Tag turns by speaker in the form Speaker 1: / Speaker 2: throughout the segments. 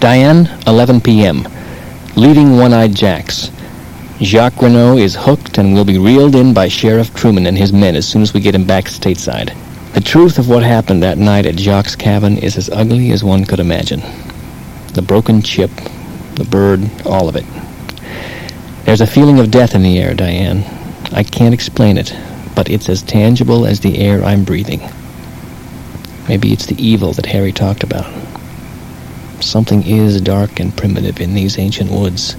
Speaker 1: Diane, 11 p.m. Leading One-Eyed Jacks. Jacques Renault is hooked and will be reeled in by Sheriff Truman and his men as soon as we get him back stateside. The truth of what happened that night at Jacques' cabin is as ugly as one could imagine. The broken chip, the bird, all of it. There's a feeling of death in the air, Diane. I can't explain it, but it's as tangible as the air I'm breathing. Maybe it's the evil that Harry talked about. Something is dark and primitive in these ancient woods.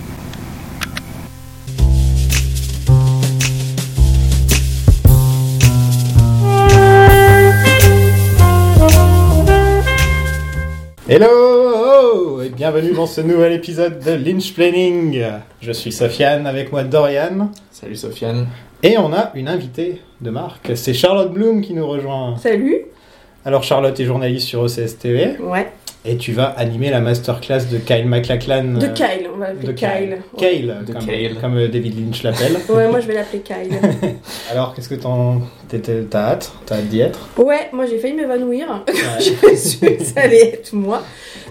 Speaker 2: Hello et bienvenue dans ce nouvel épisode de Lynch Planning. Je suis Sofiane, avec moi Dorian,
Speaker 3: Salut Sofiane.
Speaker 2: et on a une invitée de marque. C'est Charlotte Bloom qui nous rejoint.
Speaker 4: Salut
Speaker 2: Alors Charlotte est journaliste sur OCS TV
Speaker 4: Ouais,
Speaker 2: et tu vas animer la masterclass de Kyle MacLachlan.
Speaker 4: de
Speaker 2: euh,
Speaker 4: Kyle, on va l'appeler
Speaker 2: de Kyle.
Speaker 4: Kyle.
Speaker 2: Kyle,
Speaker 3: De
Speaker 2: comme,
Speaker 3: Kyle.
Speaker 2: comme, euh, David Lynch l'appelle.
Speaker 4: Ouais. Ouais, moi je vais l'appeler Kyle.
Speaker 2: Alors qu'est-ce que t'en t'étais- t'as hâte T'as hâte d'y être
Speaker 4: Ouais, moi j'ai failli m'évanouir.
Speaker 2: Ouais.
Speaker 4: Je suis que ça allait être moi.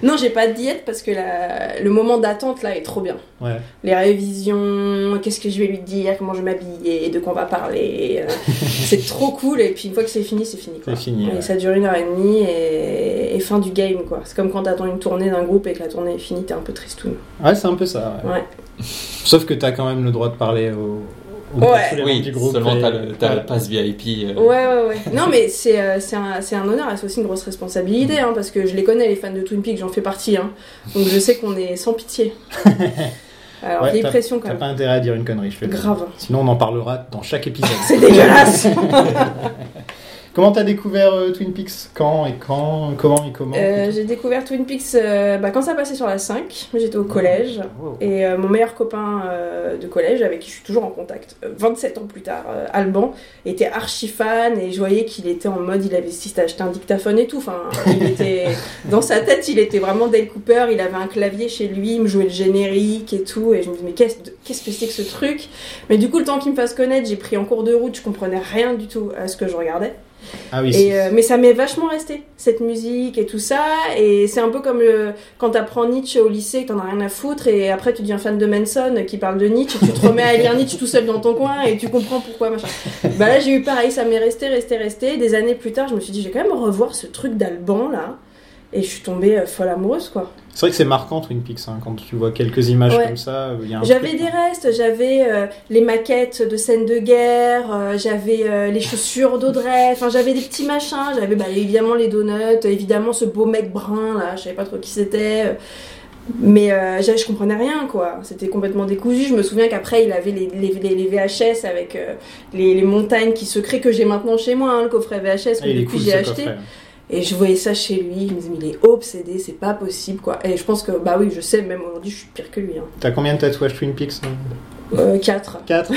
Speaker 4: Non, j'ai pas de diète parce que la- le moment d'attente là est trop bien.
Speaker 2: Ouais.
Speaker 4: Les révisions, qu'est-ce que je vais lui dire, comment je vais m'habiller, de quoi on va parler. euh, c'est trop cool et puis une fois que c'est fini, c'est fini. quoi.
Speaker 2: C'est fini,
Speaker 4: Et
Speaker 2: ouais.
Speaker 4: ça dure une heure et demie et, et fin du game quoi. C'est comme quand t'attends une tournée d'un groupe et que la tournée est finie, t'es un peu tristoun.
Speaker 2: Ouais, c'est un peu ça. ouais.
Speaker 4: Ouais.
Speaker 2: Sauf que t'as quand même le droit de parler au. au-
Speaker 4: Ouais.
Speaker 2: à tous les membres
Speaker 3: Oui,
Speaker 2: du groupe
Speaker 3: seulement
Speaker 2: et-
Speaker 3: t'as le, t'as
Speaker 2: voilà.
Speaker 3: le pass VIP. euh,
Speaker 4: Ouais, ouais, ouais. Non, mais c'est euh, c'est un, c'est un honneur et c'est aussi une grosse responsabilité, hein, parce que je les connais, les fans de Twin Peaks, j'en fais partie. Hein. Donc je sais qu'on est sans pitié. Alors,
Speaker 2: Ouais,
Speaker 4: vieille pression quand
Speaker 2: T'as
Speaker 4: même.
Speaker 2: pas intérêt à dire une connerie, je fais
Speaker 4: Grave.
Speaker 2: Sinon, on en parlera dans chaque épisode.
Speaker 4: C'est dégueulasse
Speaker 2: Comment t'as découvert euh, Twin Peaks Quand et quand Comment et comment
Speaker 4: Euh, J'ai découvert Twin Peaks euh, bah, quand ça passait sur la 5, j'étais au collège.
Speaker 2: Wow.
Speaker 4: Et euh, mon meilleur copain euh, de collège, avec qui je suis toujours en contact, euh, 27 ans plus tard, euh, Alban, était archi fan et je voyais qu'il était en mode, il avait si acheté un dictaphone et tout. Enfin, il était dans sa tête, il était vraiment Dale Cooper. Il avait un clavier chez lui, il me jouait le générique et tout. Et je me disais mais qu'est-ce qu'est-ce que c'est que ce truc Mais du coup, le temps qu'il me fasse connaître, j'ai pris en cours de route, je comprenais rien du tout à ce que je regardais.
Speaker 2: Ah oui,
Speaker 4: Et,
Speaker 2: c'est-
Speaker 4: euh, mais ça m'est vachement resté, cette musique et tout ça. Et c'est un peu comme le- quand t'apprends Nietzsche au lycée, que t'en as rien à foutre, et après tu deviens fan de Manson qui parle de Nietzsche, et tu te remets à lire Nietzsche tout seul dans ton coin, et tu comprends pourquoi, machin. Bah là, j'ai eu pareil, ça m'est resté, resté, resté. Des années plus tard, je me suis dit, j'ai quand même revoir ce truc d'Alban là. Et je suis tombée euh, folle amoureuse, quoi.
Speaker 2: c'est vrai que c'est marquant Twin Peaks hein, quand tu vois quelques images
Speaker 4: Ouais.
Speaker 2: comme ça. euh, il y a un
Speaker 4: J'avais
Speaker 2: truc.
Speaker 4: des restes, j'avais euh, les maquettes de scènes de guerre, euh, j'avais euh, les chaussures d'Audrey, enfin j'avais des petits machins, j'avais bah, évidemment les donuts, euh, évidemment ce beau mec brun là, je savais pas trop qui c'était. euh, Mais euh, j'avais- je comprenais rien quoi, c'était complètement décousu. Je me souviens qu'après il avait les, les, les- les VHS avec euh, les, les montagnes qui se créent que j'ai maintenant chez moi, hein, le coffret VHS
Speaker 2: Ah,
Speaker 4: que
Speaker 2: il est
Speaker 4: depuis
Speaker 2: cool,
Speaker 4: j'ai
Speaker 2: ce
Speaker 4: acheté.
Speaker 2: coffret.
Speaker 4: Et je voyais ça chez lui, je me disais mais il est obsédé, c'est pas possible quoi. Et je pense que bah oui, je sais, même aujourd'hui je suis pire que lui. Hein. Euh,
Speaker 2: T'as combien de tatouages Twin Peaks
Speaker 4: 4.
Speaker 2: 4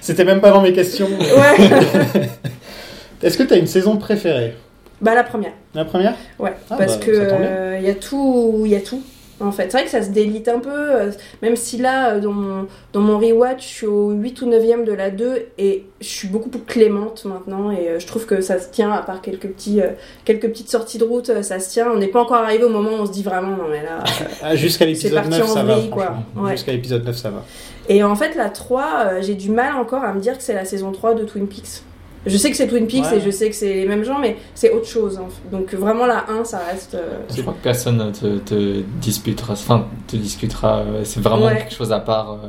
Speaker 2: C'était même pas dans mes questions.
Speaker 4: Ouais.
Speaker 2: Est-ce que t'as une saison préférée
Speaker 4: Bah la première,
Speaker 2: La première
Speaker 4: ouais.
Speaker 2: Ah,
Speaker 4: parce
Speaker 2: bah,
Speaker 4: que
Speaker 2: ça tombe bien.
Speaker 4: euh, y a tout, y a tout. En fait, c'est vrai que ça se délite un peu, euh, même si là, euh, dans mon, dans mon rewatch, je suis au 8 ou 9ème de la 2 et je suis beaucoup plus clémente maintenant et euh, je trouve que ça se tient, à part quelques, petits, euh, quelques petites sorties de route, euh, ça se tient. On n'est pas encore arrivé au moment où on se dit vraiment, non mais là, euh,
Speaker 2: Ah, Jusqu'à
Speaker 4: c'est
Speaker 2: l'épisode
Speaker 4: parti
Speaker 2: 9, ça
Speaker 4: en
Speaker 2: va.
Speaker 4: vrille quoi.
Speaker 2: franchement.
Speaker 4: Ouais.
Speaker 2: Jusqu'à l'épisode 9, ça va.
Speaker 4: Et en fait, la 3, euh, j'ai du mal encore à me dire que c'est la saison 3 de Twin Peaks. Je sais que c'est Twin Peaks
Speaker 2: Ouais.
Speaker 4: et je sais que c'est les mêmes gens, mais c'est autre chose. hein. Donc vraiment, la 1, ça reste. euh,
Speaker 3: Je crois que personne ne te, te disputera. Enfin, te discutera. euh, C'est vraiment
Speaker 4: Ouais.
Speaker 3: quelque chose à part. euh,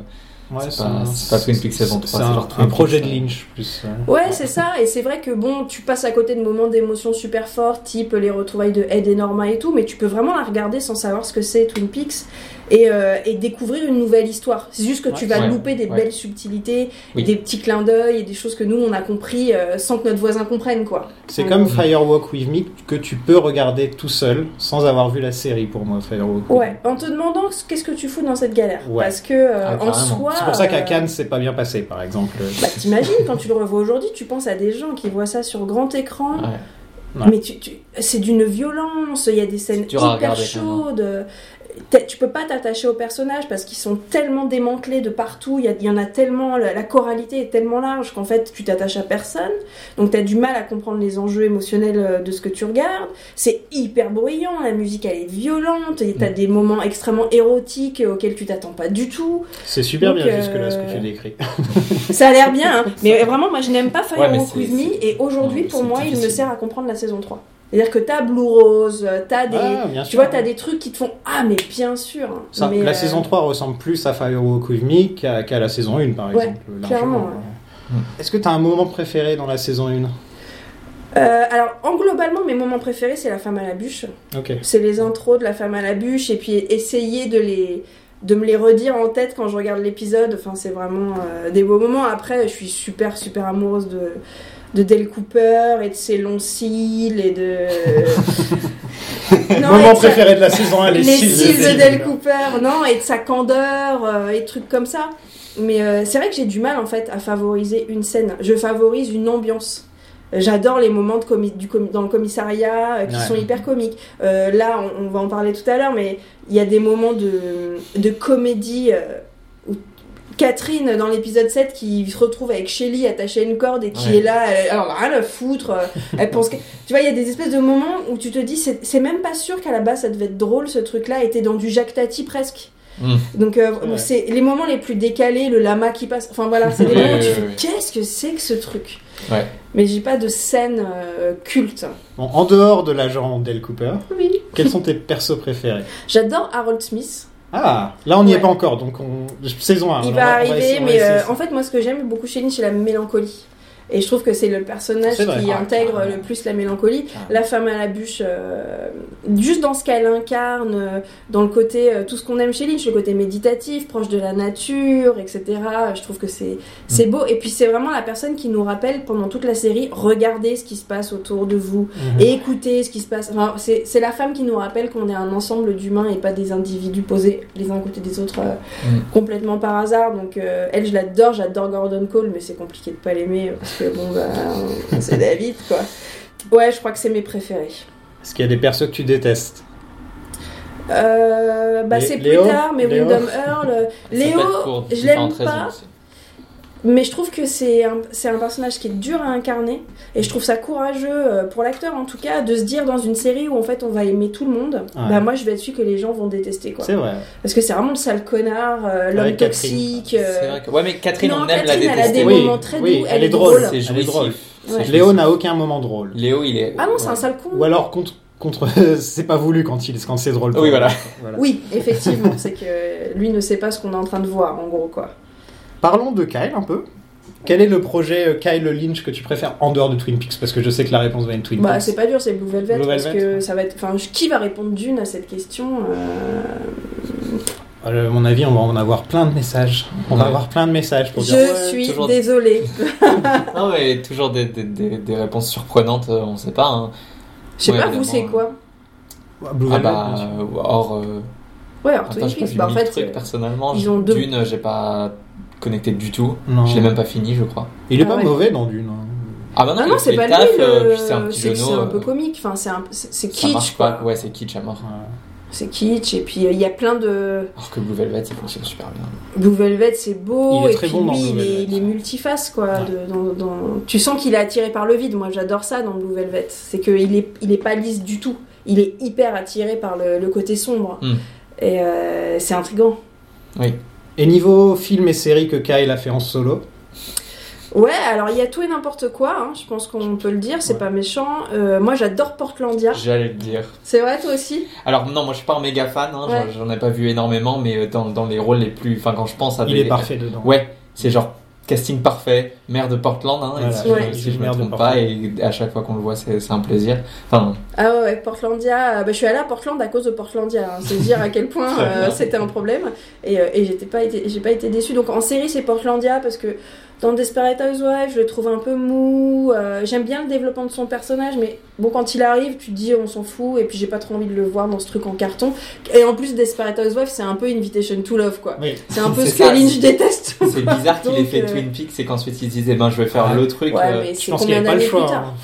Speaker 2: Ouais,
Speaker 3: C'est pas- c'est pas Twin Peaks saison
Speaker 2: c'est
Speaker 3: 3, c'est
Speaker 2: un-
Speaker 3: genre Twin
Speaker 2: un projet de
Speaker 3: Peaks, euh.
Speaker 2: Lynch plus. euh.
Speaker 4: Ouais, c'est ça, et c'est vrai que bon, tu passes à côté de moments d'émotions super forts, type les retrouvailles de Ed et Norma et tout, mais tu peux vraiment la regarder sans savoir ce que c'est Twin Peaks et, euh, et découvrir une nouvelle histoire. C'est juste que tu
Speaker 2: Ouais.
Speaker 4: vas
Speaker 3: Ouais,
Speaker 4: louper des
Speaker 3: ouais.
Speaker 4: belles subtilités,
Speaker 3: Oui.
Speaker 4: des petits clins d'œil et des choses que nous on a compris euh, sans que notre voisin comprenne quoi.
Speaker 2: C'est
Speaker 4: Mm.
Speaker 2: comme Firewalk With Me que tu peux regarder tout seul sans avoir vu la série pour moi, Firewalk. With
Speaker 4: Ouais, en te demandant qu'est-ce que tu fous dans cette galère.
Speaker 2: Ouais.
Speaker 4: Parce que euh,
Speaker 3: Ah,
Speaker 4: en
Speaker 3: carrément.
Speaker 4: soi.
Speaker 2: me. C'est pour ça qu'à
Speaker 4: euh,
Speaker 2: Cannes, c'est pas bien passé, par exemple.
Speaker 4: Bah, t'imagines, quand tu le revois aujourd'hui, tu penses à des gens qui voient ça sur grand écran.
Speaker 3: ouais.
Speaker 2: Ouais.
Speaker 4: Mais tu, tu- c'est d'une violence, il y a des scènes
Speaker 3: C'est dur à
Speaker 4: hyper
Speaker 3: regarder, quand même,
Speaker 4: chaudes. t'es- tu peux pas t'attacher aux personnages parce qu'ils sont tellement démantelés de partout, il y, a- il y en a tellement, la, la choralité est tellement large qu'en fait tu t'attaches à personne, donc t'as du mal à comprendre les enjeux émotionnels euh, de ce que tu regardes, c'est hyper bruyant, la musique elle est violente, et t'as
Speaker 3: Mm.
Speaker 4: des moments extrêmement érotiques euh, auxquels tu t'attends pas du tout,
Speaker 2: C'est super
Speaker 4: Donc,
Speaker 2: bien
Speaker 4: euh,
Speaker 2: jusque-là ce que tu décris.
Speaker 4: ça a l'air bien, hein, mais vraiment moi je n'aime pas Fire
Speaker 3: Ouais, mais
Speaker 4: Walk
Speaker 3: c'est-
Speaker 4: With Me,
Speaker 3: c'est-
Speaker 4: et aujourd'hui
Speaker 3: non,
Speaker 4: pour
Speaker 3: c'est
Speaker 4: moi il me
Speaker 3: difficile.
Speaker 4: sert à comprendre la saison 3. C'est-à-dire que t'as Blue Rose, euh, t'as des...
Speaker 2: Ah, bien
Speaker 4: Tu
Speaker 2: sûr.
Speaker 4: vois, t'as des trucs qui te font Ah, mais bien sûr hein.
Speaker 2: Ça,
Speaker 4: Mais,
Speaker 2: la
Speaker 4: euh,
Speaker 2: saison 3 ressemble plus à Firewalk With Me qu'à qu'à la saison 1, par
Speaker 4: Ouais,
Speaker 2: exemple.
Speaker 4: clairement,
Speaker 2: largement.
Speaker 3: ouais.
Speaker 2: Est-ce que tu as un moment préféré dans la saison 1
Speaker 4: euh, alors, en globalement, mes moments préférés, c'est la femme à la bûche.
Speaker 2: Ok.
Speaker 4: C'est les intros de la femme à la bûche, et puis essayer de les de me les redire en tête quand je regarde l'épisode. Enfin, c'est vraiment euh, des beaux moments. Après, je suis super, super amoureuse de, de Dale Cooper et de ses longs cils et de. Non, et
Speaker 2: moment
Speaker 4: de sa-
Speaker 2: préféré de la saison 1, les,
Speaker 4: les
Speaker 2: cils
Speaker 4: cils de Del
Speaker 2: Del
Speaker 4: Cooper, non, et de sa candeur, euh, et de trucs comme ça. Mais euh, c'est vrai que j'ai du mal en fait à favoriser une scène. Je favorise une ambiance. Euh, J'adore les moments de commi- du commi- dans le commissariat euh, qui
Speaker 2: Ouais.
Speaker 4: sont hyper comiques. Euh, là, on, on va en parler tout à l'heure, mais il y a des moments de, de comédie euh, où Catherine, dans l'épisode 7, qui se retrouve avec Shelly attachée à une corde et qui
Speaker 3: Ouais.
Speaker 4: est là, elle, elle en a rien à foutre, euh, elle pense que... Tu vois, il y a des espèces de moments où tu te dis, c'est c'est même pas sûr qu'à la base ça devait être drôle ce truc-là, était dans du Jacques Tati presque.
Speaker 3: Mm.
Speaker 4: Donc euh,
Speaker 2: Ouais.
Speaker 4: c'est les moments les plus décalés, le lama qui passe, enfin voilà, c'est des
Speaker 3: Ouais,
Speaker 4: moments où tu
Speaker 3: ouais,
Speaker 4: fais,
Speaker 3: ouais, ouais.
Speaker 4: qu'est-ce que c'est que ce truc
Speaker 3: Ouais.
Speaker 4: Mais j'ai pas de scène euh, culte.
Speaker 2: Bon, en dehors de l'agent Del Cooper,
Speaker 4: Oui.
Speaker 2: quels sont tes persos préférés
Speaker 4: J'adore Harold Smith.
Speaker 2: Ah, là on n'y
Speaker 4: Ouais.
Speaker 2: est pas encore, donc on... saison 1.
Speaker 4: Il
Speaker 2: hein, on
Speaker 4: va
Speaker 2: on
Speaker 4: arriver,
Speaker 2: essayer- on
Speaker 4: mais
Speaker 2: essayer
Speaker 4: euh,
Speaker 2: ça.
Speaker 4: en fait, moi, ce que j'aime beaucoup chez Lynch, c'est la mélancolie. Et je trouve que c'est le personnage
Speaker 2: C'est vrai.
Speaker 4: qui
Speaker 2: Ah,
Speaker 4: intègre
Speaker 3: carrément.
Speaker 4: le plus la mélancolie.
Speaker 3: Carrément.
Speaker 4: La femme à la bûche, euh, juste dans ce qu'elle incarne, euh, dans le côté, euh, tout ce qu'on aime chez Lynch, le côté méditatif, proche de la nature, etc. Je trouve que c'est
Speaker 2: Mm.
Speaker 4: c'est beau. Et puis, c'est vraiment la personne qui nous rappelle pendant toute la série, regardez ce qui se passe autour de vous
Speaker 2: Mhm.
Speaker 4: et écouter ce qui se passe. Enfin, c'est c'est la femme qui nous rappelle qu'on est un ensemble d'humains et pas des individus posés les uns à côté des autres euh,
Speaker 3: Mm.
Speaker 4: complètement par hasard. Donc euh, elle, je l'adore, j'adore Gordon Cole, mais c'est compliqué de pas l'aimer parce que bon bah on- c'est David quoi. Ouais, je crois que c'est mes préférés.
Speaker 2: Est-ce qu'il y a des persos que tu détestes
Speaker 4: Euh, bah
Speaker 2: Lé-
Speaker 4: c'est plus
Speaker 2: Léo
Speaker 4: tard, mais
Speaker 2: Léo
Speaker 4: Wyndham Earl, euh, Léo, je l'aime pas. Mais je trouve que c'est un, c'est un personnage qui est dur à incarner et je trouve ça courageux euh, pour l'acteur en tout cas de se dire dans une série où en fait on va aimer tout le monde,
Speaker 2: Ouais.
Speaker 4: bah moi je vais être celui que les gens vont détester quoi.
Speaker 2: C'est vrai.
Speaker 4: Parce que c'est vraiment le sale connard, euh, l'homme
Speaker 2: Avec Catherine.
Speaker 4: toxique. euh,
Speaker 3: C'est vrai que... Ouais, mais Catherine,
Speaker 4: Non,
Speaker 3: on aime
Speaker 4: Catherine,
Speaker 3: la
Speaker 4: elle a des
Speaker 3: détester.
Speaker 2: oui,
Speaker 4: moments très
Speaker 2: oui,
Speaker 4: doux,
Speaker 2: elle,
Speaker 4: elle
Speaker 2: est
Speaker 4: est
Speaker 2: drôle.
Speaker 4: drôle.
Speaker 3: C'est
Speaker 2: Elle est drôle.
Speaker 3: jouissif.
Speaker 4: Ouais.
Speaker 3: C'est
Speaker 2: Léo
Speaker 3: jouissif.
Speaker 2: n'a aucun moment drôle.
Speaker 3: Léo, il est.
Speaker 4: Ah non, c'est
Speaker 3: Ouais.
Speaker 4: un sale con.
Speaker 2: Ou alors contre, contre c'est pas voulu quand il quand c'est drôle.
Speaker 3: Oui, voilà.
Speaker 2: Voilà.
Speaker 4: Oui, effectivement, c'est que lui ne sait pas ce qu'on est en train de voir en gros quoi.
Speaker 2: Parlons de Kyle un peu. Quel est le projet euh, Kyle Lynch que tu préfères en dehors de Twin Peaks Parce que je sais que la réponse va être Twin
Speaker 4: Bah
Speaker 2: Peaks.
Speaker 4: c'est pas dur, c'est Blue Velvet,
Speaker 2: Blue
Speaker 4: parce
Speaker 2: Velvet,
Speaker 4: que
Speaker 2: ouais.
Speaker 4: ça va être. Enfin, je- qui va répondre d'une à cette question euh,
Speaker 2: Euh, À mon avis, on va en avoir plein de messages. On va
Speaker 3: Ouais.
Speaker 2: avoir plein de messages pour dire.
Speaker 4: Je
Speaker 3: ouais,
Speaker 4: suis
Speaker 3: toujours-
Speaker 4: désolée.
Speaker 3: Non, mais toujours des, des, des, des réponses surprenantes, euh, on sait pas. hein.
Speaker 4: Je sais
Speaker 3: Ouais,
Speaker 4: pas, vous
Speaker 3: évidemment.
Speaker 4: c'est quoi
Speaker 2: Ouais, Blue
Speaker 3: Ah
Speaker 2: Velvet, bien
Speaker 3: bah,
Speaker 2: sûr.
Speaker 3: euh, or. euh,
Speaker 4: Ouais, alors
Speaker 3: attends,
Speaker 4: Twin
Speaker 3: j'ai pas
Speaker 4: Peaks,
Speaker 3: vu
Speaker 4: bah en
Speaker 3: mille
Speaker 4: fait.
Speaker 3: trucs,
Speaker 4: euh,
Speaker 3: personnellement.
Speaker 4: ils ont deux.
Speaker 3: Dune, euh, j'ai pas connecté du tout.
Speaker 2: Non.
Speaker 3: Je l'ai même pas fini, je crois.
Speaker 2: Il est
Speaker 4: Ah
Speaker 2: pas
Speaker 4: ouais.
Speaker 2: mauvais dans Dune. hein.
Speaker 3: Ah bah non,
Speaker 4: Ah
Speaker 3: il
Speaker 4: non,
Speaker 3: fait
Speaker 4: c'est
Speaker 3: le
Speaker 4: pas
Speaker 3: taf,
Speaker 4: lui,
Speaker 3: euh,
Speaker 4: le-
Speaker 3: puis c'est un petit
Speaker 4: c'est que c'est
Speaker 3: genou,
Speaker 4: un peu
Speaker 3: euh,
Speaker 4: comique, enfin c'est un- c'est- c'est
Speaker 3: Ça
Speaker 4: kitsch
Speaker 3: marche pas,
Speaker 4: quoi.
Speaker 3: ouais, c'est kitsch à mort.
Speaker 2: Ouais.
Speaker 4: C'est kitsch et puis euh, il y a plein de
Speaker 3: Alors que Blue Velvet, il fonctionne super bien.
Speaker 4: Blue Velvet, c'est beau
Speaker 2: Il est
Speaker 4: et
Speaker 2: très
Speaker 4: puis
Speaker 2: bon dans
Speaker 4: lui,
Speaker 2: Blue
Speaker 4: il, est,
Speaker 2: Velvet.
Speaker 4: il est multiface quoi.
Speaker 2: Ouais.
Speaker 4: de- dans- dans- Tu sens qu'il est attiré par le vide. Moi, j'adore ça dans Blue Velvet. C'est que il est, il est pas lisse du tout. Il est hyper attiré par le, le côté sombre
Speaker 3: Hmm.
Speaker 4: et euh, c'est intrigant.
Speaker 2: Et niveau film et série que Kyle a fait en solo,
Speaker 4: Ouais, alors il y a tout et n'importe quoi. hein, Je pense qu'on peut le dire. C'est
Speaker 2: Ouais.
Speaker 4: pas méchant. Euh, moi, j'adore Portlandia.
Speaker 3: J'allais le dire.
Speaker 4: C'est vrai, toi aussi.
Speaker 3: Alors non, moi je suis pas un méga fan, hein,
Speaker 4: Ouais.
Speaker 3: j'en- j'en ai pas vu énormément, mais euh, dans, dans les rôles les plus... Enfin quand je pense à...
Speaker 2: il
Speaker 3: des-
Speaker 2: est parfait dedans.
Speaker 3: Ah, Ouais, c'est genre casting parfait, maire de Portland, hein,
Speaker 2: Voilà,
Speaker 3: si,
Speaker 4: Ouais.
Speaker 3: je,
Speaker 2: il
Speaker 3: si
Speaker 2: est
Speaker 3: je me
Speaker 2: maire de
Speaker 3: trompe
Speaker 2: Portland.
Speaker 3: pas, et à chaque fois qu'on le voit c'est c'est un plaisir. Enfin,
Speaker 4: Ah ouais, ouais, Portlandia. euh, bah, je suis allée à Portland à cause de Portlandia. hein. C'est dire à quel point
Speaker 2: Très
Speaker 4: euh,
Speaker 2: bien.
Speaker 4: c'était un problème. Et, euh, et j'étais pas été, j'ai pas été déçue. Donc en série, c'est Portlandia parce que dans Desperate Housewives, je le trouve un peu mou. euh, J'aime bien le développement de son personnage, mais bon, quand il arrive, tu te dis on s'en fout. Et puis j'ai pas trop envie de le voir dans ce truc en carton. Et en plus, Desperate Housewives, c'est un peu Invitation to Love, quoi.
Speaker 2: Oui.
Speaker 4: C'est un peu
Speaker 3: C'est
Speaker 4: ce que
Speaker 3: ça,
Speaker 4: Lynch
Speaker 3: c'est-
Speaker 4: déteste.
Speaker 3: c'est bizarre qu'il ait
Speaker 4: Donc,
Speaker 3: fait
Speaker 4: euh,
Speaker 3: Twin Peaks et qu'ensuite il se disait ben je vais faire
Speaker 2: Ouais.
Speaker 3: le truc.
Speaker 4: Ouais,
Speaker 3: euh,
Speaker 4: mais
Speaker 2: Je
Speaker 4: c'est
Speaker 2: pense qu'il
Speaker 4: combien
Speaker 2: n'y avait pas le
Speaker 4: d'années plus
Speaker 2: choix.
Speaker 4: tard
Speaker 2: hein.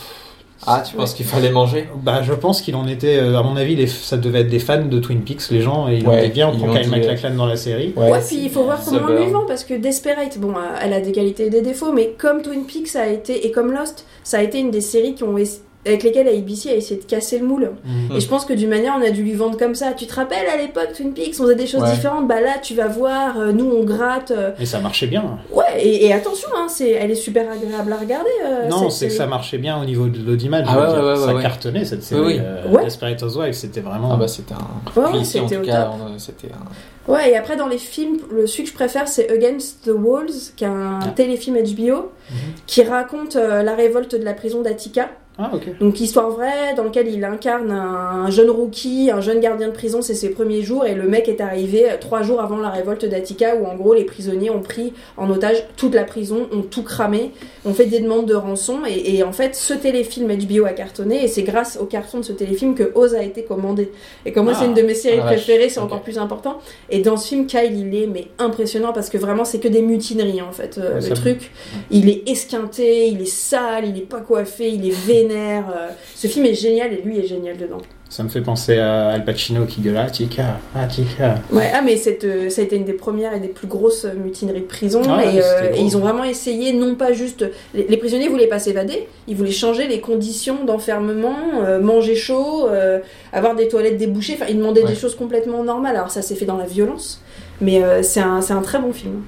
Speaker 3: Ah, tu penses qu'il fallait manger
Speaker 2: Bah, je pense qu'il en était, euh, à mon avis, les- ça devait être des fans de Twin Peaks, les gens, et ils ont
Speaker 3: Ouais,
Speaker 2: dit viens, on
Speaker 3: ils
Speaker 2: prend
Speaker 3: ont
Speaker 2: Kyle
Speaker 3: dit-
Speaker 2: MacLachlan dans la série.
Speaker 4: Ouais, puis il faut voir
Speaker 3: Ça
Speaker 4: comment on
Speaker 3: va.
Speaker 4: lui vend parce que Desperate, bon, euh, elle a des qualités et des défauts, mais comme Twin Peaks ça a été et comme Lost, ça a été une des séries qui ont es- avec lesquelles ABC a essayé de casser le moule.
Speaker 2: Mm.
Speaker 4: Et je pense que d'une manière, on a dû lui vendre comme ça. Tu te rappelles à l'époque Twin Peaks, on faisait des choses
Speaker 3: Ouais.
Speaker 4: différentes. Bah là, tu vas voir, euh, nous on gratte. euh,
Speaker 2: Et ça marchait bien.
Speaker 4: Ouais, et, et attention, hein, c'est, elle est super agréable à regarder. euh,
Speaker 2: non,
Speaker 4: cette
Speaker 2: c'est que ça
Speaker 4: série.
Speaker 2: marchait bien au niveau de l'audimat. je
Speaker 3: Ah
Speaker 2: veux
Speaker 3: ouais,
Speaker 2: dire.
Speaker 3: ouais, ouais,
Speaker 2: ça
Speaker 3: ouais.
Speaker 2: cartonnait cette série.
Speaker 3: Oui, oui.
Speaker 2: euh,
Speaker 4: Ouais.
Speaker 2: Desperate Housewives, c'était vraiment.
Speaker 3: Ah bah c'était un.
Speaker 4: Ouais,
Speaker 3: Puis
Speaker 4: ouais,
Speaker 3: ici, en
Speaker 4: c'était
Speaker 3: tout
Speaker 4: au
Speaker 3: cas,
Speaker 4: top.
Speaker 3: on- euh, c'était un.
Speaker 4: Ouais, et après dans les films, le celui que je préfère, c'est Against the Walls, qui est un
Speaker 2: Ah.
Speaker 4: téléfilm HBO
Speaker 2: Mhm.
Speaker 4: qui raconte euh, la révolte de la prison d'Attica.
Speaker 2: Ah, ok.
Speaker 4: Donc histoire vraie dans lequel il incarne un jeune rookie, un jeune gardien de prison, c'est ses premiers jours et le mec est arrivé euh, trois jours avant la révolte d'Attica où en gros les prisonniers ont pris en otage toute la prison, ont tout cramé, ont fait des demandes de rançon et, et en fait ce téléfilm HBO a cartonné et c'est grâce au carton de ce téléfilm que Oz a été commandé. Et comme moi
Speaker 2: Ah,
Speaker 4: c'est une de mes séries
Speaker 3: la vache,
Speaker 4: préférées, c'est
Speaker 3: ok.
Speaker 4: encore plus important. Et dans ce film Kyle il est mais impressionnant parce que vraiment c'est que des mutineries en fait euh,
Speaker 2: Ouais,
Speaker 4: le
Speaker 2: ça-
Speaker 4: truc. Il est esquinté, il est sale, il est pas coiffé, il est vénère. euh, Ce film est génial et lui est génial dedans.
Speaker 2: Ça me fait penser à Al Pacino qui gueule Ah, Attica, Attica.
Speaker 4: Ouais, ah mais cette, euh, ça a été une des premières et des plus grosses euh, mutineries de prison.
Speaker 2: Ah ouais,
Speaker 4: et, euh,
Speaker 2: c'était gros.
Speaker 4: et ils ont vraiment essayé, non pas juste. Les, les prisonniers voulaient pas s'évader, ils voulaient changer les conditions d'enfermement, euh, manger chaud, euh, avoir des toilettes débouchées. Enfin, ils demandaient
Speaker 3: Ouais.
Speaker 4: des choses complètement normales. Alors ça s'est fait dans la violence, mais euh, c'est un, c'est un très bon film.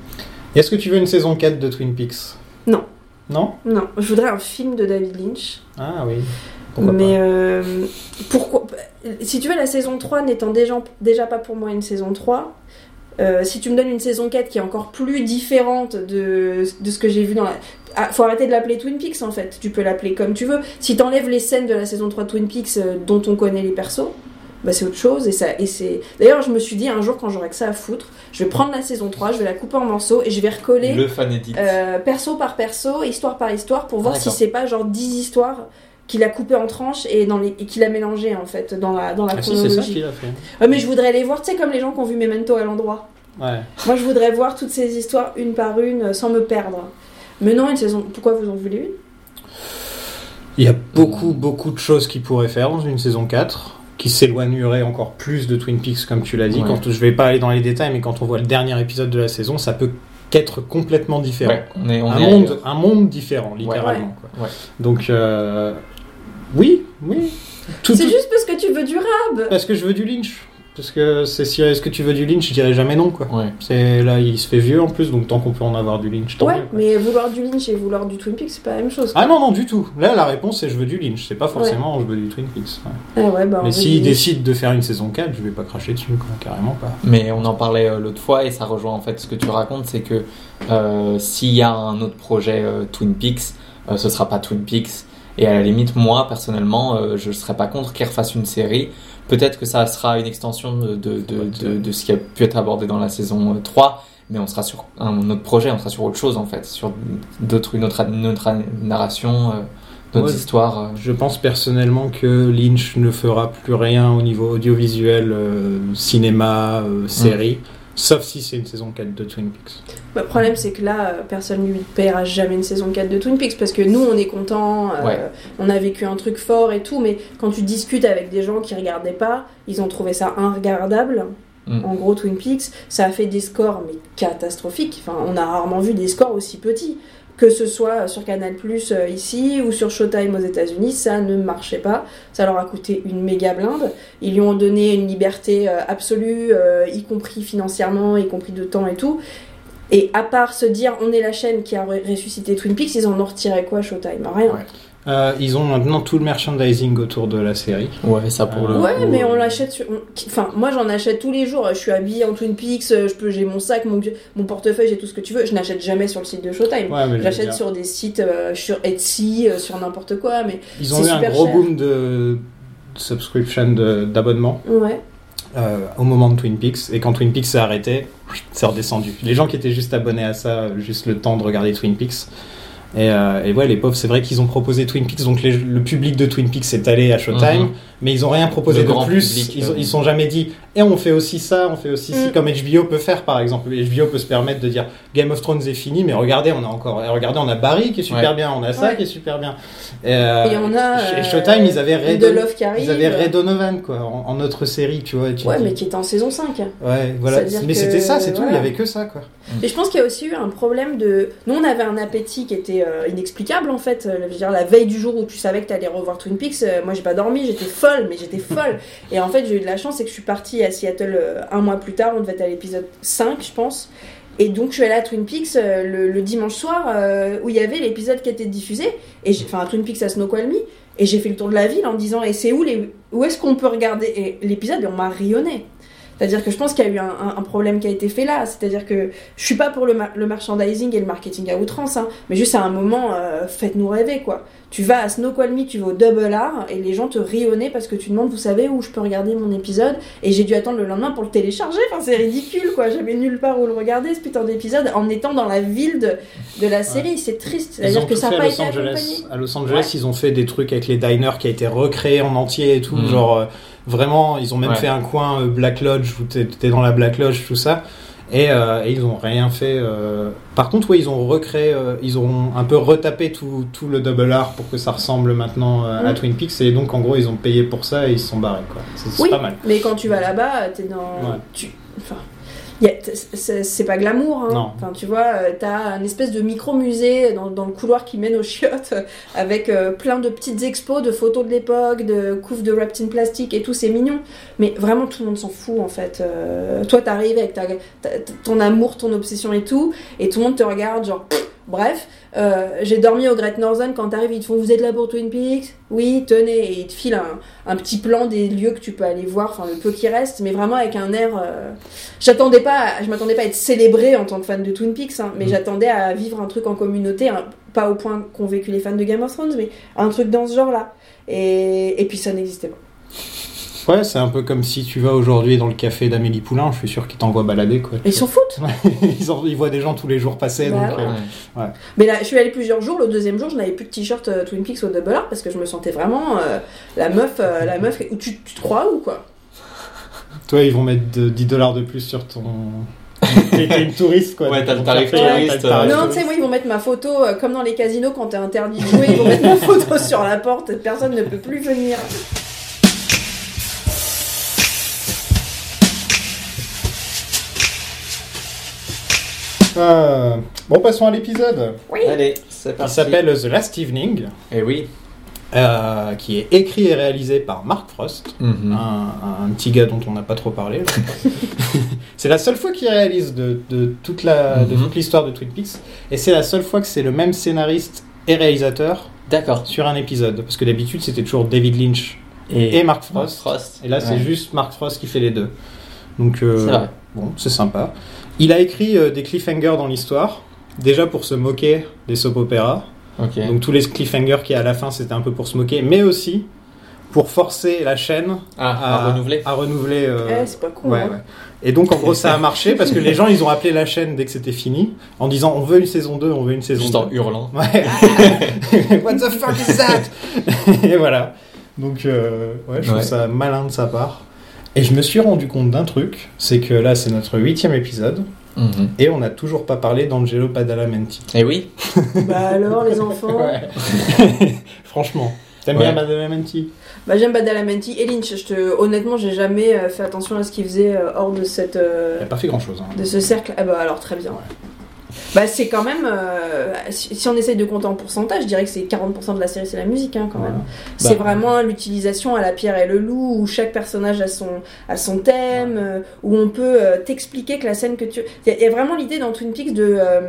Speaker 2: Et Est-ce que tu veux une saison 4 de Twin Peaks
Speaker 4: Non.
Speaker 2: Non
Speaker 4: Non, je voudrais un film de David Lynch.
Speaker 2: Ah oui. Pourquoi
Speaker 4: mais euh, pourquoi Si tu veux, la saison 3 n'étant déjà, déjà pas pour moi une saison 3, euh, si tu me donnes une saison 4 qui est encore plus différente de, de ce que j'ai vu dans la. Ah, faut arrêter de l'appeler Twin Peaks en fait, tu peux l'appeler comme tu veux. Si t'enlèves les scènes de la saison 3 de Twin Peaks euh, dont on connaît les persos, bah c'est autre chose et ça et c'est d'ailleurs je me suis dit un jour quand j'aurai que ça à foutre je vais prendre la saison 3 je vais la couper en morceaux et je vais recoller
Speaker 3: Le fan edit.
Speaker 4: euh, perso par perso, histoire par histoire, pour voir
Speaker 3: Ah,
Speaker 4: si
Speaker 3: d'accord.
Speaker 4: c'est pas genre 10 histoires qu'il a coupées en tranches et, dans les- et qu'il a mélangées en fait dans la, dans la
Speaker 2: pas Ah si, c'est
Speaker 4: chronologie.
Speaker 2: ça qu'il a fait.
Speaker 4: Ouais, mais je voudrais les voir, tu sais, comme les gens qui ont vu Memento à l'endroit.
Speaker 2: Ouais.
Speaker 4: Moi je voudrais voir toutes ces histoires une par une euh, sans me perdre. Mais non, une saison. Pourquoi vous en voulez une
Speaker 2: Il y a beaucoup, beaucoup de choses qu'il pourrait faire dans une saison 4 qui s'éloignerait encore plus de Twin Peaks, comme tu l'as dit.
Speaker 3: Ouais.
Speaker 2: Quand je vais pas aller dans les détails, mais quand on voit le dernier épisode de la saison, ça peut qu'être complètement différent.
Speaker 3: Ouais, on est. On
Speaker 2: un,
Speaker 3: est
Speaker 2: monde, un monde différent, littéralement. quoi.
Speaker 3: Ouais.
Speaker 2: Donc, euh, oui, oui. Tout,
Speaker 4: C'est
Speaker 2: tout-
Speaker 4: juste parce que tu veux du rap
Speaker 2: Parce que je veux du Lynch. Parce que c'est si est-ce que tu veux du Lynch, je dirais jamais non quoi.
Speaker 3: Ouais.
Speaker 2: C'est là il se fait vieux en plus donc tant qu'on peut en avoir du Lynch tant
Speaker 4: Ouais,
Speaker 2: mieux. quoi.
Speaker 4: mais vouloir du Lynch et vouloir du Twin Peaks, c'est pas la même chose.
Speaker 2: Ah non non du tout. Là la réponse c'est je veux du Lynch, c'est pas forcément je veux du Twin Peaks. ouais.
Speaker 4: Ah ouais, bah, on
Speaker 2: Mais
Speaker 4: veut
Speaker 2: s'il
Speaker 4: du Lynch.
Speaker 2: décide de faire une saison 4, je vais pas cracher dessus quoi, carrément pas.
Speaker 3: Mais on en parlait euh, l'autre fois et ça rejoint en fait ce que tu racontes, c'est que euh, s'il y a un autre projet euh, Twin Peaks, euh, ce sera pas Twin Peaks. Et à la limite, moi personnellement, euh, je serais pas contre qu'il refasse une série. Peut-être que ça sera une extension de, de, de, de, de ce qui a pu être abordé dans la saison euh, 3, mais on sera sur un autre projet, on sera sur autre chose en fait, sur d'autres, une autre, une autre narration, euh, d'autres
Speaker 2: Ouais.
Speaker 3: histoires. euh.
Speaker 2: Je pense personnellement que Lynch ne fera plus rien au niveau audiovisuel, euh, cinéma, euh, série, sauf si c'est une saison 4 de Twin Peaks.
Speaker 4: Bah, Le problème, c'est que là, euh, personne lui paiera jamais une saison 4 de Twin Peaks parce que nous, on est contents, euh,
Speaker 3: Ouais.
Speaker 4: on a vécu un truc fort et tout, mais quand tu discutes avec des gens qui regardaient pas, ils ont trouvé ça inregardable.
Speaker 3: Mm.
Speaker 4: En gros, Twin Peaks, ça a fait des scores mais catastrophiques. Enfin, on a rarement vu des scores aussi petits. Que ce soit sur Canal Plus euh, ici ou sur Showtime aux États-Unis, ça ne marchait pas. Ça leur a coûté une méga blinde. Ils lui ont donné une liberté euh, absolue, euh, y compris financièrement, y compris de temps et tout. Et à part se dire on est la chaîne qui a re- ressuscité Twin Peaks, ils en ont retiré quoi Showtime Rien.
Speaker 3: Ouais.
Speaker 2: Euh, ils ont maintenant tout le merchandising autour de la série.
Speaker 3: Ouais, ça pour le
Speaker 4: Ouais,
Speaker 3: coup,
Speaker 4: mais on
Speaker 3: euh,
Speaker 4: l'achète sur. on- qui- Enfin, moi j'en achète tous les jours. Je suis habillée en Twin Peaks, euh, je peux, j'ai mon sac, mon, mon portefeuille, j'ai tout ce que tu veux. Je n'achète jamais sur le site de Showtime.
Speaker 2: Ouais, mais je veux
Speaker 4: J'achète
Speaker 2: dire,
Speaker 4: sur des sites, euh, sur Etsy, euh, sur n'importe quoi, mais.
Speaker 2: Ils ont
Speaker 4: c'est
Speaker 2: eu un
Speaker 4: super
Speaker 2: gros
Speaker 4: cher.
Speaker 2: boom de subscription, de- d'abonnement.
Speaker 4: Ouais.
Speaker 2: euh, au moment de Twin Peaks et quand Twin Peaks s'est arrêté, c'est redescendu. Les gens qui étaient juste abonnés à ça, euh, juste le temps de regarder Twin Peaks. Et, euh, et ouais, les pauvres, c'est vrai qu'ils ont proposé Twin Peaks, donc les- le public de Twin Peaks est allé à Showtime.
Speaker 3: Mhm.
Speaker 2: mais ils ont rien proposé
Speaker 3: Le
Speaker 2: de
Speaker 3: grand
Speaker 2: plus.
Speaker 3: public,
Speaker 2: ils,
Speaker 3: euh.
Speaker 2: ont- ils sont jamais dit, et on fait aussi ça, on fait aussi ci,
Speaker 4: Mm.
Speaker 2: comme HBO peut faire par exemple. HBO peut se permettre de dire Game of Thrones est fini, mais regardez, on a encore, regardez, on a Barry qui est super
Speaker 3: Ouais.
Speaker 2: bien, on a ça
Speaker 4: Ouais.
Speaker 2: qui est super bien. Et, euh,
Speaker 4: Et on a.
Speaker 2: Sh-
Speaker 4: euh,
Speaker 2: Showtime, ils avaient Ray,
Speaker 4: de
Speaker 2: Don-
Speaker 4: Love qui arrive.
Speaker 2: ils avaient Ray Donovan quoi, en, en autre série, tu vois. et tu
Speaker 4: Ouais,
Speaker 2: dis-
Speaker 4: mais qui était en saison 5.
Speaker 2: Ouais, voilà.
Speaker 4: C'est-à-dire
Speaker 2: Mais
Speaker 4: que-
Speaker 2: c'était ça, c'est tout. Il y
Speaker 4: voilà.
Speaker 2: avait que ça, quoi.
Speaker 4: Et je pense qu'il y a aussi eu un problème de. Nous, on avait un appétit qui était euh, inexplicable en fait. Euh, je veux dire, la veille du jour où tu savais que t'allais revoir Twin Peaks, euh, moi j'ai pas dormi, j'étais folle, mais j'étais folle. Et en fait, j'ai eu de la chance, c'est que je suis partie à Seattle euh, un mois plus tard, on devait être à l'épisode 5, je pense. Et donc, je suis allée à Twin Peaks euh, le, le dimanche soir euh, où il y avait l'épisode qui était diffusé. Et j'ai, enfin, à Twin Peaks à Snoqualmie. Et j'ai fait le tour de la ville en me disant, et c'est où les, où est-ce qu'on peut regarder et l'épisode Et on m'a rayonné. C'est-à-dire que je pense qu'il y a eu un, un- un problème qui a été fait là. C'est-à-dire que je suis pas pour le, mar- le merchandising et le marketing à outrance, hein, mais juste à un moment, euh, faites-nous rêver, quoi. Tu vas à Snoqualmie, tu vas au Double R, et les gens te rionnaient parce que tu demandes, vous savez où je peux regarder mon épisode Et j'ai dû attendre le lendemain pour le télécharger. Enfin, c'est ridicule, quoi. J'avais nulle part où le regarder, ce putain d'épisode, en étant dans la ville de, de la série. C'est triste.
Speaker 2: Ils ont
Speaker 4: C'est-à-dire que
Speaker 2: tout
Speaker 4: ça
Speaker 2: fait à
Speaker 4: n'a pas
Speaker 2: Los
Speaker 4: été accompagné.
Speaker 2: Angeles. À Los Angeles, ils ont fait des trucs avec les diners qui a été recréé en entier et tout.
Speaker 3: Mhm.
Speaker 2: Genre, euh, vraiment, ils ont même
Speaker 3: Ouais.
Speaker 2: fait un coin euh, Black Lodge où t'es t'es dans la Black Lodge, tout ça. Et, euh, et ils ont rien fait. euh. Par contre, oui, ils ont recréé, euh, ils ont un peu retapé tout, tout le double R pour que ça ressemble maintenant euh, à
Speaker 4: Mhm.
Speaker 2: Twin Peaks. Et donc, en gros, ils ont payé pour ça et ils se sont barrés. quoi. C'est c'est
Speaker 4: Oui.
Speaker 2: pas mal.
Speaker 4: Mais quand tu vas là-bas, t'es dans.
Speaker 2: Ouais.
Speaker 4: Tu... Enfin. y a- t- c'est c'est pas glamour, hein.
Speaker 2: Non.
Speaker 4: Enfin, tu vois, euh, t'as un espèce de micro-musée dans, dans le couloir qui mène aux chiottes, euh, avec euh, plein de petites expos de photos de l'époque, de couves de wrapped in plastique et tout, c'est mignon. Mais vraiment, tout le monde s'en fout en fait. Euh, toi, t'arrives avec ta, ta- ton amour, ton obsession et tout, et tout le monde te regarde, genre. pff, Bref, euh, j'ai dormi au Great Northern quand t'arrives, ils te font Vous êtes là pour Twin Peaks Oui, tenez, et ils te filent un, un petit plan des lieux que tu peux aller voir, enfin le peu qui reste, mais vraiment avec un air. euh, J'attendais pas, à- je m'attendais pas à être célébrée en tant que fan de Twin Peaks, hein, mais
Speaker 2: Mhm.
Speaker 4: j'attendais à vivre un truc en communauté, hein, pas au point qu'ont vécu les fans de Game of Thrones, mais un truc dans ce genre-là. Et, et puis ça n'existait pas.
Speaker 2: Ouais, c'est un peu comme si tu vas aujourd'hui dans le café d'Amélie Poulain. Je suis sûr qu'ils t'envoient balader. Quoi.
Speaker 4: Ils s'en foutent.
Speaker 2: ils, en- ils voient des gens tous les jours passer.
Speaker 4: Bah
Speaker 2: donc,
Speaker 4: ouais.
Speaker 2: euh,
Speaker 4: Mais là, je suis allée plusieurs jours. Le deuxième jour, je n'avais plus de t-shirt euh, Twin Peaks au Double R parce que je me sentais vraiment euh, la meuf, euh, la meuf. Où tu, tu te crois ou quoi
Speaker 2: Toi, ils vont mettre de- 10 dollars de plus sur ton. T'es t'es une touriste, quoi.
Speaker 3: Ouais, t'as le tarif
Speaker 2: Ouais, t'as le
Speaker 3: touriste,
Speaker 2: tarif
Speaker 3: Ah, euh,
Speaker 4: non,
Speaker 2: touriste.
Speaker 4: tu sais, moi, ils vont mettre ma photo, euh, comme dans les casinos, quand t'es interdit de jouer, ils vont mettre ma photo sur la porte, personne ne peut plus venir.
Speaker 2: Ah, Bon, passons à l'épisode.
Speaker 4: Oui,
Speaker 3: Allez, c'est
Speaker 2: Il
Speaker 3: parti.
Speaker 2: s'appelle The Last Evening,
Speaker 3: Eh oui.
Speaker 2: euh, qui est écrit et réalisé par Mark Frost,
Speaker 3: Mm. Ah.
Speaker 2: un, un petit gars dont on n'a pas trop parlé. là. c'est la seule fois qu'il réalise de, de toute la- de
Speaker 3: Mhm.
Speaker 2: toute l'histoire de, Twin Peaks, et c'est la seule fois que c'est le même scénariste et réalisateur
Speaker 3: D'accord.
Speaker 2: sur un épisode, parce que d'habitude c'était toujours David Lynch et Mark Frost. Et là, c'est
Speaker 3: Ouais.
Speaker 2: juste Mark Frost qui fait les deux. Donc, euh,
Speaker 3: C'est vrai.
Speaker 2: bon, c'est sympa. Il a écrit euh, des cliffhangers dans l'histoire. Déjà pour se moquer des soap opéras.
Speaker 3: Ok.
Speaker 2: Donc, tous les cliffhangers qui à la fin, c'était un peu pour se moquer, mais aussi pour forcer la chaîne
Speaker 3: ah, à, renouveler.
Speaker 2: à renouveler, euh,
Speaker 4: Eh, c'est pas con.
Speaker 2: ouais,
Speaker 4: hein.
Speaker 2: ouais. Et donc, en gros, ça a marché parce que les gens, ils ont appelé la chaîne dès que c'était fini en disant on veut une saison 2, on veut une saison
Speaker 3: Juste
Speaker 2: 2.
Speaker 3: en hurlant.
Speaker 2: Ouais. What the fuck is that? et voilà. Donc, euh, ouais, je trouve
Speaker 3: Ouais.
Speaker 2: ça malin de sa part. Et je me suis rendu compte d'un truc, c'est que là, c'est notre huitième épisode,
Speaker 3: Mhm.
Speaker 2: et on n'a toujours pas parlé d'Angelo Badalamenti.
Speaker 3: Et oui.
Speaker 4: Bah alors, les enfants
Speaker 2: Franchement. T'aimes
Speaker 3: Ouais.
Speaker 2: bien Badalamenti
Speaker 4: Bah j'aime Badalamenti et Lynch. Je te... Honnêtement, j'ai jamais euh, fait attention à ce qu'ils faisaient euh, hors de cette... euh,
Speaker 2: Il a pas fait grand-chose. hein.
Speaker 4: De ce cercle Ah bah alors très bien. Bah c'est quand même... euh, si si on essaye de compter en pourcentage, je dirais que c'est 40% de la série, c'est la musique hein, quand
Speaker 2: Voilà.
Speaker 4: même. C'est vraiment l'utilisation à la pierre et le loup, où chaque personnage a son, a son thème, euh, où on peut euh, t'expliquer que la scène que tu... Il y, a vraiment l'idée dans Twin Peaks de... euh,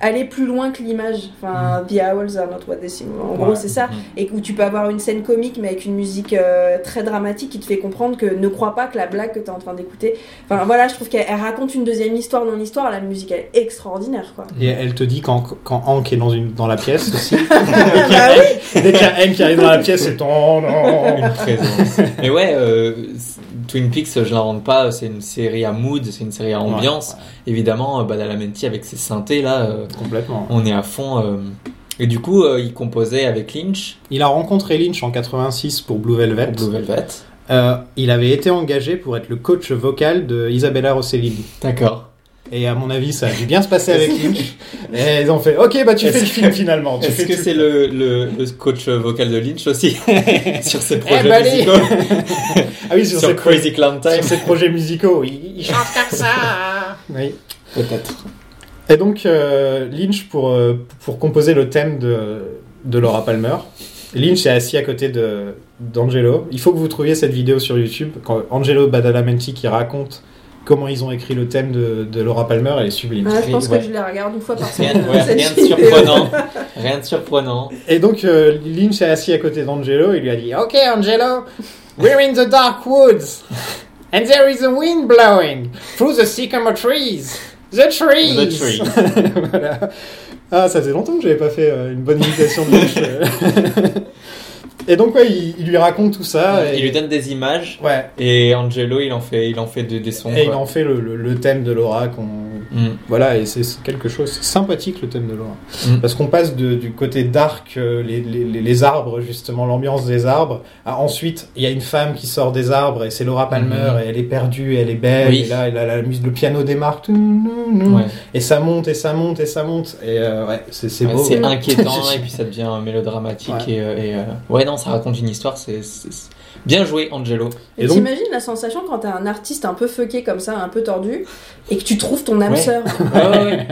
Speaker 4: aller plus loin que l'image, enfin The Owls are not what they seem. En gros,
Speaker 2: Ouais.
Speaker 4: c'est ça,
Speaker 3: Mhm.
Speaker 4: et où tu peux avoir une scène comique mais avec une musique euh, très dramatique qui te fait comprendre que ne crois pas que la blague que tu es en train d'écouter. Enfin voilà, je trouve qu'elle elle raconte une deuxième histoire dans l'histoire. La musique elle est extraordinaire quoi.
Speaker 2: Et
Speaker 3: Mhm.
Speaker 2: elle te dit quand, quand Hank est dans, une, dans la pièce aussi.
Speaker 4: Bah oui.
Speaker 2: Dès qu'il y a Hank qui arrive dans la pièce, c'est ton.
Speaker 3: Une présence. Mais ouais, euh, c- Twin Peaks, je l'invente pas, c'est une série à mood, c'est une série à ambiance. Évidemment, euh, Badalamenti avec ses synthés là, euh,
Speaker 2: Complètement.
Speaker 3: on est à fond. euh, Et du coup, euh, il composait avec Lynch,
Speaker 2: Il a rencontré Lynch en 86 pour Blue Velvet.
Speaker 3: pour Blue Velvet.
Speaker 2: Euh, il avait été engagé pour être le coach vocal de Isabella Rossellini.
Speaker 3: D'accord.
Speaker 2: Et à mon avis, ça a dû bien se passer avec Lynch. Et ils ont fait Ok, bah tu
Speaker 3: Est-ce
Speaker 2: fais le
Speaker 3: que-
Speaker 2: film finalement. Tu
Speaker 3: Est-ce
Speaker 2: fais
Speaker 3: que
Speaker 2: tout.
Speaker 3: c'est le, le, le coach vocal de Lynch aussi sur ses projets
Speaker 2: bah, allez.
Speaker 3: musicaux
Speaker 2: Ah oui, sur,
Speaker 3: Sur,
Speaker 2: ces, pro-
Speaker 3: Crazy Clown Time
Speaker 2: sur ces projets musicaux, il, il chante comme ça. Oui.
Speaker 3: Peut-être.
Speaker 2: Et donc, euh, Lynch, pour, euh, pour composer le thème de, de Laura Palmer, Lynch est assis à côté de- d'Angelo. Il faut que vous trouviez cette vidéo sur YouTube. Quand Angelo Badalamenti qui raconte comment ils ont écrit le thème de, de Laura Palmer, elle est sublime.
Speaker 4: Ah, je pense
Speaker 3: ouais.
Speaker 4: que je la regarde une fois par
Speaker 3: Rien,
Speaker 4: semaine.
Speaker 3: ouais,
Speaker 4: cette
Speaker 3: rien de
Speaker 4: vidéo.
Speaker 3: surprenant. Rien de surprenant.
Speaker 2: Et donc, euh, Lynch est assis à côté d'Angelo. Il lui a dit Ok, Angelo, we're in the dark woods. And there is a wind blowing through the sycamore trees. The trees.
Speaker 3: The trees.
Speaker 2: voilà. Ah, ça faisait longtemps que j'avais pas fait euh, une bonne imitation de Lynch. euh. et donc, ouais, il, il lui raconte tout ça. et,
Speaker 3: Il lui donne des images
Speaker 2: Ouais.
Speaker 3: et Angelo, il en fait, il en fait des, des sons.
Speaker 2: Et il
Speaker 3: quoi.
Speaker 2: en fait le, le- le thème de Laura qu'on
Speaker 3: Mm.
Speaker 2: Voilà, et c'est c'est quelque chose c'est sympathique le thème de Laura.
Speaker 3: Mm.
Speaker 2: Parce qu'on passe de- du côté dark, euh, les, les- les- les arbres, justement, l'ambiance des arbres, à ensuite, il y a une femme qui sort des arbres et c'est Laura Palmer
Speaker 3: Mhm.
Speaker 2: et elle est perdue, et elle est belle,
Speaker 3: Oui.
Speaker 2: et là, elle a la musique, le piano démarre, tout, nou, nou,
Speaker 3: Ouais.
Speaker 2: et ça monte, et ça monte, et ça monte, et euh, ouais, c'est c'est
Speaker 3: Ouais,
Speaker 2: beau.
Speaker 3: c'est
Speaker 2: ouais.
Speaker 3: inquiétant et puis ça devient euh, mélodramatique.
Speaker 2: Ouais.
Speaker 3: Et, euh, et, euh, ouais, non, ça raconte une histoire. C'est c'est- c'est- bien joué, Angelo.
Speaker 2: Et
Speaker 4: Et
Speaker 2: donc-
Speaker 4: T'imagines la sensation quand t'as un artiste un peu fucké comme ça, un peu tordu, et que tu trouves ton âme
Speaker 3: Ouais.
Speaker 4: sœur.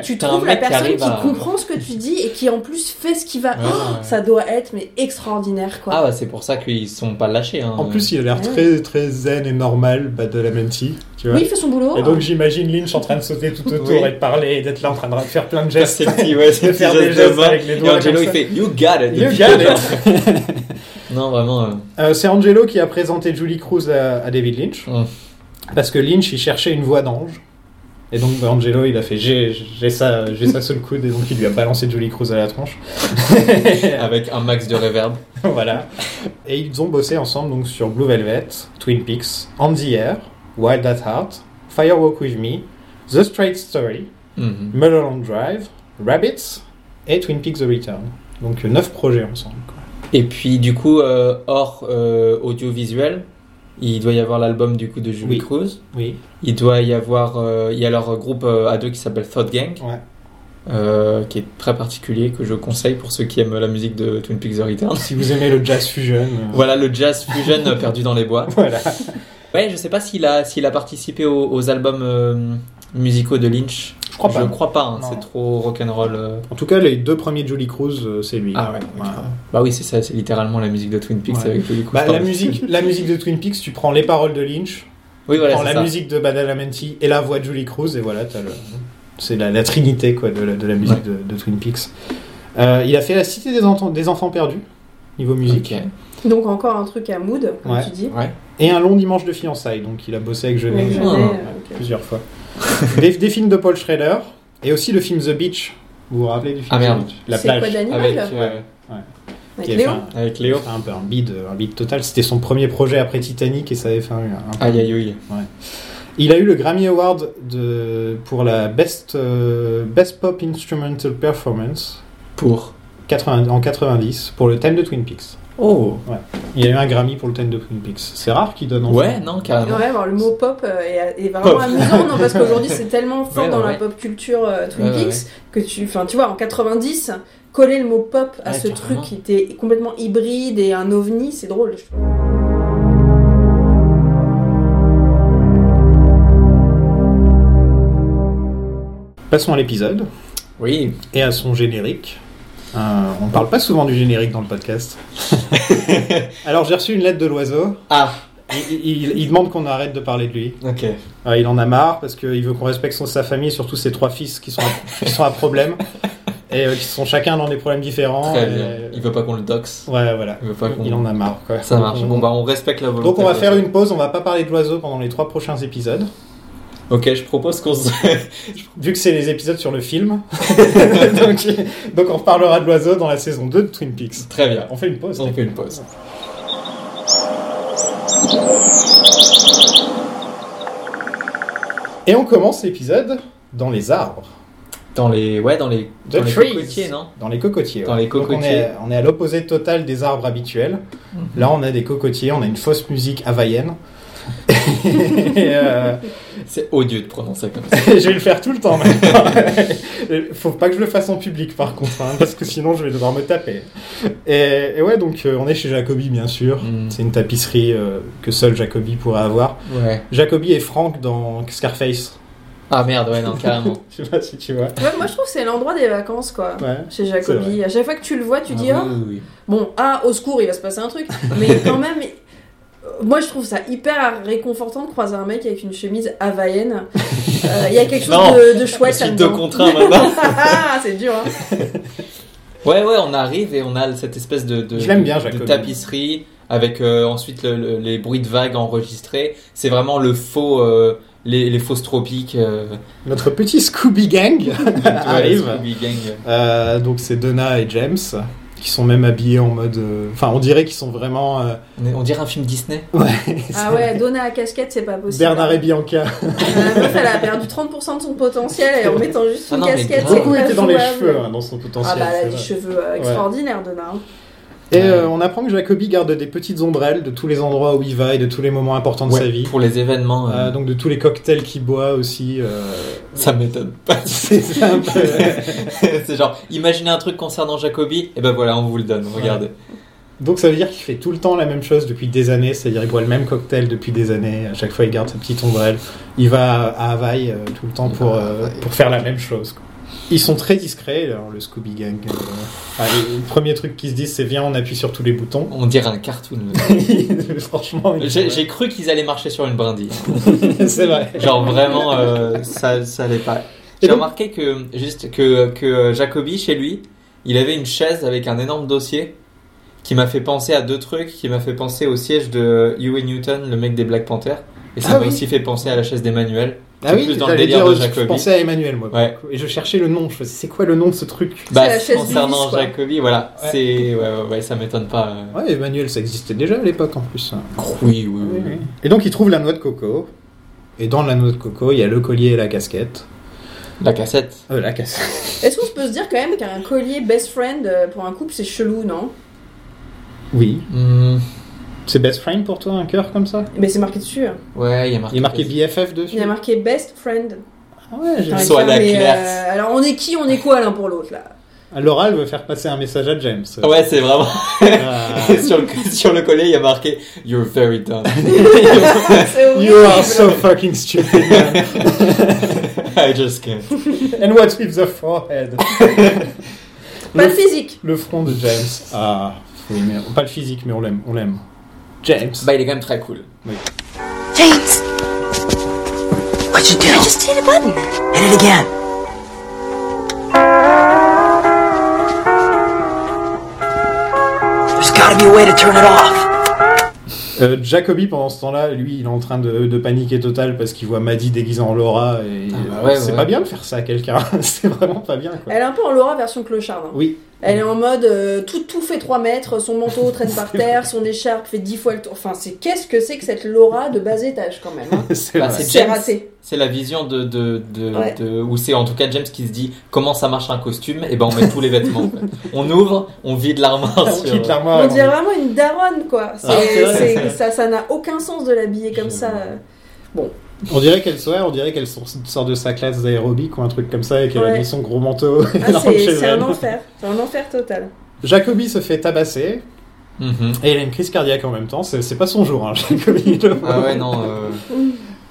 Speaker 4: Tu
Speaker 3: T'as un
Speaker 4: trouves
Speaker 3: mec
Speaker 4: la
Speaker 3: qui
Speaker 4: personne
Speaker 3: arrive
Speaker 4: qui,
Speaker 3: à-
Speaker 4: comprend ce que tu dis et qui en plus fait ce qui va.
Speaker 3: Ouais,
Speaker 4: Oh,
Speaker 3: ouais.
Speaker 4: Ça doit être mais extraordinaire quoi.
Speaker 3: Ah, bah, c'est pour ça qu'ils sont pas lâchés. hein.
Speaker 2: En plus, il a l'air
Speaker 4: Ouais.
Speaker 2: très, très zen et normal, bah, Badalamenti, tu vois.
Speaker 4: oui, il fait son boulot.
Speaker 2: Et donc, j'imagine Lynch en train de sauter tout autour
Speaker 3: Oui.
Speaker 2: et de parler, et d'être là en train de faire plein de
Speaker 3: Ouais,
Speaker 2: gestes.
Speaker 3: c'est petit, ouais, c'est
Speaker 2: De
Speaker 3: petit
Speaker 2: faire des
Speaker 3: geste de
Speaker 2: gestes
Speaker 3: main.
Speaker 2: avec les
Speaker 3: Et
Speaker 2: doigts
Speaker 3: Angelo,
Speaker 2: comme
Speaker 3: il
Speaker 2: ça.
Speaker 3: fait You got it.
Speaker 2: You
Speaker 3: Depuis
Speaker 2: got
Speaker 3: tout à l'heure. non, vraiment. euh,
Speaker 2: Euh, c'est Angelo qui a présenté Julie Cruz à, à David Lynch.
Speaker 3: Mm.
Speaker 2: Parce que Lynch, il cherchait une voix d'ange. Et donc bah, Angelo, il a fait j'ai j'ai ça, j'ai ça sous le coude. Et donc il lui a balancé Julie Cruz à la tronche.
Speaker 3: avec un max de reverb.
Speaker 2: voilà. Et ils ont bossé ensemble donc sur Blue Velvet, Twin Peaks, On the Air, Wild at Heart, Firewalk with Me, The Straight Story,
Speaker 3: Mhm.
Speaker 2: Mulholland Drive, Rabbits et Twin Peaks The Return. Donc 9 projets ensemble. quoi.
Speaker 3: Et puis, du coup, euh, hors euh, audiovisuel, il doit y avoir l'album du coup de Julie
Speaker 2: Oui.
Speaker 3: Cruz.
Speaker 2: Oui.
Speaker 3: Il doit y avoir. euh, il y a leur groupe euh, à deux qui s'appelle Thought Gang.
Speaker 2: Ouais.
Speaker 3: euh, qui est très particulier, que je conseille pour ceux qui aiment la musique de Twin Peaks The Return.
Speaker 2: Si vous aimez le jazz fusion. euh,
Speaker 3: Voilà le jazz fusion euh, perdu dans les bois.
Speaker 2: Voilà.
Speaker 3: Ouais, je sais pas s'il a, s'il a participé aux, aux albums euh, musicaux de Lynch.
Speaker 2: Je crois pas.
Speaker 3: Je crois pas, hein,
Speaker 2: Non.
Speaker 3: c'est trop rock'n'roll. euh.
Speaker 2: En tout cas, les deux premiers Julie Cruz, euh, c'est lui.
Speaker 3: Ah ouais, Bah oui, c'est ça, c'est littéralement la musique de Twin Peaks
Speaker 2: Ouais.
Speaker 3: avec Julie Cruz.
Speaker 2: Bah, la,
Speaker 3: Pardon.
Speaker 2: musique, la musique de Twin Peaks, tu prends les paroles de Lynch,
Speaker 3: Oui,
Speaker 2: tu
Speaker 3: voilà,
Speaker 2: prends
Speaker 3: c'est
Speaker 2: la
Speaker 3: ça.
Speaker 2: musique de Badalamenti et la voix de Julie Cruz, et voilà, t'as le- c'est la, la trinité quoi, de, la, de la musique de, de Twin Peaks. Euh, il a fait La Cité des, Enten- des Enfants Perdus, niveau musique,
Speaker 3: Ok.
Speaker 4: Donc encore un truc à mood, comme
Speaker 2: Ouais.
Speaker 4: tu dis.
Speaker 3: Ouais.
Speaker 2: et Un long dimanche de fiançailles, donc il a bossé avec Jeunet
Speaker 4: Donc,
Speaker 3: Ah.
Speaker 4: j'en ai,
Speaker 2: euh,
Speaker 4: euh, ok.
Speaker 2: plusieurs fois. des, des films de Paul Schrader, et aussi le film The Beach. Vous vous rappelez du film
Speaker 3: Ah,
Speaker 2: The
Speaker 3: merde.
Speaker 2: Beach La
Speaker 4: C'est quoi
Speaker 2: plage.
Speaker 4: d'animal
Speaker 3: Avec,
Speaker 4: avec,
Speaker 3: euh,
Speaker 2: qui a fait
Speaker 4: Léo
Speaker 2: un-
Speaker 3: avec Léo.
Speaker 2: un peu un bide, un bide total. C'était son premier projet après Titanic et ça avait fait un, un-
Speaker 3: Aïe aïe aïe.
Speaker 2: Il a eu le Grammy Award de, pour la Best, euh, Best Pop Instrumental Performance
Speaker 3: Pour.
Speaker 2: 80 en 90 pour le thème de Twin Peaks.
Speaker 3: Oh
Speaker 2: Il a eu un Grammy pour le thème de Twin Peaks. C'est rare qu'il donne. enfin.
Speaker 3: Ouais, non, carrément.
Speaker 4: Ouais, alors le mot pop euh, est, est vraiment
Speaker 3: Pop.
Speaker 4: amusant, non, parce qu'aujourd'hui c'est tellement fort
Speaker 3: Ouais,
Speaker 4: dans
Speaker 3: ouais.
Speaker 4: la pop culture euh, Twin
Speaker 3: Ouais, ouais,
Speaker 4: Peaks que tu, enfin tu vois, en 90, coller le mot pop à
Speaker 3: Ouais,
Speaker 4: ce
Speaker 3: carrément.
Speaker 4: truc qui était complètement hybride et un ovni, c'est drôle. je trouve.
Speaker 2: Passons à l'épisode
Speaker 3: Oui.
Speaker 2: et à son générique. Euh, on parle pas souvent du générique dans le podcast. Alors j'ai reçu une lettre de l'oiseau.
Speaker 3: Ah,
Speaker 2: Il, il- il demande qu'on arrête de parler de lui.
Speaker 3: ok.
Speaker 2: Ah, il en a marre parce qu'il veut qu'on respecte son- sa famille, surtout ses trois fils qui sont à, qui sont à problème et euh, qui sont chacun dans des problèmes différents.
Speaker 3: Très
Speaker 2: et-
Speaker 3: bien. Il veut pas qu'on le doxe.
Speaker 2: Ouais, voilà.
Speaker 3: Il veut pas qu'on.
Speaker 2: Oh, euh, Il en a marre. quoi.
Speaker 3: Ça marche.
Speaker 2: Donc, euh,
Speaker 3: Bon, bah, on respecte la volonté.
Speaker 2: Donc on va
Speaker 3: de-
Speaker 2: faire une pause, on va pas parler de l'oiseau pendant les trois prochains épisodes.
Speaker 3: Ok, je propose qu'on se.
Speaker 2: Vu que c'est les épisodes sur le film, donc, donc on reparlera de l'oiseau dans la saison 2 de Twin Peaks.
Speaker 3: Très bien.
Speaker 2: On fait une pause.
Speaker 3: On fait une pause.
Speaker 2: Et on commence l'épisode dans les arbres.
Speaker 3: Dans les, ouais, dans les,
Speaker 2: The
Speaker 3: dans les
Speaker 2: trees.
Speaker 3: cocotiers, non
Speaker 2: Dans les cocotiers.
Speaker 3: Dans les
Speaker 2: Donc on
Speaker 3: cocotiers.
Speaker 2: est, on est à l'opposé total des arbres habituels. Là, on a des cocotiers, on a une fausse musique havaïenne. Et, euh,
Speaker 3: C'est odieux de prononcer comme ça.
Speaker 2: je vais le faire tout le temps maintenant. Faut pas que je le fasse en public par contre, hein, parce que sinon je vais devoir me taper. Et, et ouais, donc euh, on est chez Jacobi bien sûr.
Speaker 3: Mm.
Speaker 2: C'est une tapisserie euh, que seul Jacobi pourrait avoir.
Speaker 3: Ouais.
Speaker 2: Jacobi et Franck dans Scarface.
Speaker 3: Ah merde, ouais, non, carrément.
Speaker 2: Je sais pas si tu vois.
Speaker 4: Ouais, moi je trouve que c'est l'endroit des vacances quoi.
Speaker 2: Ouais.
Speaker 4: Chez Jacobi, à chaque fois que tu le vois, tu
Speaker 3: Ah
Speaker 4: dis
Speaker 3: oui, oui, oui.
Speaker 4: oh bon ah au secours il va se passer un truc, mais quand même euh, moi je trouve ça hyper réconfortant de croiser un mec avec une chemise havaïenne. Euh, Il y a quelque chose
Speaker 3: Non,
Speaker 4: de, de chouette
Speaker 3: je suis
Speaker 4: là-dedans.
Speaker 3: deux contre un, maintenant.
Speaker 4: Ah, c'est dur. Hein.
Speaker 3: Ouais, ouais, on arrive et on a cette espèce de, de,
Speaker 2: Je l'aime bien,
Speaker 3: de
Speaker 2: Jacobi.
Speaker 3: tapisserie avec euh, ensuite le- le- les bruits de vagues enregistrés. C'est vraiment le faux, euh, les, les fausses tropiques. euh,
Speaker 2: Notre petit Scooby Gang
Speaker 3: ouais,
Speaker 2: arrive.
Speaker 3: Scooby Gang.
Speaker 2: Euh, donc c'est Donna et James qui sont même habillés en mode. euh, Enfin, on dirait qu'ils sont vraiment. euh,
Speaker 3: On, est- on dirait un film Disney.
Speaker 4: Ah ouais, donner à casquette c'est pas possible. Euh,
Speaker 2: Bernard et Bianca.
Speaker 4: La meuf, elle a perdu 30% de son potentiel et en mettant juste
Speaker 3: Ah
Speaker 4: une
Speaker 3: non, mais
Speaker 4: casquette.
Speaker 3: grave.
Speaker 4: c'est
Speaker 2: Beaucoup
Speaker 4: pas
Speaker 2: étaient dans les
Speaker 4: jouable.
Speaker 2: cheveux, hein, dans son potentiel.
Speaker 4: Ah bah,
Speaker 2: c'est
Speaker 4: elle a des
Speaker 2: vrai.
Speaker 4: cheveux euh, extraordinaires, Donna. hein.
Speaker 2: Et euh, on apprend que Jacobi garde des petites ombrelles de tous les endroits où il va et de tous les moments importants de
Speaker 3: Ouais,
Speaker 2: sa vie.
Speaker 3: Pour les événements, euh,
Speaker 2: Euh, donc de tous les cocktails qu'il boit aussi. euh,
Speaker 3: ça m'étonne pas.
Speaker 2: c'est ça un peu.
Speaker 3: C'est genre, imaginez un truc concernant Jacobi, et ben voilà, on vous le donne, regardez.
Speaker 2: Donc ça veut dire qu'il fait tout le temps la même chose depuis des années, c'est-à-dire il boit le même cocktail depuis des années, à chaque fois il garde sa petite ombrelle, il va à Havaï euh, tout le temps
Speaker 3: Il
Speaker 2: pour,
Speaker 3: va à
Speaker 2: euh,
Speaker 3: Havaï.
Speaker 2: pour faire la même chose. quoi. Ils sont très discrets, alors, le Scooby Gang. euh, ah, le premier truc qu'ils se disent c'est viens on appuie sur tous les boutons.
Speaker 3: On dirait un cartoon.
Speaker 2: Franchement, ils-
Speaker 3: J'ai j'ai cru qu'ils allaient marcher sur une brindille.
Speaker 2: c'est vrai.
Speaker 3: Genre vraiment, euh, ça, ça allait pas.
Speaker 2: Et
Speaker 3: J'ai
Speaker 2: donc-
Speaker 3: remarqué que juste que, que Jacobi chez lui, il avait une chaise avec un énorme dossier qui m'a fait penser à deux trucs, qui m'a fait penser au siège de Huey Newton, le mec des Black Panther, et ça
Speaker 2: Ah
Speaker 3: m'a
Speaker 2: oui.
Speaker 3: aussi fait penser à la chaise d'Emmanuel.
Speaker 2: Ah oui,
Speaker 3: plus dans le
Speaker 2: j'allais
Speaker 3: délire
Speaker 2: dire,
Speaker 3: de
Speaker 2: je
Speaker 3: Jacobi.
Speaker 2: pensais à Emmanuel moi. pour
Speaker 3: Ouais.
Speaker 2: le coup. Et je cherchais le nom, je faisais c'est quoi le nom de ce truc
Speaker 3: Bah
Speaker 4: la chaise
Speaker 3: concernant
Speaker 4: d'Ulysse, quoi.
Speaker 3: Jacobi, voilà,
Speaker 2: Ouais.
Speaker 3: c'est ouais, ouais ouais, ça m'étonne pas. euh.
Speaker 2: Ouais, Emmanuel ça existait déjà à l'époque en plus.
Speaker 3: Oui oui oui. oui.
Speaker 2: Et donc il trouve la noix de coco. Et dans la noix de coco, il y a le collier et la casquette.
Speaker 3: La cassette.
Speaker 2: Euh, la cassette.
Speaker 4: Est-ce qu'on se peut se dire quand même qu'un collier best friend euh, pour un couple c'est chelou, non
Speaker 2: Oui.
Speaker 3: Hmm,
Speaker 2: C'est best friend pour toi, un cœur comme ça
Speaker 4: Mais c'est marqué dessus. hein.
Speaker 3: ouais, il y a marqué.
Speaker 2: Il est marqué BFF dessus
Speaker 4: Il y a marqué best friend.
Speaker 2: Ah ouais, j'ai-
Speaker 4: T'as envie de
Speaker 3: Sois
Speaker 4: faire,
Speaker 3: la
Speaker 4: mais,
Speaker 3: classe.
Speaker 4: euh, alors on est qui, on est quoi l'un pour l'autre là
Speaker 2: À l'oral, veut faire passer un message à James.
Speaker 3: Ouais, c'est vraiment.
Speaker 2: Ah.
Speaker 3: sur, le, sur le collet, il y a marqué You're very dumb.
Speaker 4: C'est horrible.
Speaker 2: You are so fucking stupid. man.
Speaker 3: I just can't.
Speaker 2: And what's with the forehead
Speaker 4: Pas le physique.
Speaker 2: Le front de James. Ah, oui, mais pas le physique, mais on l'aime, on l'aime. James.
Speaker 3: Bah, il est quand même très cool.
Speaker 5: James! What'd you do? I just hit a button. Hit it again. There's gotta be a way to turn it off.
Speaker 2: Euh, Jacobi, pendant ce temps-là, lui, il est en train de, de paniquer total parce qu'il voit Maddy déguisée en Laura et
Speaker 3: Ah bah ouais,
Speaker 2: c'est
Speaker 3: ouais.
Speaker 2: pas bien de faire ça à quelqu'un. c'est vraiment pas bien, quoi.
Speaker 4: Elle est un peu en Laura version clochard. hein.
Speaker 2: Oui,
Speaker 4: Elle est en mode euh, tout, tout fait 3 mètres, son manteau traîne par terre, son écharpe fait 10 fois le tour. Enfin, c'est qu'est-ce que c'est que cette Laura de bas étage quand même hein
Speaker 2: c'est
Speaker 3: Bah,
Speaker 2: vrai.
Speaker 3: c'est-
Speaker 4: C'est
Speaker 3: James.
Speaker 4: raté.
Speaker 3: C'est la vision de. de, de,
Speaker 4: Ouais.
Speaker 3: de- où c'est en tout cas James qui se dit comment ça marche un costume, et ben on met tous les vêtements. quoi. On ouvre, on vide l'armoire.
Speaker 2: On
Speaker 3: sur-
Speaker 2: quitte l'armoire.
Speaker 4: On dirait vraiment une daronne quoi. C'est-
Speaker 2: c'est vrai,
Speaker 4: c'est-
Speaker 3: Ah, c'est vrai.
Speaker 4: ça ça n'a aucun sens de l'habiller comme ça.
Speaker 2: On dirait qu'elle swear, on dirait qu'elle sort sort de sa classe d'aérobic ou un truc comme ça et qu'elle a
Speaker 4: Ouais.
Speaker 2: mis son gros manteau. et
Speaker 4: Ah,
Speaker 2: elle rentre
Speaker 4: c'est
Speaker 2: chez
Speaker 4: c'est un
Speaker 2: elle.
Speaker 4: enfer. C'est un enfer total.
Speaker 2: Jacobi se fait tabasser
Speaker 3: Mhm.
Speaker 2: et il a une crise cardiaque en même temps. C'est c'est pas son jour, hein, Jacobi. le
Speaker 3: Ah
Speaker 2: pauvre.
Speaker 3: ouais, non.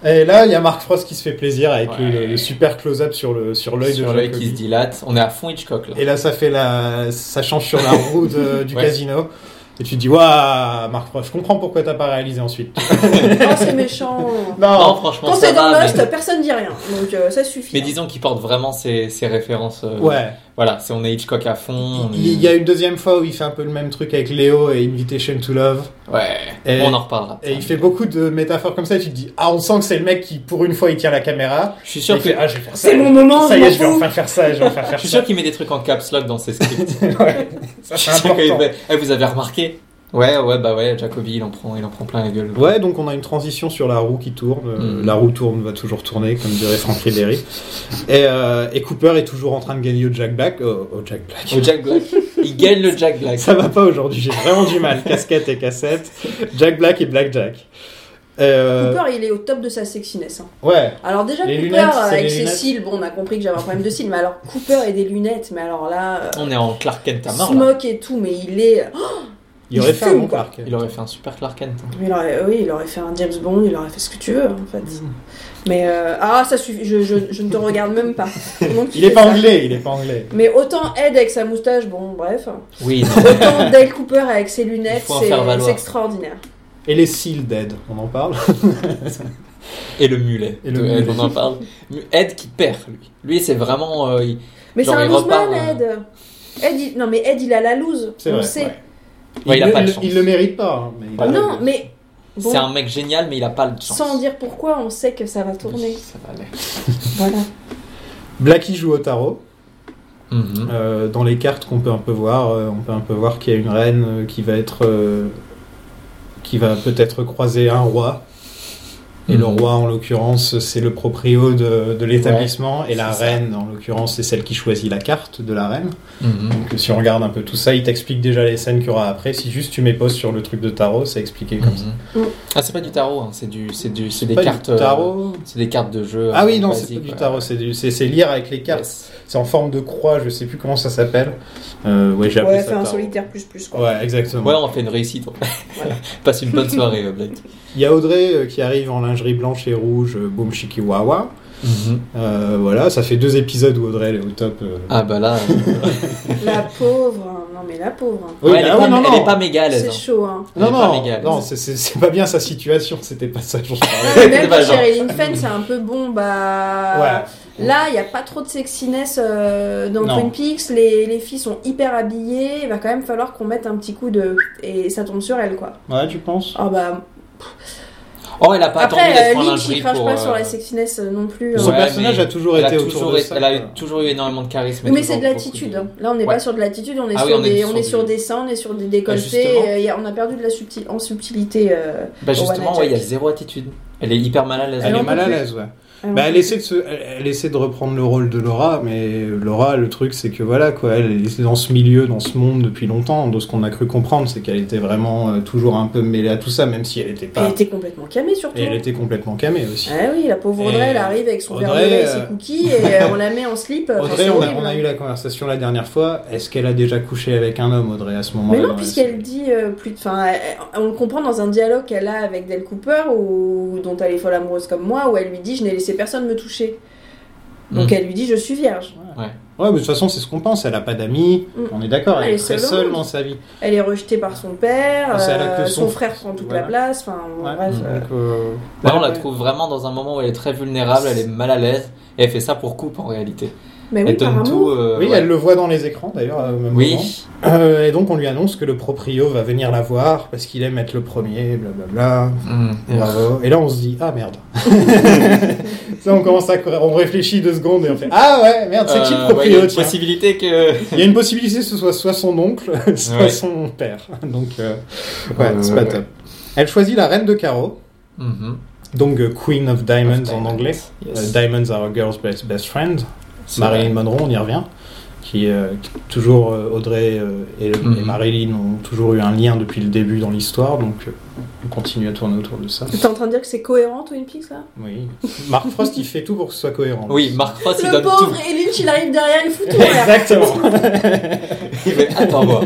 Speaker 3: euh,
Speaker 2: Et là, il y a Mark Frost qui se fait plaisir avec
Speaker 3: Ouais.
Speaker 2: le, le super close-up sur le sur l'œil de
Speaker 3: sur l'œil qui se
Speaker 2: Jacobi.
Speaker 3: dilate. On est à fond Hitchcock là.
Speaker 2: Et là, ça fait la, ça change sur la roue de- du
Speaker 3: Ouais.
Speaker 2: casino. Et tu te dis, waouh, Mark Frost, je comprends pourquoi t'as pas réalisé ensuite.
Speaker 4: Oh, c'est méchant.
Speaker 3: Non,
Speaker 2: non,
Speaker 3: franchement,
Speaker 4: Quand
Speaker 3: ça
Speaker 4: c'est dans
Speaker 3: va.
Speaker 4: Lost,
Speaker 3: Mais,
Speaker 4: personne dit rien. Donc euh, ça suffit.
Speaker 3: mais disons qu'il porte vraiment ses, ses références. euh,
Speaker 2: ouais.
Speaker 3: Voilà, c'est on est Hitchcock à fond. on est-
Speaker 2: Il y a une deuxième fois où il fait un peu le même truc avec Léo et Invitation to Love.
Speaker 3: Ouais,
Speaker 2: Et-
Speaker 3: on en reparlera.
Speaker 2: Et il fait beaucoup de métaphores comme ça, et tu te dis, ah, on sent que c'est le mec qui, pour une fois, il tient la caméra.
Speaker 3: Je suis
Speaker 2: Et
Speaker 3: sûr
Speaker 2: il
Speaker 3: que
Speaker 2: fait, ah, je vais faire ça.
Speaker 4: C'est mon moment,
Speaker 2: Ça y
Speaker 4: je
Speaker 2: est,
Speaker 4: m'en
Speaker 2: je vais
Speaker 4: fous.
Speaker 2: enfin faire ça, je vais enfin faire
Speaker 3: Je suis
Speaker 2: ça.
Speaker 3: sûr qu'il met des trucs en caps lock dans ses scripts.
Speaker 2: Ouais, ça,
Speaker 3: Je suis
Speaker 2: c'est
Speaker 3: sûr qu'il
Speaker 2: important.
Speaker 3: fait, Eh, vous avez remarqué Ouais, ouais, bah ouais, Jacobi, il en prend, il en prend plein la gueule.
Speaker 2: Ouais, donc on a une transition sur la roue qui tourne. Euh,
Speaker 3: Mm.
Speaker 2: La roue tourne, va toujours tourner, comme dirait Frank Ribéry. et, euh, et Cooper est toujours en train de gagner au Jack Black. Oh, Au, au Jack Black.
Speaker 3: Au Oh, Jack Black. Il gagne le Jack Black.
Speaker 2: Ça va pas aujourd'hui, j'ai vraiment du mal. Casquette et cassette. Jack Black et Black Jack. Euh,
Speaker 4: Cooper, il est au top de sa sexiness. hein.
Speaker 2: ouais,
Speaker 4: Alors déjà,
Speaker 2: Les
Speaker 4: Cooper,
Speaker 2: lunettes,
Speaker 4: euh,
Speaker 2: c'est
Speaker 4: avec
Speaker 2: les
Speaker 4: ses
Speaker 2: lunettes.
Speaker 4: cils, bon, on a compris que j'avais un problème de cils, mais alors Cooper et des lunettes, mais alors là, euh,
Speaker 3: On est en Clark Kent à mort, là.
Speaker 4: smoke et tout, mais il est... Oh,
Speaker 2: il aurait
Speaker 4: Il
Speaker 2: fait un
Speaker 4: fume,
Speaker 2: bon
Speaker 4: quoi.
Speaker 2: Clark.
Speaker 3: Il aurait fait un super Clark Kent. hein.
Speaker 4: il aurait- oui, il aurait fait un James Bond, il aurait fait ce que tu veux, en fait. Mais... euh, ah, ça suffit, je, je- je ne te regarde même pas. Donc, tu
Speaker 2: Il est
Speaker 4: fais
Speaker 2: pas
Speaker 4: ça.
Speaker 2: anglais, il est pas anglais.
Speaker 4: Mais autant Ed avec sa moustache, bon, bref. hein.
Speaker 3: Oui,
Speaker 4: Autant Dale Cooper avec ses lunettes,
Speaker 3: Il faut en
Speaker 4: c'est
Speaker 3: faire valoir.
Speaker 4: c'est extraordinaire.
Speaker 2: Et les Seal Dead, on en parle.
Speaker 3: Et le mulet.
Speaker 2: Et le
Speaker 3: De-
Speaker 2: mulet.
Speaker 3: On en parle. Ed qui perd, lui. Lui, c'est vraiment. euh, il-
Speaker 4: Mais c'est
Speaker 3: Genre,
Speaker 4: un
Speaker 3: il
Speaker 4: loseman,
Speaker 3: repart,
Speaker 4: Ed. Ed il- Non, mais Ed, il a la loose.
Speaker 2: C'est
Speaker 4: On
Speaker 2: vrai.
Speaker 4: le sait.
Speaker 2: ouais.
Speaker 3: Ouais, il a
Speaker 2: le-
Speaker 3: pas de
Speaker 2: le-
Speaker 3: chance.
Speaker 2: il le mérite pas. hein, mais il a-
Speaker 4: Ah Non, mais bon,
Speaker 3: C'est un mec génial, mais il a pas le chance.
Speaker 4: sans dire pourquoi, on sait que ça va tourner.
Speaker 3: Ça va aller.
Speaker 4: Voilà.
Speaker 2: Blackie joue au tarot.
Speaker 3: Mhm.
Speaker 2: Euh, dans les cartes qu'on peut un peu voir, euh, on peut un peu voir qu'il y a une reine euh, qui va être, euh, qui va peut-être croiser un roi. Et le
Speaker 3: Mhm.
Speaker 2: roi, en l'occurrence, c'est le proprio de, de l'établissement, et la
Speaker 3: c'est ça.
Speaker 2: reine, en l'occurrence, c'est celle qui choisit la carte de la reine.
Speaker 3: Mhm.
Speaker 2: Donc, si on regarde un peu tout ça, il t'explique déjà les scènes qu'il y aura après. Si juste tu mets pause sur le truc de tarot, c'est expliqué comme ça.
Speaker 3: Mhm.
Speaker 4: Mm.
Speaker 3: Ah, c'est pas du tarot, hein, c'est du, c'est du, c'est des
Speaker 2: Pas du
Speaker 3: cartes. euh,
Speaker 2: tarot.
Speaker 3: c'est des cartes de jeu.
Speaker 2: Ah
Speaker 3: euh,
Speaker 2: oui, non, c'est
Speaker 3: basiques,
Speaker 2: pas du
Speaker 3: ouais.
Speaker 2: tarot, c'est du- c'est c'est lire avec les cartes.
Speaker 3: Yes.
Speaker 2: C'est en forme de croix, je sais plus comment ça s'appelle. Euh, ouais, j'ai appelé
Speaker 4: Ouais,
Speaker 2: ça
Speaker 4: faire un
Speaker 2: tarot.
Speaker 4: solitaire plus plus, quoi.
Speaker 2: Ouais, exactement.
Speaker 3: Ouais, on fait une réussite.
Speaker 4: Voilà.
Speaker 3: Passe une bonne soirée, euh, Blake.
Speaker 2: Il y a Audrey euh, qui arrive en lingerie blanche et rouge, euh, boum chikiwawa. Euh, voilà, ça fait deux épisodes où Audrey elle est au top. euh.
Speaker 3: Ah bah là, euh,
Speaker 4: La pauvre. hein. Non, mais la pauvre. hein.
Speaker 2: Oui,
Speaker 3: ouais, elle, est
Speaker 2: ah
Speaker 3: pas,
Speaker 2: oui, non,
Speaker 3: elle
Speaker 2: non.
Speaker 3: est pas méga à l'aise.
Speaker 4: C'est
Speaker 3: hein.
Speaker 4: chaud, hein.
Speaker 3: elle est
Speaker 2: Non,
Speaker 3: pas
Speaker 2: non,
Speaker 3: légale.
Speaker 2: non, c'est- c'est c'est pas bien sa situation, c'était pas ça dont je parlais.
Speaker 4: Et
Speaker 3: C'est
Speaker 4: Ah, Même
Speaker 3: pas
Speaker 4: pour
Speaker 3: genre.
Speaker 4: Sherilyn Fenn, c'est un peu bon, bah.
Speaker 2: Ouais.
Speaker 4: Là, il n'y a pas trop de sexiness euh, dans
Speaker 2: Non.
Speaker 4: Twin Peaks. Les, les filles sont hyper habillées. Il va quand même falloir qu'on mette un petit coup de. Et ça tombe sur elle, quoi.
Speaker 2: ouais, tu penses
Speaker 4: Ah bah.
Speaker 3: Oh, elle a pas attendu
Speaker 4: Après, euh,
Speaker 3: d'être en
Speaker 4: Lynch, il
Speaker 3: lingerie
Speaker 4: crache
Speaker 3: pour.
Speaker 4: pas
Speaker 3: euh,
Speaker 4: sur la sexiness euh, non plus. hein.
Speaker 2: Son
Speaker 3: Ouais,
Speaker 2: personnage
Speaker 3: mais
Speaker 2: a toujours
Speaker 3: elle a
Speaker 2: été autour
Speaker 3: toujours,
Speaker 2: de
Speaker 3: été-
Speaker 2: ça.
Speaker 3: elle a
Speaker 2: quoi.
Speaker 3: eu- toujours eu énormément de charisme. et
Speaker 4: Mais
Speaker 3: tout,
Speaker 4: c'est de
Speaker 3: beaucoup
Speaker 4: l'attitude.
Speaker 3: de-
Speaker 4: hein. Là, on n'est
Speaker 3: Ouais.
Speaker 4: pas sur de l'attitude, on est,
Speaker 3: Ah oui,
Speaker 4: sur,
Speaker 3: on est
Speaker 4: des,
Speaker 3: sur
Speaker 4: on est
Speaker 3: du-
Speaker 4: sur des seins, on est sur des
Speaker 3: Ah,
Speaker 4: décolletés.
Speaker 3: justement.
Speaker 4: euh, y a- on a perdu de la subtil... en subtilité. euh,
Speaker 3: Bah
Speaker 4: Joanna
Speaker 3: justement,
Speaker 4: Jack.
Speaker 3: ouais, il y a zéro attitude. Elle est hyper mal à l'aise.
Speaker 2: Elle
Speaker 4: Elle
Speaker 2: est
Speaker 4: en
Speaker 2: mal
Speaker 4: peut
Speaker 2: à
Speaker 4: plus.
Speaker 2: l'aise, ouais.
Speaker 4: alors-
Speaker 2: Bah, elle essaie de se- elle, elle essaie de reprendre le rôle de Laura, mais Laura, le truc, c'est que voilà, quoi, elle est dans ce milieu, dans ce monde depuis longtemps. De ce qu'on a cru comprendre, c'est qu'elle était vraiment euh, toujours un peu mêlée à tout ça, même si elle était
Speaker 4: Elle
Speaker 2: pas.
Speaker 4: était complètement camée surtout.
Speaker 2: Et elle était complètement camée aussi.
Speaker 4: Ah oui, la pauvre Audrey,
Speaker 2: Et
Speaker 4: elle arrive avec son verre de
Speaker 2: Audrey,
Speaker 4: lait et
Speaker 2: euh,
Speaker 4: ses cookies et euh, on la met en slip. Enfin,
Speaker 2: Audrey,
Speaker 4: c'est
Speaker 2: on a,
Speaker 4: horrible,
Speaker 2: on a
Speaker 4: hein.
Speaker 2: eu la conversation la dernière fois. Est-ce qu'elle a déjà couché avec un homme, Audrey, à ce moment-là
Speaker 4: Mais non,
Speaker 2: dans la
Speaker 4: puisqu'elle
Speaker 2: série
Speaker 4: dit euh, plus de. Enfin, elle- elle- on le comprend dans un dialogue qu'elle a avec Del Cooper, ou dont elle est folle amoureuse comme moi, où elle lui dit Je n'ai laissé personne me toucher. Donc
Speaker 3: Mm.
Speaker 2: Hmm.
Speaker 4: elle lui dit Je suis vierge.
Speaker 2: Ouais, mais de toute façon, c'est ce qu'on pense. Elle a pas d'amis.
Speaker 4: Mm.
Speaker 2: On est d'accord.
Speaker 4: Elle
Speaker 2: Elle est
Speaker 4: est
Speaker 2: très
Speaker 4: seule au
Speaker 2: seule
Speaker 4: monde.
Speaker 2: dans sa vie.
Speaker 4: Elle est rejetée par son père,
Speaker 2: C'est à la que
Speaker 4: euh,
Speaker 2: son-
Speaker 4: son frère prend toute
Speaker 2: Voilà.
Speaker 4: la place. Enfin,
Speaker 2: Ouais.
Speaker 4: bref. euh,
Speaker 2: Donc, euh,
Speaker 3: Ouais, Bah, on
Speaker 2: ouais,
Speaker 3: la
Speaker 2: ouais.
Speaker 3: trouve vraiment dans un moment où elle est très vulnérable, elle est mal à l'aise, et elle fait ça pour coupe en réalité.
Speaker 4: Mais
Speaker 3: Elle
Speaker 4: Eh oui, par
Speaker 3: donne tout.
Speaker 4: amour.
Speaker 3: euh,
Speaker 2: Oui,
Speaker 3: ouais.
Speaker 2: elle le voit dans les écrans d'ailleurs. au même moment.
Speaker 3: Oui,
Speaker 2: Euh, et donc on lui annonce que le proprio va venir la voir parce qu'il aime être le premier, blablabla.
Speaker 3: Mm.
Speaker 2: Bravo. Et là on se dit ah merde. ça on commence à courir, on réfléchit deux secondes et on fait ah ouais merde c'est qui
Speaker 3: Euh,
Speaker 2: le
Speaker 3: ouais, il y
Speaker 2: proprio
Speaker 3: a une
Speaker 2: tiens
Speaker 3: possibilité que.
Speaker 2: Il y a une possibilité que ce soit soit son oncle, soit
Speaker 3: Ouais.
Speaker 2: son père. Donc euh, ouais
Speaker 3: Ouais,
Speaker 2: c'est
Speaker 3: ouais,
Speaker 2: pas
Speaker 3: ouais.
Speaker 2: top. Elle choisit la reine de carreau,
Speaker 3: Mhm.
Speaker 2: donc euh, Queen of Diamonds en anglais.
Speaker 3: Yes.
Speaker 2: Euh, Diamonds are a girl's best, best friend.
Speaker 3: C'est
Speaker 2: Marilyn
Speaker 3: vrai.
Speaker 2: Monroe, on y revient, qui euh, qui- toujours euh, Audrey euh, et,
Speaker 3: Mhm.
Speaker 2: et Marilyn ont toujours eu un lien depuis le début dans l'histoire, donc euh, on continue à tourner autour de ça.
Speaker 4: T'es en train de dire que c'est cohérent Twin Peaks là
Speaker 2: Oui. Mark Frost, il fait tout pour que ce soit cohérent.
Speaker 3: Oui, Mark
Speaker 2: Ah,
Speaker 3: Frost, il
Speaker 4: Le
Speaker 3: donne tout.
Speaker 4: pauvre et Lynch il arrive derrière, il fout tout en l'air.
Speaker 2: Exactement.
Speaker 3: Il fait, Attends, moi.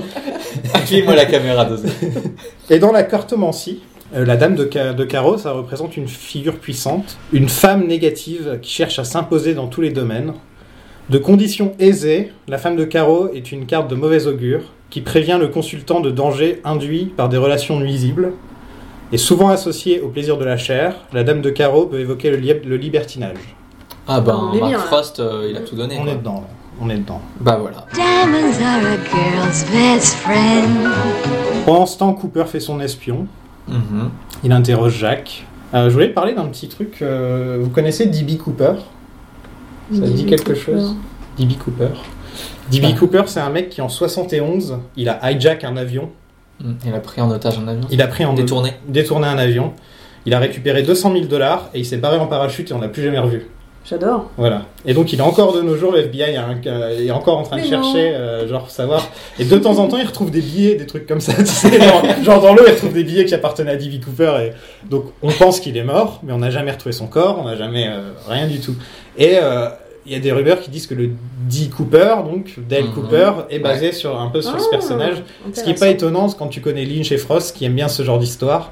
Speaker 3: Appuie-moi la caméra, deux secondes.
Speaker 2: Et dans la cartomancie, euh, la dame de, Ca- de carreau, ça représente une figure puissante, une femme négative qui cherche à s'imposer dans tous les domaines. De condition aisée, la femme de carreau est une carte de mauvais augure qui prévient le consultant de dangers induits par des relations nuisibles. Et souvent associée au plaisir de la chair, la dame de carreau peut évoquer le, lieb- le libertinage.
Speaker 3: Ah ben,
Speaker 4: On est
Speaker 3: Mark
Speaker 4: bien, là.
Speaker 3: Frost, euh, il a tout donné.
Speaker 2: On
Speaker 3: quoi.
Speaker 2: est dedans, là. On est dedans.
Speaker 3: Bah voilà.
Speaker 5: Diamonds are a girl's best friend.
Speaker 2: Pendant ce temps, Cooper fait son espion.
Speaker 3: Mhm.
Speaker 2: Il interroge Jacques. Euh, je voulais parler d'un petit truc. euh, vous connaissez D.B. Cooper Ça dit quelque chose D.B. Cooper. D.B.
Speaker 3: Ah.
Speaker 2: Cooper, c'est un mec qui en 71, il a hijack un avion
Speaker 3: Mm. Il a pris en otage un avion.
Speaker 2: Il a pris en
Speaker 3: Détourné.
Speaker 2: détourné un avion. Il a récupéré 200 000 dollars et il s'est barré en parachute et on l'a plus jamais revu.
Speaker 4: J'adore.
Speaker 2: Voilà. Et donc il est encore de nos jours, le FBI a un- euh, est encore en train de
Speaker 4: Mais non.
Speaker 2: chercher, euh, genre savoir. Et de temps en temps, il retrouve des billets, des trucs comme ça. tu sais, genre, genre dans l'eau, il retrouve des billets qui appartenaient à D.B. Cooper. Et... Donc on pense qu'il est mort, mais on n'a jamais retrouvé son corps, on n'a jamais euh, rien du tout. Et euh, il y a des rumeurs qui disent que le D. Cooper, donc Dale
Speaker 3: Mhm.
Speaker 2: Cooper, est basé sur un peu sur ce
Speaker 4: Ah,
Speaker 2: personnage. Ce qui n'est pas
Speaker 4: intéressant.
Speaker 2: étonnant c'est quand tu connais Lynch et Frost qui aiment bien ce genre d'histoire.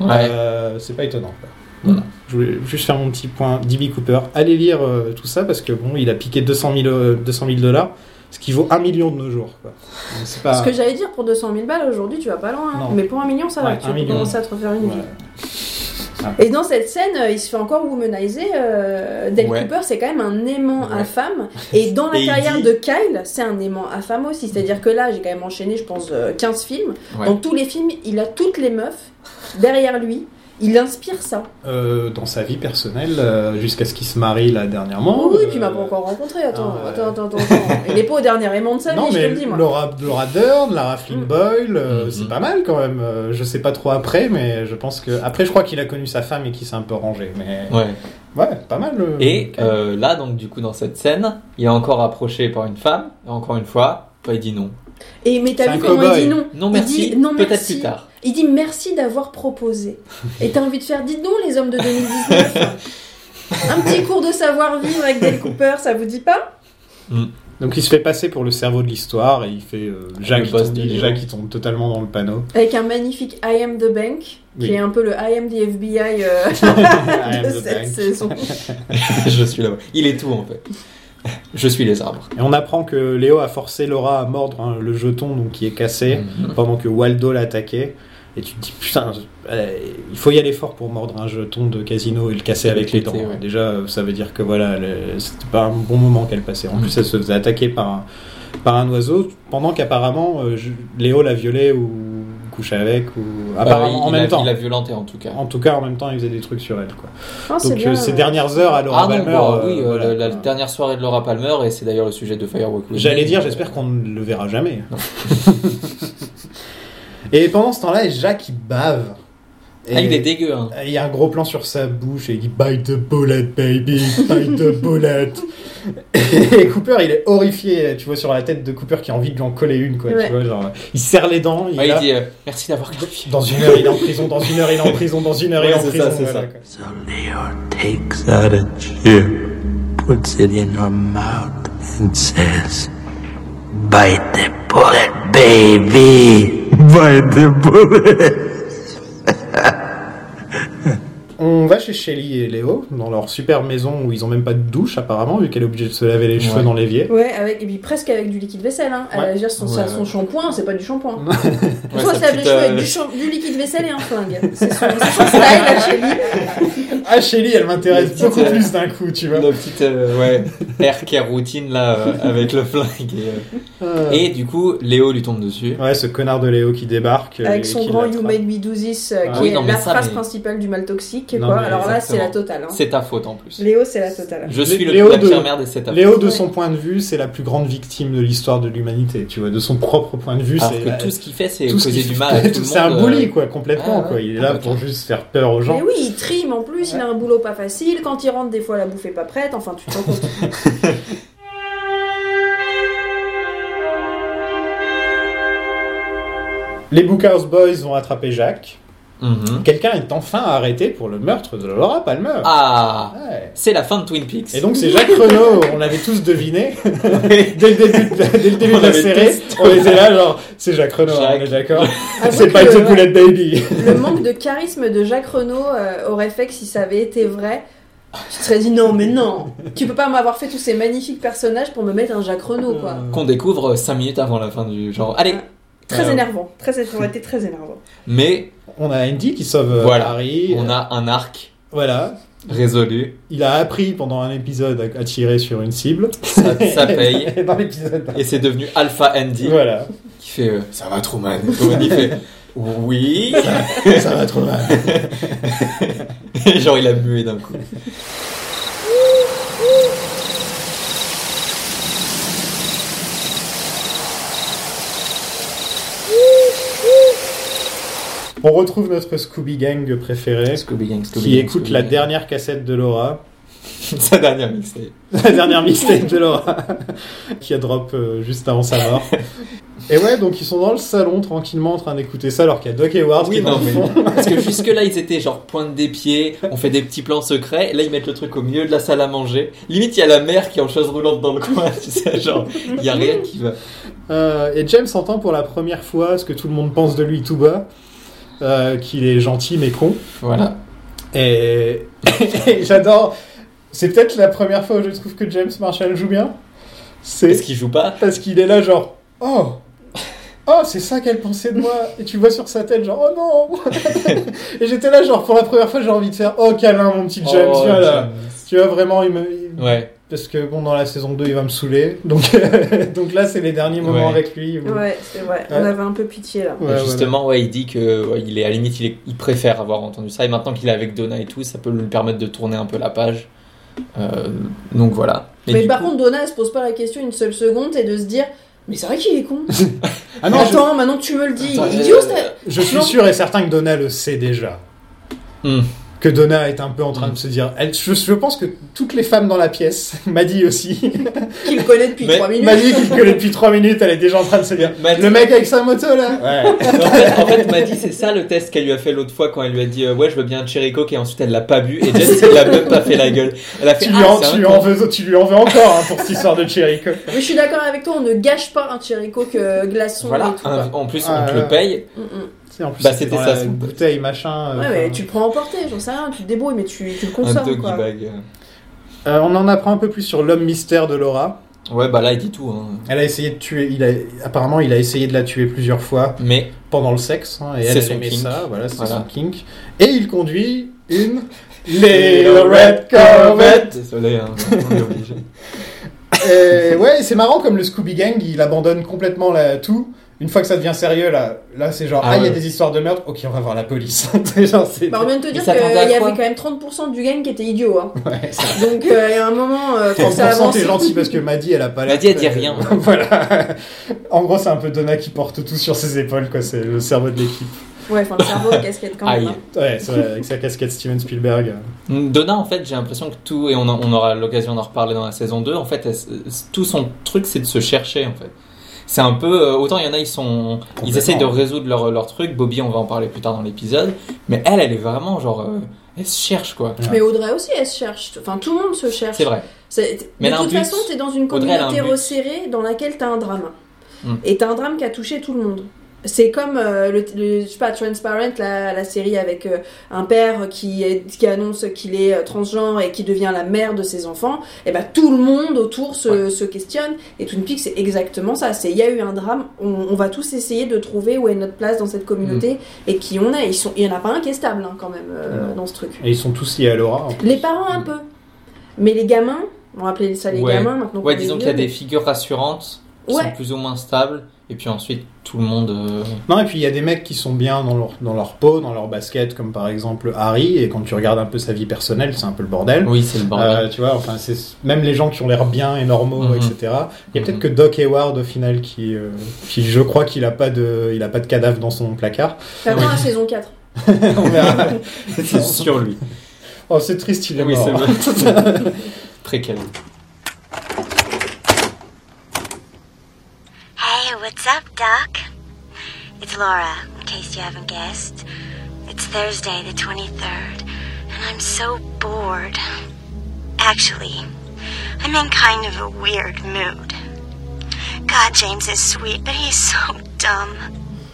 Speaker 3: Ouais.
Speaker 2: Euh, c'est pas étonnant. quoi.
Speaker 3: Mm.
Speaker 2: Je voulais juste faire mon petit point. D.B. Cooper, allez lire euh, tout ça parce que bon, il a piqué 200 000, euh, 200 000 dollars, ce qui vaut un million de nos jours. quoi. Donc, c'est pas-
Speaker 4: Ce que j'allais dire, pour 200 000 balles aujourd'hui, tu vas pas loin. hein.
Speaker 2: bah, Non.
Speaker 4: Mais pour un million, ça va.
Speaker 2: Ouais,
Speaker 4: tu
Speaker 2: un
Speaker 4: peux
Speaker 2: million.
Speaker 4: commencer à te refaire une
Speaker 2: Ouais.
Speaker 4: vie. Et dans cette scène, euh, il se fait encore womaniser. euh, Dale
Speaker 3: Ouais.
Speaker 4: Cooper, c'est quand même un aimant
Speaker 3: Ouais.
Speaker 4: à femme. Et dans la
Speaker 2: Et il
Speaker 4: carrière
Speaker 2: dit-
Speaker 4: de Kyle, c'est un aimant à femme aussi. C'est-à-dire que là, j'ai quand même enchaîné, je pense, euh, 15 films.
Speaker 3: Ouais.
Speaker 4: Dans tous les films, il a toutes les meufs derrière lui. Il inspire ça.
Speaker 2: Euh, dans sa vie personnelle, euh, jusqu'à ce qu'il se marie là dernièrement.
Speaker 4: Ah oui,
Speaker 2: euh,
Speaker 4: puis il m'a pas encore rencontré. Attends,
Speaker 2: ah ouais.
Speaker 4: attends, attends, attends, attends. Il est pas au dernier aimant de sa
Speaker 2: Non,
Speaker 4: vie, je te
Speaker 2: mais
Speaker 4: le dis, moi.
Speaker 2: Laura, Laura Dern, Lara Flynn
Speaker 4: Mm.
Speaker 2: Boyle, euh,
Speaker 3: Mhm.
Speaker 2: c'est pas mal quand même. Euh, Je sais pas trop après, mais je pense que. Après, je crois qu'il a connu sa femme et qu'il s'est un peu rangé. Mais
Speaker 3: Ouais.
Speaker 2: ouais, pas mal. euh,
Speaker 3: Et euh, là, donc, du coup, dans cette scène, il est encore approché par une femme, et encore une fois, bah, il dit non.
Speaker 4: Et mais
Speaker 2: C'est
Speaker 4: t'as
Speaker 2: un
Speaker 4: vu comment il
Speaker 2: cow-boy.
Speaker 4: dit non
Speaker 3: Non,
Speaker 4: Il
Speaker 3: merci,
Speaker 4: dit non,
Speaker 3: peut-être
Speaker 4: merci.
Speaker 3: plus tard.
Speaker 4: Il dit merci d'avoir proposé. Et t'as envie de faire, dites donc les hommes de 2019. Un petit cours de savoir-vivre avec Dale Cooper, ça vous dit pas
Speaker 2: Donc il se fait passer pour le cerveau de l'histoire et il fait euh, Jacques,
Speaker 3: Le
Speaker 2: qui
Speaker 3: boss
Speaker 2: tombe,
Speaker 3: de Léo.
Speaker 2: Jacques qui tombe totalement dans le panneau.
Speaker 4: Avec un magnifique I am the bank,
Speaker 2: Oui.
Speaker 4: qui est un peu le I am the FBI euh,
Speaker 2: I am
Speaker 4: de
Speaker 2: the
Speaker 4: cette
Speaker 2: bank.
Speaker 4: saison.
Speaker 3: je suis là-bas. Il est tout, en fait. Je suis les arbres.
Speaker 2: Et on apprend que Léo a forcé Laura à mordre hein, le jeton donc qui est cassé
Speaker 3: Mhm.
Speaker 2: pendant que Waldo l'attaquait. Et tu te dis putain, euh, il faut y aller fort pour mordre un jeton de casino et le casser avec les dents.
Speaker 3: Ouais.
Speaker 2: Déjà, euh, ça veut dire que voilà, le- c'était pas un bon moment qu'elle passait. En
Speaker 3: Mhm.
Speaker 2: plus, elle se faisait attaquer par un, par un oiseau pendant qu'apparemment euh, je- Léo la violait ou couchait avec ou
Speaker 3: Bah,
Speaker 2: apparemment
Speaker 3: il,
Speaker 2: en
Speaker 3: il a,
Speaker 2: même temps.
Speaker 3: il a violenté, en tout cas.
Speaker 2: En tout cas, en même temps, il faisait des trucs sur elle. Quoi.
Speaker 4: Non, c'est
Speaker 2: Donc
Speaker 4: bien,
Speaker 2: euh, ces
Speaker 4: euh,
Speaker 2: dernières heures à Laura
Speaker 3: ah non,
Speaker 2: Palmer,
Speaker 3: bah,
Speaker 2: euh,
Speaker 3: oui, euh,
Speaker 2: voilà.
Speaker 3: la, la dernière soirée de Laura Palmer, et c'est d'ailleurs le sujet de Firewalk With Me.
Speaker 2: J'allais dire, j'espère qu'on ne le verra jamais. et pendant ce temps-là, Jacques il bave. Et
Speaker 3: Ah, il est dégueu, hein.
Speaker 2: il y a un gros plan sur sa bouche et il dit Bite the bullet, baby, bite the bullet. et Cooper, il est horrifié, tu vois, sur la tête de Cooper qui a envie de lui en coller une, quoi.
Speaker 4: Ouais.
Speaker 2: Tu vois, genre, il serre les dents, il, est
Speaker 3: Ah, il
Speaker 2: là.
Speaker 3: dit euh, merci d'avoir clarifié.
Speaker 2: Dans une heure, il est en prison, dans une heure, il est en prison, dans une heure, il est
Speaker 3: Ouais,
Speaker 2: en
Speaker 3: c'est
Speaker 2: prison.
Speaker 3: ça, c'est
Speaker 2: voilà,
Speaker 3: ça.
Speaker 2: quoi.
Speaker 5: So Leon takes out a chip, puts it in her mouth, and says, Bite the bullet, baby! Bite the bullet!
Speaker 2: On va chez Shelly et Léo, dans leur super maison où ils ont même pas de douche apparemment, vu qu'elle est obligée de se laver les cheveux
Speaker 3: Ouais.
Speaker 2: dans l'évier.
Speaker 4: Ouais, avec, et puis presque avec du liquide vaisselle. Hein.
Speaker 2: Ouais.
Speaker 4: Elle gère son, sa-
Speaker 3: Ouais.
Speaker 4: son shampoing, c'est pas du shampoing.
Speaker 3: Ouais,
Speaker 4: Soit
Speaker 3: sa
Speaker 4: ça lave les
Speaker 3: petite,
Speaker 4: cheveux
Speaker 3: euh,
Speaker 4: avec du, champ- du liquide vaisselle et un flingue. C'est son, c'est son style à Shelly.
Speaker 2: Ah, Shelly, elle m'intéresse
Speaker 3: Petite,
Speaker 2: beaucoup
Speaker 3: euh,
Speaker 2: plus d'un coup, tu vois.
Speaker 3: La petite euh, ouais, air care routine là euh, avec le flingue. Et, euh,
Speaker 2: Euh,
Speaker 3: et du coup, Léo lui tombe dessus.
Speaker 2: Ouais, ce connard de Léo qui débarque. euh, et
Speaker 4: Avec son
Speaker 2: qui
Speaker 4: grand
Speaker 2: l'attrape.
Speaker 4: You Made Me Do This, euh,
Speaker 2: Ah
Speaker 4: qui
Speaker 2: oui,
Speaker 4: est
Speaker 3: non, mais
Speaker 4: la
Speaker 3: ça,
Speaker 4: phrase
Speaker 3: mais-
Speaker 4: principale du mal toxique.
Speaker 2: Non,
Speaker 4: quoi.
Speaker 2: mais
Speaker 4: Alors là, c'est
Speaker 3: exactement.
Speaker 4: la totale. hein.
Speaker 3: C'est ta faute en plus.
Speaker 4: Léo, c'est la totale.
Speaker 3: Je suis le,
Speaker 2: Léo
Speaker 3: la
Speaker 2: de-
Speaker 3: pire merde et c'est ta faute.
Speaker 2: Léo, de son point de vue, c'est la plus grande victime de l'histoire de l'humanité, tu vois. De son propre point de vue,
Speaker 3: Alors
Speaker 2: c'est. euh,
Speaker 3: que tout ce qu'il fait, c'est
Speaker 2: tout ce
Speaker 3: causer
Speaker 2: qu'il
Speaker 3: du
Speaker 2: fait-
Speaker 3: mal à tout le
Speaker 2: C'est un
Speaker 3: monde.
Speaker 2: bully,
Speaker 3: euh,
Speaker 2: quoi, complètement,
Speaker 3: Ah,
Speaker 2: quoi. Il est là
Speaker 3: ouais.
Speaker 2: pour juste faire peur aux gens.
Speaker 4: Mais oui, il trime en plus, il a un boulot pas facile. Quand il rentre, des fois, la bouffe est pas prête. Enfin, tu te rends compte.
Speaker 2: Les Bookhouse Boys vont attraper Jacques.
Speaker 3: mhm.
Speaker 2: Quelqu'un est enfin arrêté pour le meurtre de Laura Palmer.
Speaker 3: Ah
Speaker 2: Ouais.
Speaker 3: C'est la fin de Twin Peaks.
Speaker 2: Et donc c'est Jacques Renault, on l'avait tous deviné dès le début de la, dès le début
Speaker 3: On
Speaker 2: de la
Speaker 3: l'avait
Speaker 2: série,
Speaker 3: tous.
Speaker 2: on était là genre c'est Jacques Renault, hein,
Speaker 3: Jacques.
Speaker 2: on est d'accord.
Speaker 4: Avouez
Speaker 2: c'est
Speaker 4: que
Speaker 2: pas
Speaker 4: le-
Speaker 2: une Poulet Baby.
Speaker 4: Le manque de charisme de Jacques Renault euh, aurait fait que si ça avait été vrai, tu te serais dit non, mais non, tu peux pas m'avoir fait tous ces magnifiques personnages pour me mettre un Jacques Renault, quoi.
Speaker 3: Qu'on découvre 5 minutes avant la fin du genre. Allez
Speaker 4: Ouais. Très
Speaker 2: Ouais.
Speaker 4: énervant, très, ça aurait été très énervant.
Speaker 3: Mais
Speaker 2: On a Andy qui sauve euh,
Speaker 3: Voilà.
Speaker 2: Harry.
Speaker 3: on a un arc
Speaker 2: Voilà,
Speaker 3: résolu.
Speaker 2: il a appris pendant un épisode à, à tirer sur une cible.
Speaker 3: Ça, ça paye.
Speaker 2: Et dans l'épisode.
Speaker 3: Et c'est devenu Alpha Andy
Speaker 2: Voilà.
Speaker 3: qui fait euh, Ça va, Truman. Et Truman il fait Oui.
Speaker 2: Ça va trop mal.
Speaker 3: genre, il a mué d'un coup.
Speaker 2: On retrouve notre Scooby Gang préféré
Speaker 3: Scooby Gang, Scooby
Speaker 2: qui
Speaker 3: Gang,
Speaker 2: écoute
Speaker 3: Scooby
Speaker 2: la
Speaker 3: Gang.
Speaker 2: dernière cassette de Laura,
Speaker 3: Sa dernière mixtape.
Speaker 2: la dernière mixtape de Laura, qui a drop euh, juste avant sa mort. Et ouais, donc ils sont dans le salon tranquillement en train d'écouter ça, alors qu'il y a Doc Hayward qui est
Speaker 3: Oui,
Speaker 2: dans
Speaker 3: non,
Speaker 2: le
Speaker 3: mais.
Speaker 2: fond.
Speaker 3: Parce que jusque-là, ils étaient genre pointe des pieds, on fait des petits plans secrets, et là, ils mettent le truc au milieu de la salle à manger. Limite, il y a la mère qui est en chaise roulante dans le coin, tu sais, genre, il y a rien qui va.
Speaker 2: Euh, et James entend pour la première fois ce que tout le monde pense de lui tout bas, euh, qu'il est gentil mais con.
Speaker 3: Voilà.
Speaker 2: Et, et j'adore. C'est peut-être la première fois où je trouve que James Marshall joue bien. C'est
Speaker 3: Est-ce qu'il joue pas
Speaker 2: parce qu'il est là genre oh oh c'est ça qu'elle pensait de moi et tu vois sur sa tête genre oh non et j'étais là genre pour la première fois j'ai envie de faire oh câlin mon petit James
Speaker 3: Oh,
Speaker 2: tu vois, là.
Speaker 3: James.
Speaker 2: Tu vois, vraiment il me il-
Speaker 3: Ouais.
Speaker 2: parce que bon dans la saison 2 il va me saouler donc donc là c'est les derniers moments
Speaker 3: Ouais.
Speaker 2: avec lui où-
Speaker 4: Ouais, c'est vrai. On
Speaker 2: Ouais.
Speaker 4: avait un peu pitié là.
Speaker 2: Ouais,
Speaker 3: Et
Speaker 2: voilà.
Speaker 3: justement, ouais, il dit que ouais, il est à la limite, il, est- il préfère avoir entendu ça. Et maintenant qu'il est avec Donna et tout, ça peut lui permettre de tourner un peu la page. Euh, donc voilà. Et
Speaker 4: mais
Speaker 3: du
Speaker 4: par
Speaker 3: coup-
Speaker 4: contre, Donna, elle se pose pas la question une seule seconde et de se dire Mais c'est vrai qu'il est con.
Speaker 2: ah non je,
Speaker 4: Attends, maintenant que tu me le dis, il
Speaker 3: Attends,
Speaker 4: est idiot
Speaker 3: euh,
Speaker 4: ça
Speaker 2: je suis
Speaker 4: Non.
Speaker 2: sûr et certain que Donna le sait déjà
Speaker 3: Hmm.
Speaker 2: que Donna est un peu en train
Speaker 3: Hmm.
Speaker 2: de se dire elle, je, je pense que toutes les femmes dans la pièce m'a dit aussi
Speaker 4: Qu'il le connaît depuis
Speaker 3: Mais-
Speaker 4: 3 minutes.
Speaker 2: m'a dit que depuis 3 minutes elle est déjà en train de se dire
Speaker 3: Matt-
Speaker 2: le mec avec sa moto là
Speaker 3: Ouais.
Speaker 4: Ah,
Speaker 3: en fait, en fait, Maddy, c'est ça le test qu'elle lui a fait l'autre fois quand elle lui a dit euh, Ouais, je veux bien un Cherry Coke et ensuite elle l'a pas bu et Jess, elle l'a même pas fait la gueule. Elle a fait
Speaker 2: Tu lui,
Speaker 3: Ah,
Speaker 2: en,
Speaker 3: c'est un
Speaker 2: tu lui
Speaker 3: con.
Speaker 2: en veux, tu lui en veux encore hein, pour cette histoire de Cherry Coke.
Speaker 4: Mais je suis d'accord avec toi, on ne gâche pas un cherry coke euh, glaçon
Speaker 3: Voilà,
Speaker 4: et tout.
Speaker 3: Un- en plus,
Speaker 2: Ah,
Speaker 3: on te
Speaker 2: ouais.
Speaker 3: le paye.
Speaker 4: Mm, mm.
Speaker 2: C'est en plus,
Speaker 3: Bah,
Speaker 2: c'était
Speaker 3: c'était
Speaker 2: dans
Speaker 3: ça,
Speaker 2: la
Speaker 3: son-
Speaker 2: bouteille, machin. euh,
Speaker 4: Ouais, mais
Speaker 2: enfin.
Speaker 4: tu le prends emporter, j'en sais rien, tu te débrouilles, mais tu, tu le
Speaker 3: Un
Speaker 4: consommes
Speaker 3: doggy
Speaker 4: quoi.
Speaker 3: bag. euh.
Speaker 2: Euh, on en apprend un peu plus sur l'homme mystère de Laura.
Speaker 3: Ouais, bah là, il dit tout. Hein.
Speaker 2: Elle a essayé de tuer. Il a, apparemment, il a essayé de la tuer plusieurs fois
Speaker 3: Mais
Speaker 2: pendant le sexe. hein, et
Speaker 3: C'est
Speaker 2: elle, elle
Speaker 3: son
Speaker 2: aimait
Speaker 3: kink.
Speaker 2: ça. Voilà, c'est
Speaker 3: Voilà.
Speaker 2: son kink. Et il conduit une. Little Red Corvette.
Speaker 3: Désolé, hein, on est obligé.
Speaker 2: Et ouais, c'est marrant comme le Scooby Gang, il abandonne complètement la, tout. Une fois que ça devient sérieux, là, là c'est genre, ah,
Speaker 3: Ah,
Speaker 2: il y a
Speaker 3: ouais.
Speaker 2: des histoires de meurtre. Ok, on va voir la police. C'est genre, c'est-
Speaker 4: Bah, on vient de te dire qu'il y
Speaker 3: s'attendait à
Speaker 4: avait
Speaker 3: quoi
Speaker 4: quand même 30% du gang qui était idiot. Hein.
Speaker 2: Ouais, ça-
Speaker 4: Donc euh, il y a un moment, euh, quand ça
Speaker 2: 30%
Speaker 4: avance.
Speaker 2: t'es gentil parce que Maddy elle a pas l'air.
Speaker 3: Maddy, elle dit
Speaker 2: très- euh,
Speaker 3: rien.
Speaker 2: voilà. En gros, c'est un peu Donna qui porte tout sur ses épaules, quoi. C'est le cerveau de l'équipe.
Speaker 4: Ouais, enfin le cerveau, casquette quand même.
Speaker 3: Aïe.
Speaker 4: hein.
Speaker 2: Ouais, c'est vrai, avec sa casquette Steven Spielberg.
Speaker 3: Donna, en fait, j'ai l'impression que tout, et on, en- on aura l'occasion d'en reparler dans la saison 2, en fait, elle s- tout son truc, c'est de se chercher, en fait. C'est un peu, euh, autant il y en a, ils sont, ils
Speaker 2: Complètement.
Speaker 3: essayent de résoudre leur, leur truc. Bobby, on va en parler plus tard dans l'épisode. Mais elle, elle est vraiment genre, euh, elle se cherche, quoi.
Speaker 2: Ouais.
Speaker 4: Mais Audrey aussi, elle se cherche. Enfin, tout le monde se cherche.
Speaker 3: C'est vrai.
Speaker 4: C'est-
Speaker 3: Mais
Speaker 4: de
Speaker 3: elle a un
Speaker 4: toute
Speaker 3: but.
Speaker 4: façon, t'es dans une
Speaker 3: Audrey, elle a un
Speaker 4: communauté
Speaker 3: but.
Speaker 4: resserrée dans laquelle t'as un drame.
Speaker 3: Hmm.
Speaker 4: Et t'as un drame qui a touché tout le monde. C'est comme euh, le, le- je sais pas, Transparent, la, la série avec euh, un père qui, est- qui annonce qu'il est euh, transgenre et qui devient la mère de ses enfants. Et ben tout le monde autour se, se questionne. Et Twin Peaks, c'est exactement ça. C'est il y a eu un drame. On, on va tous essayer de trouver où est notre place dans cette communauté
Speaker 3: Hmm.
Speaker 4: et qui on est. Ils sont, il y en a pas un qui est stable hein, quand même euh,
Speaker 2: Non.
Speaker 4: dans ce truc.
Speaker 2: Et ils sont tous liés à Laura. hein.
Speaker 4: Les parents un peu. Mais les gamins, on va appeler ça les
Speaker 3: Ouais.
Speaker 4: gamins maintenant.
Speaker 3: Ouais,
Speaker 4: qu'on est
Speaker 3: disons qu'il y a
Speaker 4: vieux,
Speaker 3: des figures rassurantes qui
Speaker 4: Ouais.
Speaker 3: sont plus ou moins stables. Et puis ensuite, tout le monde. euh,
Speaker 2: Non, et puis il y a des mecs qui sont bien dans leur, dans leur peau, dans leur basket, comme par exemple Harry. Et quand tu regardes un peu sa vie personnelle, c'est un peu le bordel.
Speaker 3: Oui, c'est le bordel.
Speaker 2: Euh, tu vois, enfin, c'est même les gens qui ont l'air bien et normaux,
Speaker 3: Mhm.
Speaker 2: etc. Il y a peut-être
Speaker 3: Mhm.
Speaker 2: que Doc Hayward au final qui, euh, qui je crois qu'il a pas de, il a pas de cadavre dans son placard.
Speaker 4: Enfin, dans la saison 4.
Speaker 2: On verra.
Speaker 3: c'est sur lui.
Speaker 2: Oh, c'est triste, il est
Speaker 3: Oui,
Speaker 2: mort.
Speaker 3: c'est vrai. Très calme.
Speaker 6: Hey, what's up, Doc? It's Laura, in case you haven't guessed. It's Thursday, the 23rd, and I'm so bored. Actually, I'm in kind of a weird mood. God, James is sweet, but he's so dumb.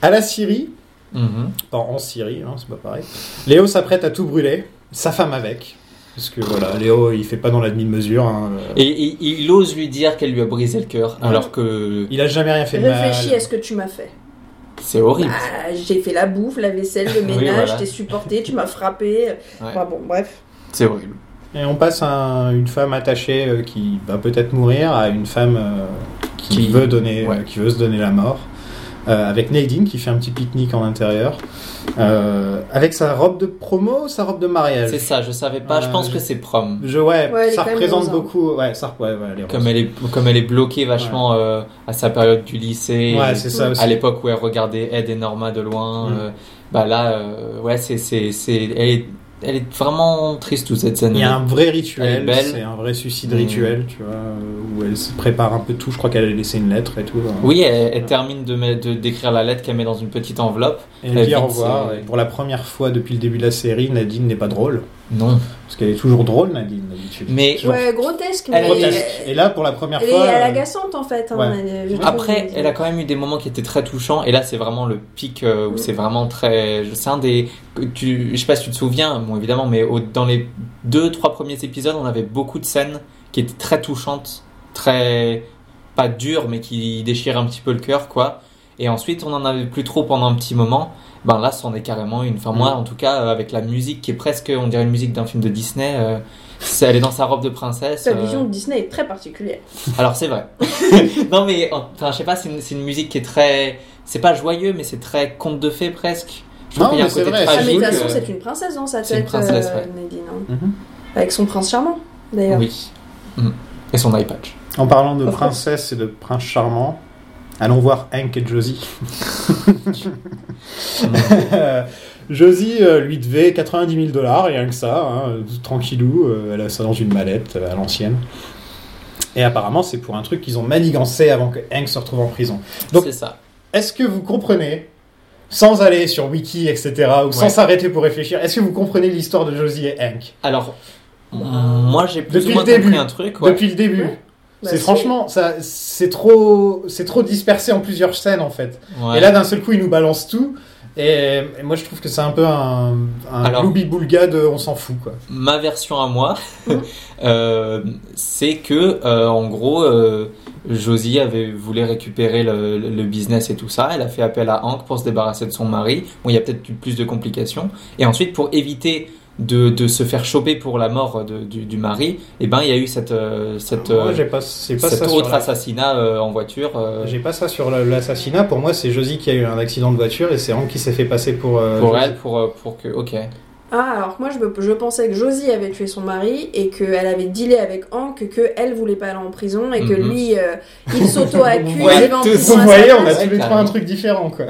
Speaker 2: À la Syrie,
Speaker 3: Mhm.
Speaker 2: enfin en Syrie, hein, c'est pas pareil. Léo s'apprête à tout brûler, sa femme avec, parce que voilà, Léo il fait pas dans la demi-mesure. hein.
Speaker 3: Et, et- il ose lui dire qu'elle lui a brisé le cœur,
Speaker 2: Ouais.
Speaker 3: alors que
Speaker 2: Il a jamais rien fait de mal.
Speaker 4: Réfléchis à ce que tu m'as fait.
Speaker 3: c'est horrible.
Speaker 4: Ah, j'ai fait la bouffe, la vaisselle, le
Speaker 3: Oui,
Speaker 4: ménage,
Speaker 3: voilà.
Speaker 4: je t'ai supporté, tu m'as frappé. Enfin, bon, bref.
Speaker 3: C'est horrible.
Speaker 2: Et on passe à une femme attachée euh, qui va peut-être mourir à une femme euh, qui,
Speaker 3: Qui-
Speaker 2: veut donner,
Speaker 3: ouais.
Speaker 2: euh, qui veut se donner la mort. Euh, avec Nadine qui fait un petit pique-nique en intérieur. Euh, avec sa robe de promo, sa robe de mariage.
Speaker 3: C'est ça, je savais pas. je
Speaker 2: Euh,
Speaker 3: pense
Speaker 2: je-
Speaker 3: que c'est prom.
Speaker 2: Je, ouais,
Speaker 4: Ouais, elle est
Speaker 2: ça
Speaker 4: quand même
Speaker 2: représente
Speaker 4: rose, hein.
Speaker 2: beaucoup. Ouais, ça, ouais, ouais, elle est
Speaker 3: Comme
Speaker 2: rose.
Speaker 3: elle est, comme elle est bloquée vachement euh, à sa période du lycée,
Speaker 2: Ouais,
Speaker 3: et
Speaker 2: c'est ça aussi.
Speaker 3: à l'époque où elle regardait Ed et Norma de loin,
Speaker 2: Mm.
Speaker 3: euh, Bah là, euh, ouais, c'est, c'est, c'est, elle, est, elle est vraiment triste toute cette scène.
Speaker 2: Il y a un vrai
Speaker 3: Mhm. Elle est
Speaker 2: rituel,
Speaker 3: belle.
Speaker 2: c'est un vrai suicide
Speaker 3: Mm.
Speaker 2: rituel, tu vois, euh, où elle se prépare un peu tout. Je crois qu'elle a laissé une lettre et tout. hein.
Speaker 3: Oui, elle, elle termine de, mettre- de d'écrire la lettre qu'elle met dans une petite enveloppe.
Speaker 2: Et elle
Speaker 3: Elle
Speaker 2: dit au
Speaker 3: vide,
Speaker 2: revoir.
Speaker 3: c'est-
Speaker 2: Et pour la première fois depuis le début de la série, Nadine n'est pas drôle.
Speaker 3: Non.
Speaker 2: Parce qu'elle est toujours drôle, Nadine, d'habitude.
Speaker 3: Mais
Speaker 2: Toujours
Speaker 4: Ouais, grotesque,
Speaker 3: Elle
Speaker 4: mais.
Speaker 3: est
Speaker 2: grotesque. Et là, pour la première
Speaker 4: Elle est,
Speaker 2: fois.
Speaker 4: elle est
Speaker 2: euh,
Speaker 4: agaçante en fait. hein,
Speaker 2: ouais.
Speaker 4: elle- je trouve.
Speaker 3: Après, elle a quand même eu des moments qui étaient très touchants, et là, c'est vraiment le pic euh, où c'est
Speaker 4: Mm.
Speaker 3: vraiment très. C'est un des. que Tu, je sais pas si tu te souviens, bon, évidemment, mais au- dans les deux, trois premiers épisodes, on avait beaucoup de scènes qui étaient très touchantes, très. pas dures, mais qui déchirent un petit peu le cœur, quoi. Et ensuite, on en avait plus trop pendant un petit moment. Ben là, c'en est carrément une. Enfin,
Speaker 4: Mm.
Speaker 3: moi, en tout cas, euh, avec la musique qui est presque, on dirait une musique d'un film de Disney, euh, c'est- elle est dans sa robe de princesse.
Speaker 4: Sa
Speaker 3: euh,
Speaker 4: vision de Disney est très particulière.
Speaker 3: alors c'est vrai. non mais enfin je sais pas, c'est une, c'est une musique qui est très, c'est pas joyeux mais c'est très conte de fées presque. Je trouve
Speaker 2: Non,
Speaker 3: qu'il y a
Speaker 2: mais
Speaker 3: un
Speaker 2: c'est
Speaker 3: côté
Speaker 2: vrai,
Speaker 4: Ah, mais de
Speaker 3: tragique,
Speaker 4: toute façon,
Speaker 3: euh,
Speaker 4: c'est une princesse dans sa
Speaker 3: c'est une
Speaker 4: tête,
Speaker 3: princesse,
Speaker 4: euh,
Speaker 3: ouais.
Speaker 4: Nadine. hein.
Speaker 2: Mhm.
Speaker 4: Avec son prince charmant, d'ailleurs.
Speaker 3: Oui. Mm. Et son iPad.
Speaker 2: En parlant de
Speaker 4: Of course.
Speaker 2: princesse et de prince charmant, allons voir Hank et Josie. Euh, Josie euh, lui devait 90 000 dollars, rien que ça, hein, euh, tranquillou, euh, elle a ça dans une mallette euh, à l'ancienne. Et apparemment, c'est pour un truc qu'ils ont manigancé avant que Hank se retrouve en prison. Donc-
Speaker 3: c'est ça.
Speaker 2: Est-ce que vous comprenez, sans aller sur Wiki, etc., ou sans
Speaker 3: Ouais.
Speaker 2: s'arrêter pour réfléchir, est-ce que vous comprenez l'histoire de Josie et Hank
Speaker 3: Alors m- moi j'ai plus
Speaker 2: Depuis
Speaker 3: ou moins
Speaker 2: le début.
Speaker 3: compris un truc. ouais.
Speaker 2: depuis le début
Speaker 4: Ouais. Bah,
Speaker 2: C'est
Speaker 4: si.
Speaker 2: franchement, ça, c'est trop, c'est trop dispersé en plusieurs scènes en fait.
Speaker 3: Ouais.
Speaker 2: Et là, d'un seul coup, il nous balance tout. Et, et moi, je trouve que c'est un peu un, un
Speaker 3: Alors-
Speaker 2: boulga de on s'en fout quoi.
Speaker 3: ma version à moi, euh, c'est que euh, en gros, euh, Josie avait voulu récupérer le, le business et tout ça. Elle a fait appel à Hank pour se débarrasser de son mari. Bon, il y a peut-être eu plus de complications. Et ensuite, pour éviter de, de se faire choper pour la mort de- du, du mari, eh ben, il y a eu cette, euh, cette,
Speaker 2: Moi,
Speaker 3: euh,
Speaker 2: j'ai pas, c'est pas
Speaker 3: cet
Speaker 2: ça. Sur
Speaker 3: autre
Speaker 2: la-
Speaker 3: assassinat euh, en voiture. euh,
Speaker 2: J'ai pas ça sur la- l'assassinat. Pour moi, c'est Josie qui a eu un accident de voiture et c'est Hank qui s'est fait passer pour. euh,
Speaker 3: pour
Speaker 2: Josie.
Speaker 3: elle, pour, euh, pour que. Ok.
Speaker 4: Ah, alors moi, je, me- je pensais que Josie avait tué son mari et qu'elle avait dealé avec Hank, que elle voulait pas aller en prison et que
Speaker 3: Mhm.
Speaker 4: lui, euh, il s'auto-accuse.
Speaker 2: Vous voyez
Speaker 4: il va en
Speaker 3: tous,
Speaker 4: prison
Speaker 2: Vous
Speaker 4: à sa
Speaker 2: voyez, on a
Speaker 4: place.
Speaker 2: tous les
Speaker 3: Carrément.
Speaker 2: trois un truc différent quoi.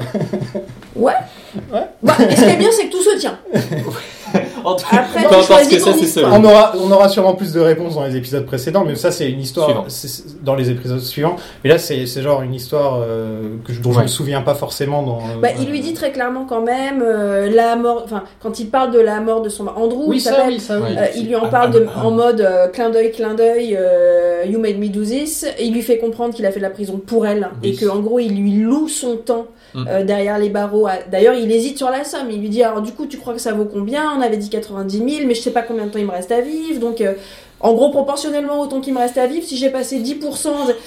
Speaker 4: Bah, et ce qui est bien, c'est que tout se tient.
Speaker 3: En tout
Speaker 4: Après,
Speaker 3: peu
Speaker 4: tu
Speaker 3: importe ce que c'est,
Speaker 4: choisis ton
Speaker 3: c'est
Speaker 4: histoire.
Speaker 3: celui-
Speaker 2: On aura, on aura sûrement plus de réponses dans les épisodes précédents, mais ça c'est une histoire
Speaker 3: Suivant.
Speaker 2: c'est- c'est dans les épisodes suivants. Mais là c'est c'est genre une histoire euh, que je, dont je
Speaker 3: Ouais.
Speaker 2: me souviens pas forcément dans.
Speaker 4: Bah, il lui dit très clairement quand même euh, la mort. Enfin, quand il parle de la mort de son mari, Andrew,
Speaker 2: Oui
Speaker 4: il
Speaker 2: ça,
Speaker 4: s'appelle.
Speaker 2: oui ça, oui.
Speaker 3: Ouais.
Speaker 4: Euh, il lui en parle de- en mode euh, clin d'œil, clin d'œil, euh, you made me do this. Et il lui fait comprendre qu'il a fait de la prison pour elle
Speaker 3: Oui.
Speaker 4: et que en gros il lui loue son temps
Speaker 3: Mm.
Speaker 4: euh, derrière les barreaux. à- D'ailleurs, il hésite sur la somme. Il lui dit alors du coup tu crois que ça vaut combien On avait dit 90 000, mais je sais pas combien de temps il me reste à vivre. Donc euh, en gros proportionnellement au temps qu'il me reste à vivre, si j'ai passé 10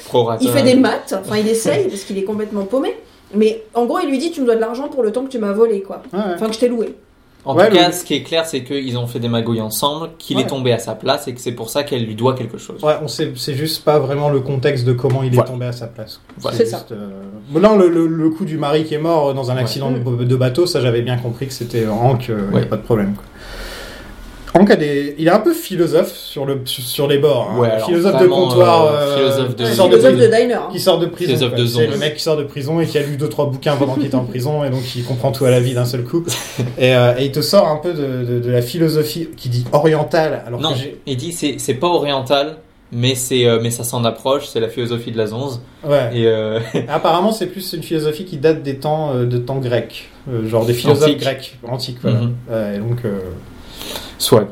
Speaker 3: Prorata.
Speaker 4: il fait des maths, enfin il essaye parce qu'il est complètement paumé. Mais en gros, il lui dit tu me dois de l'argent pour le temps que tu m'as volé, quoi.
Speaker 2: Ouais, ouais.
Speaker 4: Enfin que je t'ai loué.
Speaker 3: En
Speaker 2: Ouais,
Speaker 3: tout cas,
Speaker 2: le-
Speaker 3: ce qui est clair, c'est qu'ils ont fait des magouilles ensemble, qu'il
Speaker 2: Ouais.
Speaker 3: est tombé à sa place et que c'est pour ça qu'elle lui doit quelque chose.
Speaker 2: Ouais, on sait, c'est juste pas vraiment le contexte de comment il est
Speaker 3: Voilà.
Speaker 2: tombé à sa place.
Speaker 3: Voilà.
Speaker 4: C'est
Speaker 2: juste, euh, bon, Non, le, le- le coup du mari qui est mort dans un accident de, de bateau, ça j'avais bien compris que c'était Hank, euh, y a
Speaker 3: Ouais.
Speaker 2: pas de problème. quoi. Hank a des, il est un peu philosophe sur le, sur, sur les bords. hein.
Speaker 3: Ouais, alors
Speaker 2: philosophe de
Speaker 3: vraiment,
Speaker 2: comptoir,
Speaker 3: euh,
Speaker 2: euh,
Speaker 3: philosophe
Speaker 2: qui
Speaker 3: de-
Speaker 4: Ouais,
Speaker 2: sort de
Speaker 4: philosophe de
Speaker 2: prison.
Speaker 4: diner. hein.
Speaker 2: Qui sort de prison.
Speaker 3: Philosophe
Speaker 2: quoi.
Speaker 3: de
Speaker 2: C'est
Speaker 3: zone.
Speaker 2: le mec qui sort de prison et qui a lu deux trois bouquins pendant qu'il était en prison et donc il comprend tout à la vie d'un seul coup. Et, euh, et il te sort un peu de, de- de la philosophie qui dit orientale. Alors
Speaker 3: Non,
Speaker 2: que j'ai-
Speaker 3: il dit c'est c'est pas oriental, mais c'est euh, mais ça s'en approche, c'est la philosophie de la zonze.
Speaker 2: ouais.
Speaker 3: Et euh,
Speaker 2: Apparemment, c'est plus une philosophie qui date des temps euh, de temps grecs, Euh, genre des philosophes
Speaker 3: Antique.
Speaker 2: grecs antiques. Voilà.
Speaker 3: Mhm.
Speaker 2: Ouais, et donc, euh,
Speaker 3: soit,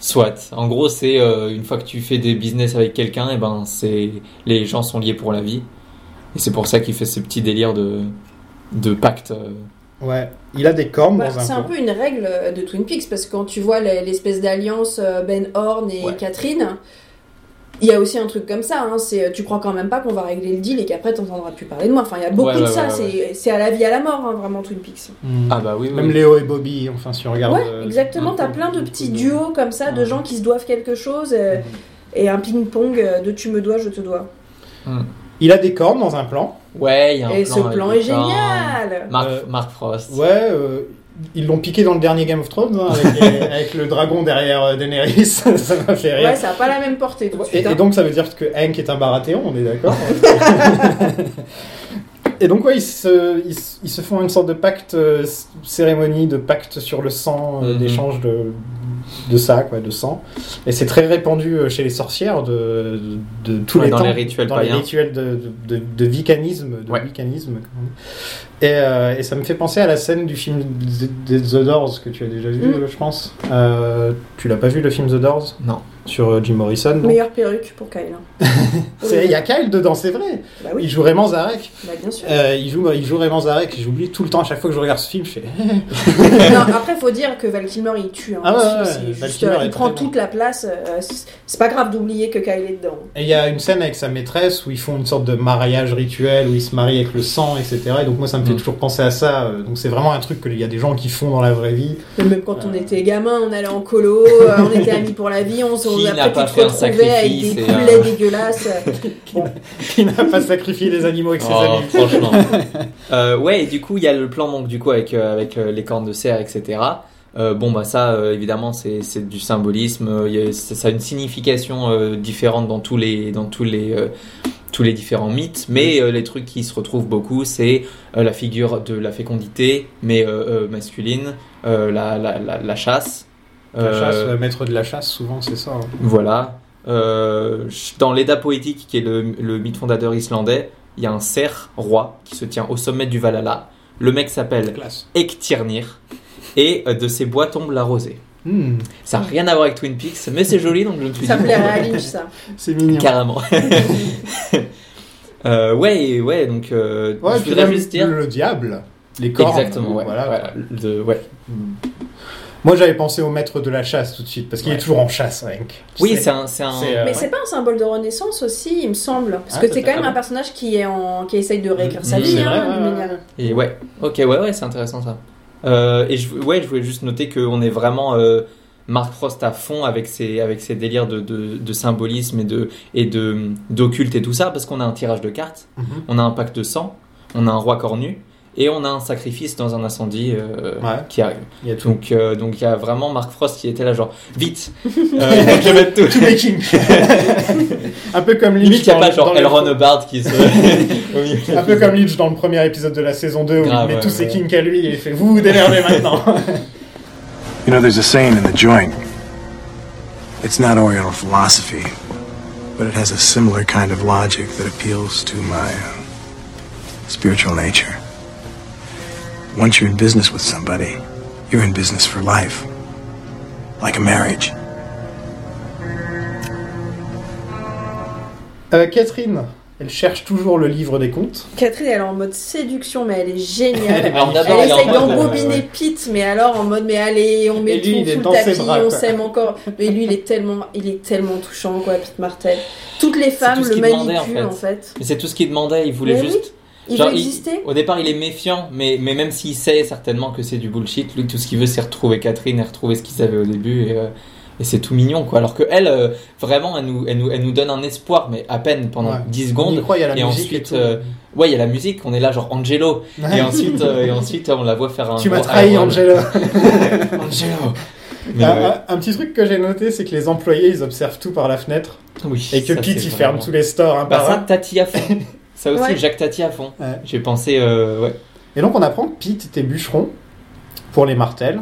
Speaker 3: soit. En gros, c'est euh, une fois que tu fais des business avec quelqu'un, et ben c'est les gens sont liés pour la vie. Et c'est pour ça qu'il fait ce petit délire de de pacte. euh.
Speaker 2: ouais, il a des cornes
Speaker 4: Bah,
Speaker 2: dans un.
Speaker 4: c'est un
Speaker 2: pot.
Speaker 4: peu une règle euh, de Twin Peaks parce que quand tu vois les- l'espèce d'alliance euh, Ben Horn et
Speaker 3: Ouais.
Speaker 4: Catherine, il y a aussi un truc comme ça. Hein, c'est euh, tu crois quand même pas qu'on va régler le deal et qu'après t'entendras plus parler de moi. Enfin, il y a beaucoup
Speaker 3: Ouais,
Speaker 4: de
Speaker 3: ouais,
Speaker 4: ça.
Speaker 3: ouais,
Speaker 4: c'est- C'est à la vie à la mort, hein, vraiment Twin Peaks.
Speaker 2: Mhm.
Speaker 3: Ah bah oui, oui.
Speaker 2: Même
Speaker 3: oui.
Speaker 2: Léo et Bobby, enfin, si on regarde.
Speaker 4: ouais,
Speaker 2: euh,
Speaker 4: exactement. T'as plein de petits duos comme ça de
Speaker 2: Ouais.
Speaker 4: gens qui se doivent quelque chose euh,
Speaker 2: Mhm.
Speaker 4: et un ping pong de tu me dois, je te dois.
Speaker 2: Il a des cornes dans un plan.
Speaker 3: Ouais, il y a un
Speaker 4: et
Speaker 3: plan
Speaker 4: ce
Speaker 3: avec
Speaker 4: plan
Speaker 3: le
Speaker 4: est génial.
Speaker 3: Mark,
Speaker 2: Euh,
Speaker 3: Mark Frost.
Speaker 2: Ouais, euh, ils l'ont piqué dans le dernier Game of Thrones hein, avec, les- avec le dragon derrière euh, Daenerys. ça m'a fait rire.
Speaker 4: Ouais, ça a pas la même portée tout de
Speaker 2: Et,
Speaker 4: suite.
Speaker 2: et
Speaker 4: hein.
Speaker 2: donc ça veut dire que Hank est un barathéon, on est d'accord Et donc, ouais, ils se, ils, se- ils se font une sorte de pacte, euh, c- cérémonie de pacte sur le sang, euh,
Speaker 3: Mhm.
Speaker 2: d'échange de, de ça, quoi, de sang. Et c'est très répandu euh, chez les sorcières de, de, de tous
Speaker 3: Ouais,
Speaker 2: les
Speaker 3: dans
Speaker 2: temps.
Speaker 3: les rituels
Speaker 2: dans les
Speaker 3: païens.
Speaker 2: rituels de, de, de, de vicanisme. De
Speaker 3: Ouais.
Speaker 2: vicanisme comme on dit. et, euh, et ça me fait penser à la scène du film The- The, The Doors que tu as déjà vu,
Speaker 4: Mhm.
Speaker 2: je pense. Euh, tu l'as pas vu le film The Doors
Speaker 3: Non.
Speaker 2: Sur euh, Jim Morrison. non
Speaker 4: Meilleure perruque pour Kyle. hein.
Speaker 2: C'est- Il y a Kyle dedans, c'est vrai.
Speaker 4: Bah
Speaker 2: Il
Speaker 4: oui,
Speaker 2: joue vraiment Zarek.
Speaker 4: bah bien sûr.
Speaker 2: Euh, il, joue, il joue Raymond Zarek, j'oublie tout le temps, à chaque fois que je regarde ce film, je fais. eh.
Speaker 4: non, après, faut dire que Val Kilmer il tue. hein.
Speaker 2: Ah ouais, ouais,
Speaker 4: C'est
Speaker 2: ouais, Val
Speaker 4: juste,
Speaker 2: Kilmer
Speaker 4: euh,
Speaker 2: est
Speaker 4: il prend
Speaker 2: très bon.
Speaker 4: toute la place. euh, c'est- c'est pas grave d'oublier que Kyle est dedans.
Speaker 2: Et il y a une scène avec sa maîtresse où ils font une sorte de mariage rituel, où ils se marient avec le sang, etc. Et donc moi, ça me fait
Speaker 3: Mm.
Speaker 2: toujours penser à ça. euh, Donc c'est vraiment un truc qu'il y a des gens qui font dans la vraie vie.
Speaker 4: Mais même quand on
Speaker 2: Euh.
Speaker 4: était gamin, on allait en colo, euh, on était amis pour la vie, on s'en
Speaker 3: Qui n'a
Speaker 4: après
Speaker 3: pas
Speaker 4: tu te
Speaker 3: fait un
Speaker 4: retrouvais avec des
Speaker 3: sacrifice et,
Speaker 4: poulets
Speaker 3: euh,
Speaker 4: dégueulasses.
Speaker 2: Qui n'a pas sacrifié les animaux avec ses
Speaker 3: Oh,
Speaker 2: amis.
Speaker 3: franchement. Euh, ouais, et du coup, il y a le plan donc du coup avec euh, avec euh, les cornes de cerf, etc. Euh, bon bah ça, euh, évidemment, c'est c'est du symbolisme. euh, il y a- ça, ça a une signification euh, différente dans tous les dans tous les euh, tous les différents mythes, mais euh, les trucs qui se retrouvent beaucoup, c'est euh, la figure de la fécondité, mais euh, euh, masculine, euh, la, la, la, la chasse.
Speaker 2: La chasse,
Speaker 3: euh,
Speaker 2: euh, maître de la chasse, souvent, c'est ça. hein.
Speaker 3: voilà. Euh, dans l'Edda poétique, qui est le, le mythe fondateur islandais, il y a un cerf roi qui se tient au sommet du Valhalla. Le mec s'appelle
Speaker 2: Classe.
Speaker 3: Ektirnir et euh, de ses bois tombe la rosée.
Speaker 2: Hmm,
Speaker 3: Ça n'a rien à voir avec Twin Peaks, mais c'est joli donc je me suis
Speaker 4: Ça
Speaker 3: dit.
Speaker 4: plairait à Lynch, ça.
Speaker 2: c'est mignon.
Speaker 3: Carrément. Euh, ouais, et ouais, donc euh,
Speaker 2: Ouais,
Speaker 3: je
Speaker 2: puis
Speaker 3: voudrais
Speaker 2: même
Speaker 3: juste dire.
Speaker 2: le diable, les cornes.
Speaker 3: Exactement, ouais.
Speaker 2: Voilà.
Speaker 3: voilà, de- ouais.
Speaker 2: Moi, j'avais pensé au maître de la chasse tout de suite, parce qu'il
Speaker 3: Ouais.
Speaker 2: est toujours en chasse, Hank. Tu
Speaker 3: Oui,
Speaker 2: sais.
Speaker 3: c'est un. c'est un-
Speaker 2: C'est, euh,
Speaker 4: Mais
Speaker 2: ouais.
Speaker 4: c'est pas un symbole de renaissance aussi, il me semble. Parce
Speaker 2: Ah,
Speaker 4: que c'est quand même
Speaker 2: totalement.
Speaker 4: un personnage qui, est en... qui essaye de réécrire sa
Speaker 3: Mmh,
Speaker 4: vie,
Speaker 2: Mm. C'est
Speaker 4: hein,
Speaker 2: vrai, ouais,
Speaker 4: d'une
Speaker 2: ouais,
Speaker 4: manière-
Speaker 2: ouais.
Speaker 3: Et ouais, ok, ouais, ouais, c'est intéressant ça. Euh, et je, ouais, je voulais juste noter qu'on est vraiment euh, Mark Frost à fond avec ses, avec ses délires de, de, de symbolisme et de et de d'occulte et tout ça, parce qu'on a un tirage de cartes,
Speaker 2: Mhm.
Speaker 3: on a un pacte de sang, on a un roi cornu et on a un sacrifice dans un incendie euh,
Speaker 2: Ouais.
Speaker 3: qui arrive.
Speaker 2: Il y a tout.
Speaker 3: Donc euh, donc il y a vraiment Mark Frost qui était là genre vite, euh, il faut que je mette tout.
Speaker 2: tout making. un peu comme Lynch.
Speaker 3: Limite, il n'y a
Speaker 2: dans
Speaker 3: pas
Speaker 2: le- dans
Speaker 3: genre
Speaker 2: le-
Speaker 3: Elron Hubbard qui se. au milieu de la
Speaker 2: Un peu comme Lynch dans le premier épisode de la saison 2 où
Speaker 3: Grave,
Speaker 2: il met
Speaker 3: ouais,
Speaker 2: tous ses
Speaker 3: ouais.
Speaker 2: kinks à lui et il fait vous vous démerdez maintenant.
Speaker 7: You know, there's a saying in the joint. It's not Oriental philosophy, but it has a similar kind of logic that appeals to my uh, spiritual nature. Once you're in business with somebody, you're in business for life, like a marriage.
Speaker 2: Euh, Catherine, elle cherche toujours le livre des contes.
Speaker 4: Catherine, elle est en mode séduction, mais elle est
Speaker 3: Elle est
Speaker 4: géniale.
Speaker 3: Alors d'abord,
Speaker 4: Elle
Speaker 3: il est en
Speaker 4: essaye
Speaker 3: mode, euh,
Speaker 4: d'embobiner Pete, mais alors en mode, mais allez, on met
Speaker 2: Et lui, il
Speaker 4: tout
Speaker 2: est
Speaker 4: sous
Speaker 2: dans
Speaker 4: le
Speaker 2: ses
Speaker 4: tapis,
Speaker 2: bras,
Speaker 4: on
Speaker 2: quoi.
Speaker 4: s'aime encore. Mais lui, il est tellement, il est tellement touchant, quoi, Pete Martel. Toutes les
Speaker 3: tout
Speaker 4: femmes
Speaker 3: ce
Speaker 4: le
Speaker 3: qu'il demandait,
Speaker 4: manipulent,
Speaker 3: en
Speaker 4: en
Speaker 3: fait.
Speaker 4: fait.
Speaker 3: Mais c'est tout ce qu'il demandait, il voulait
Speaker 4: Mais oui.
Speaker 3: juste.
Speaker 4: Il
Speaker 3: Genre,
Speaker 4: veut exister
Speaker 3: Au départ, il est méfiant, mais, mais même s'il sait certainement que c'est du bullshit, lui, tout ce qu'il veut, c'est retrouver Catherine et retrouver ce qu'il savait au début. Et, euh, et c'est tout mignon, quoi. Alors que elle, euh, vraiment, elle nous, elle, nous, elle nous donne un espoir, mais à peine pendant
Speaker 2: Ouais. On
Speaker 3: 10
Speaker 2: y
Speaker 3: secondes.
Speaker 2: croit, il y a la
Speaker 3: et
Speaker 2: musique.
Speaker 3: ensuite, euh, ouais, il y a la musique, on est là, genre Angelo. et ensuite, euh, et ensuite on la voit faire un.
Speaker 2: tu m'as
Speaker 3: gros
Speaker 2: trahi, Ah,
Speaker 3: eyebrow.
Speaker 2: Angela.
Speaker 3: Angelo Mais,
Speaker 2: un,
Speaker 3: euh,
Speaker 2: un- un petit truc que j'ai noté, c'est que les employés, ils observent tout par la fenêtre
Speaker 3: oui,
Speaker 2: et que
Speaker 3: ça,
Speaker 2: Pete,
Speaker 3: c'est
Speaker 2: il ferme
Speaker 3: vraiment-
Speaker 2: tous les stores un
Speaker 3: Bah,
Speaker 2: par
Speaker 3: ça,
Speaker 2: un.
Speaker 3: Tati à fond. Ça aussi,
Speaker 4: Ouais.
Speaker 3: Jacques Tati à fond.
Speaker 2: Ouais.
Speaker 3: J'ai pensé, euh, ouais.
Speaker 2: Et donc, on apprend que Pete était bûcheron pour les Martels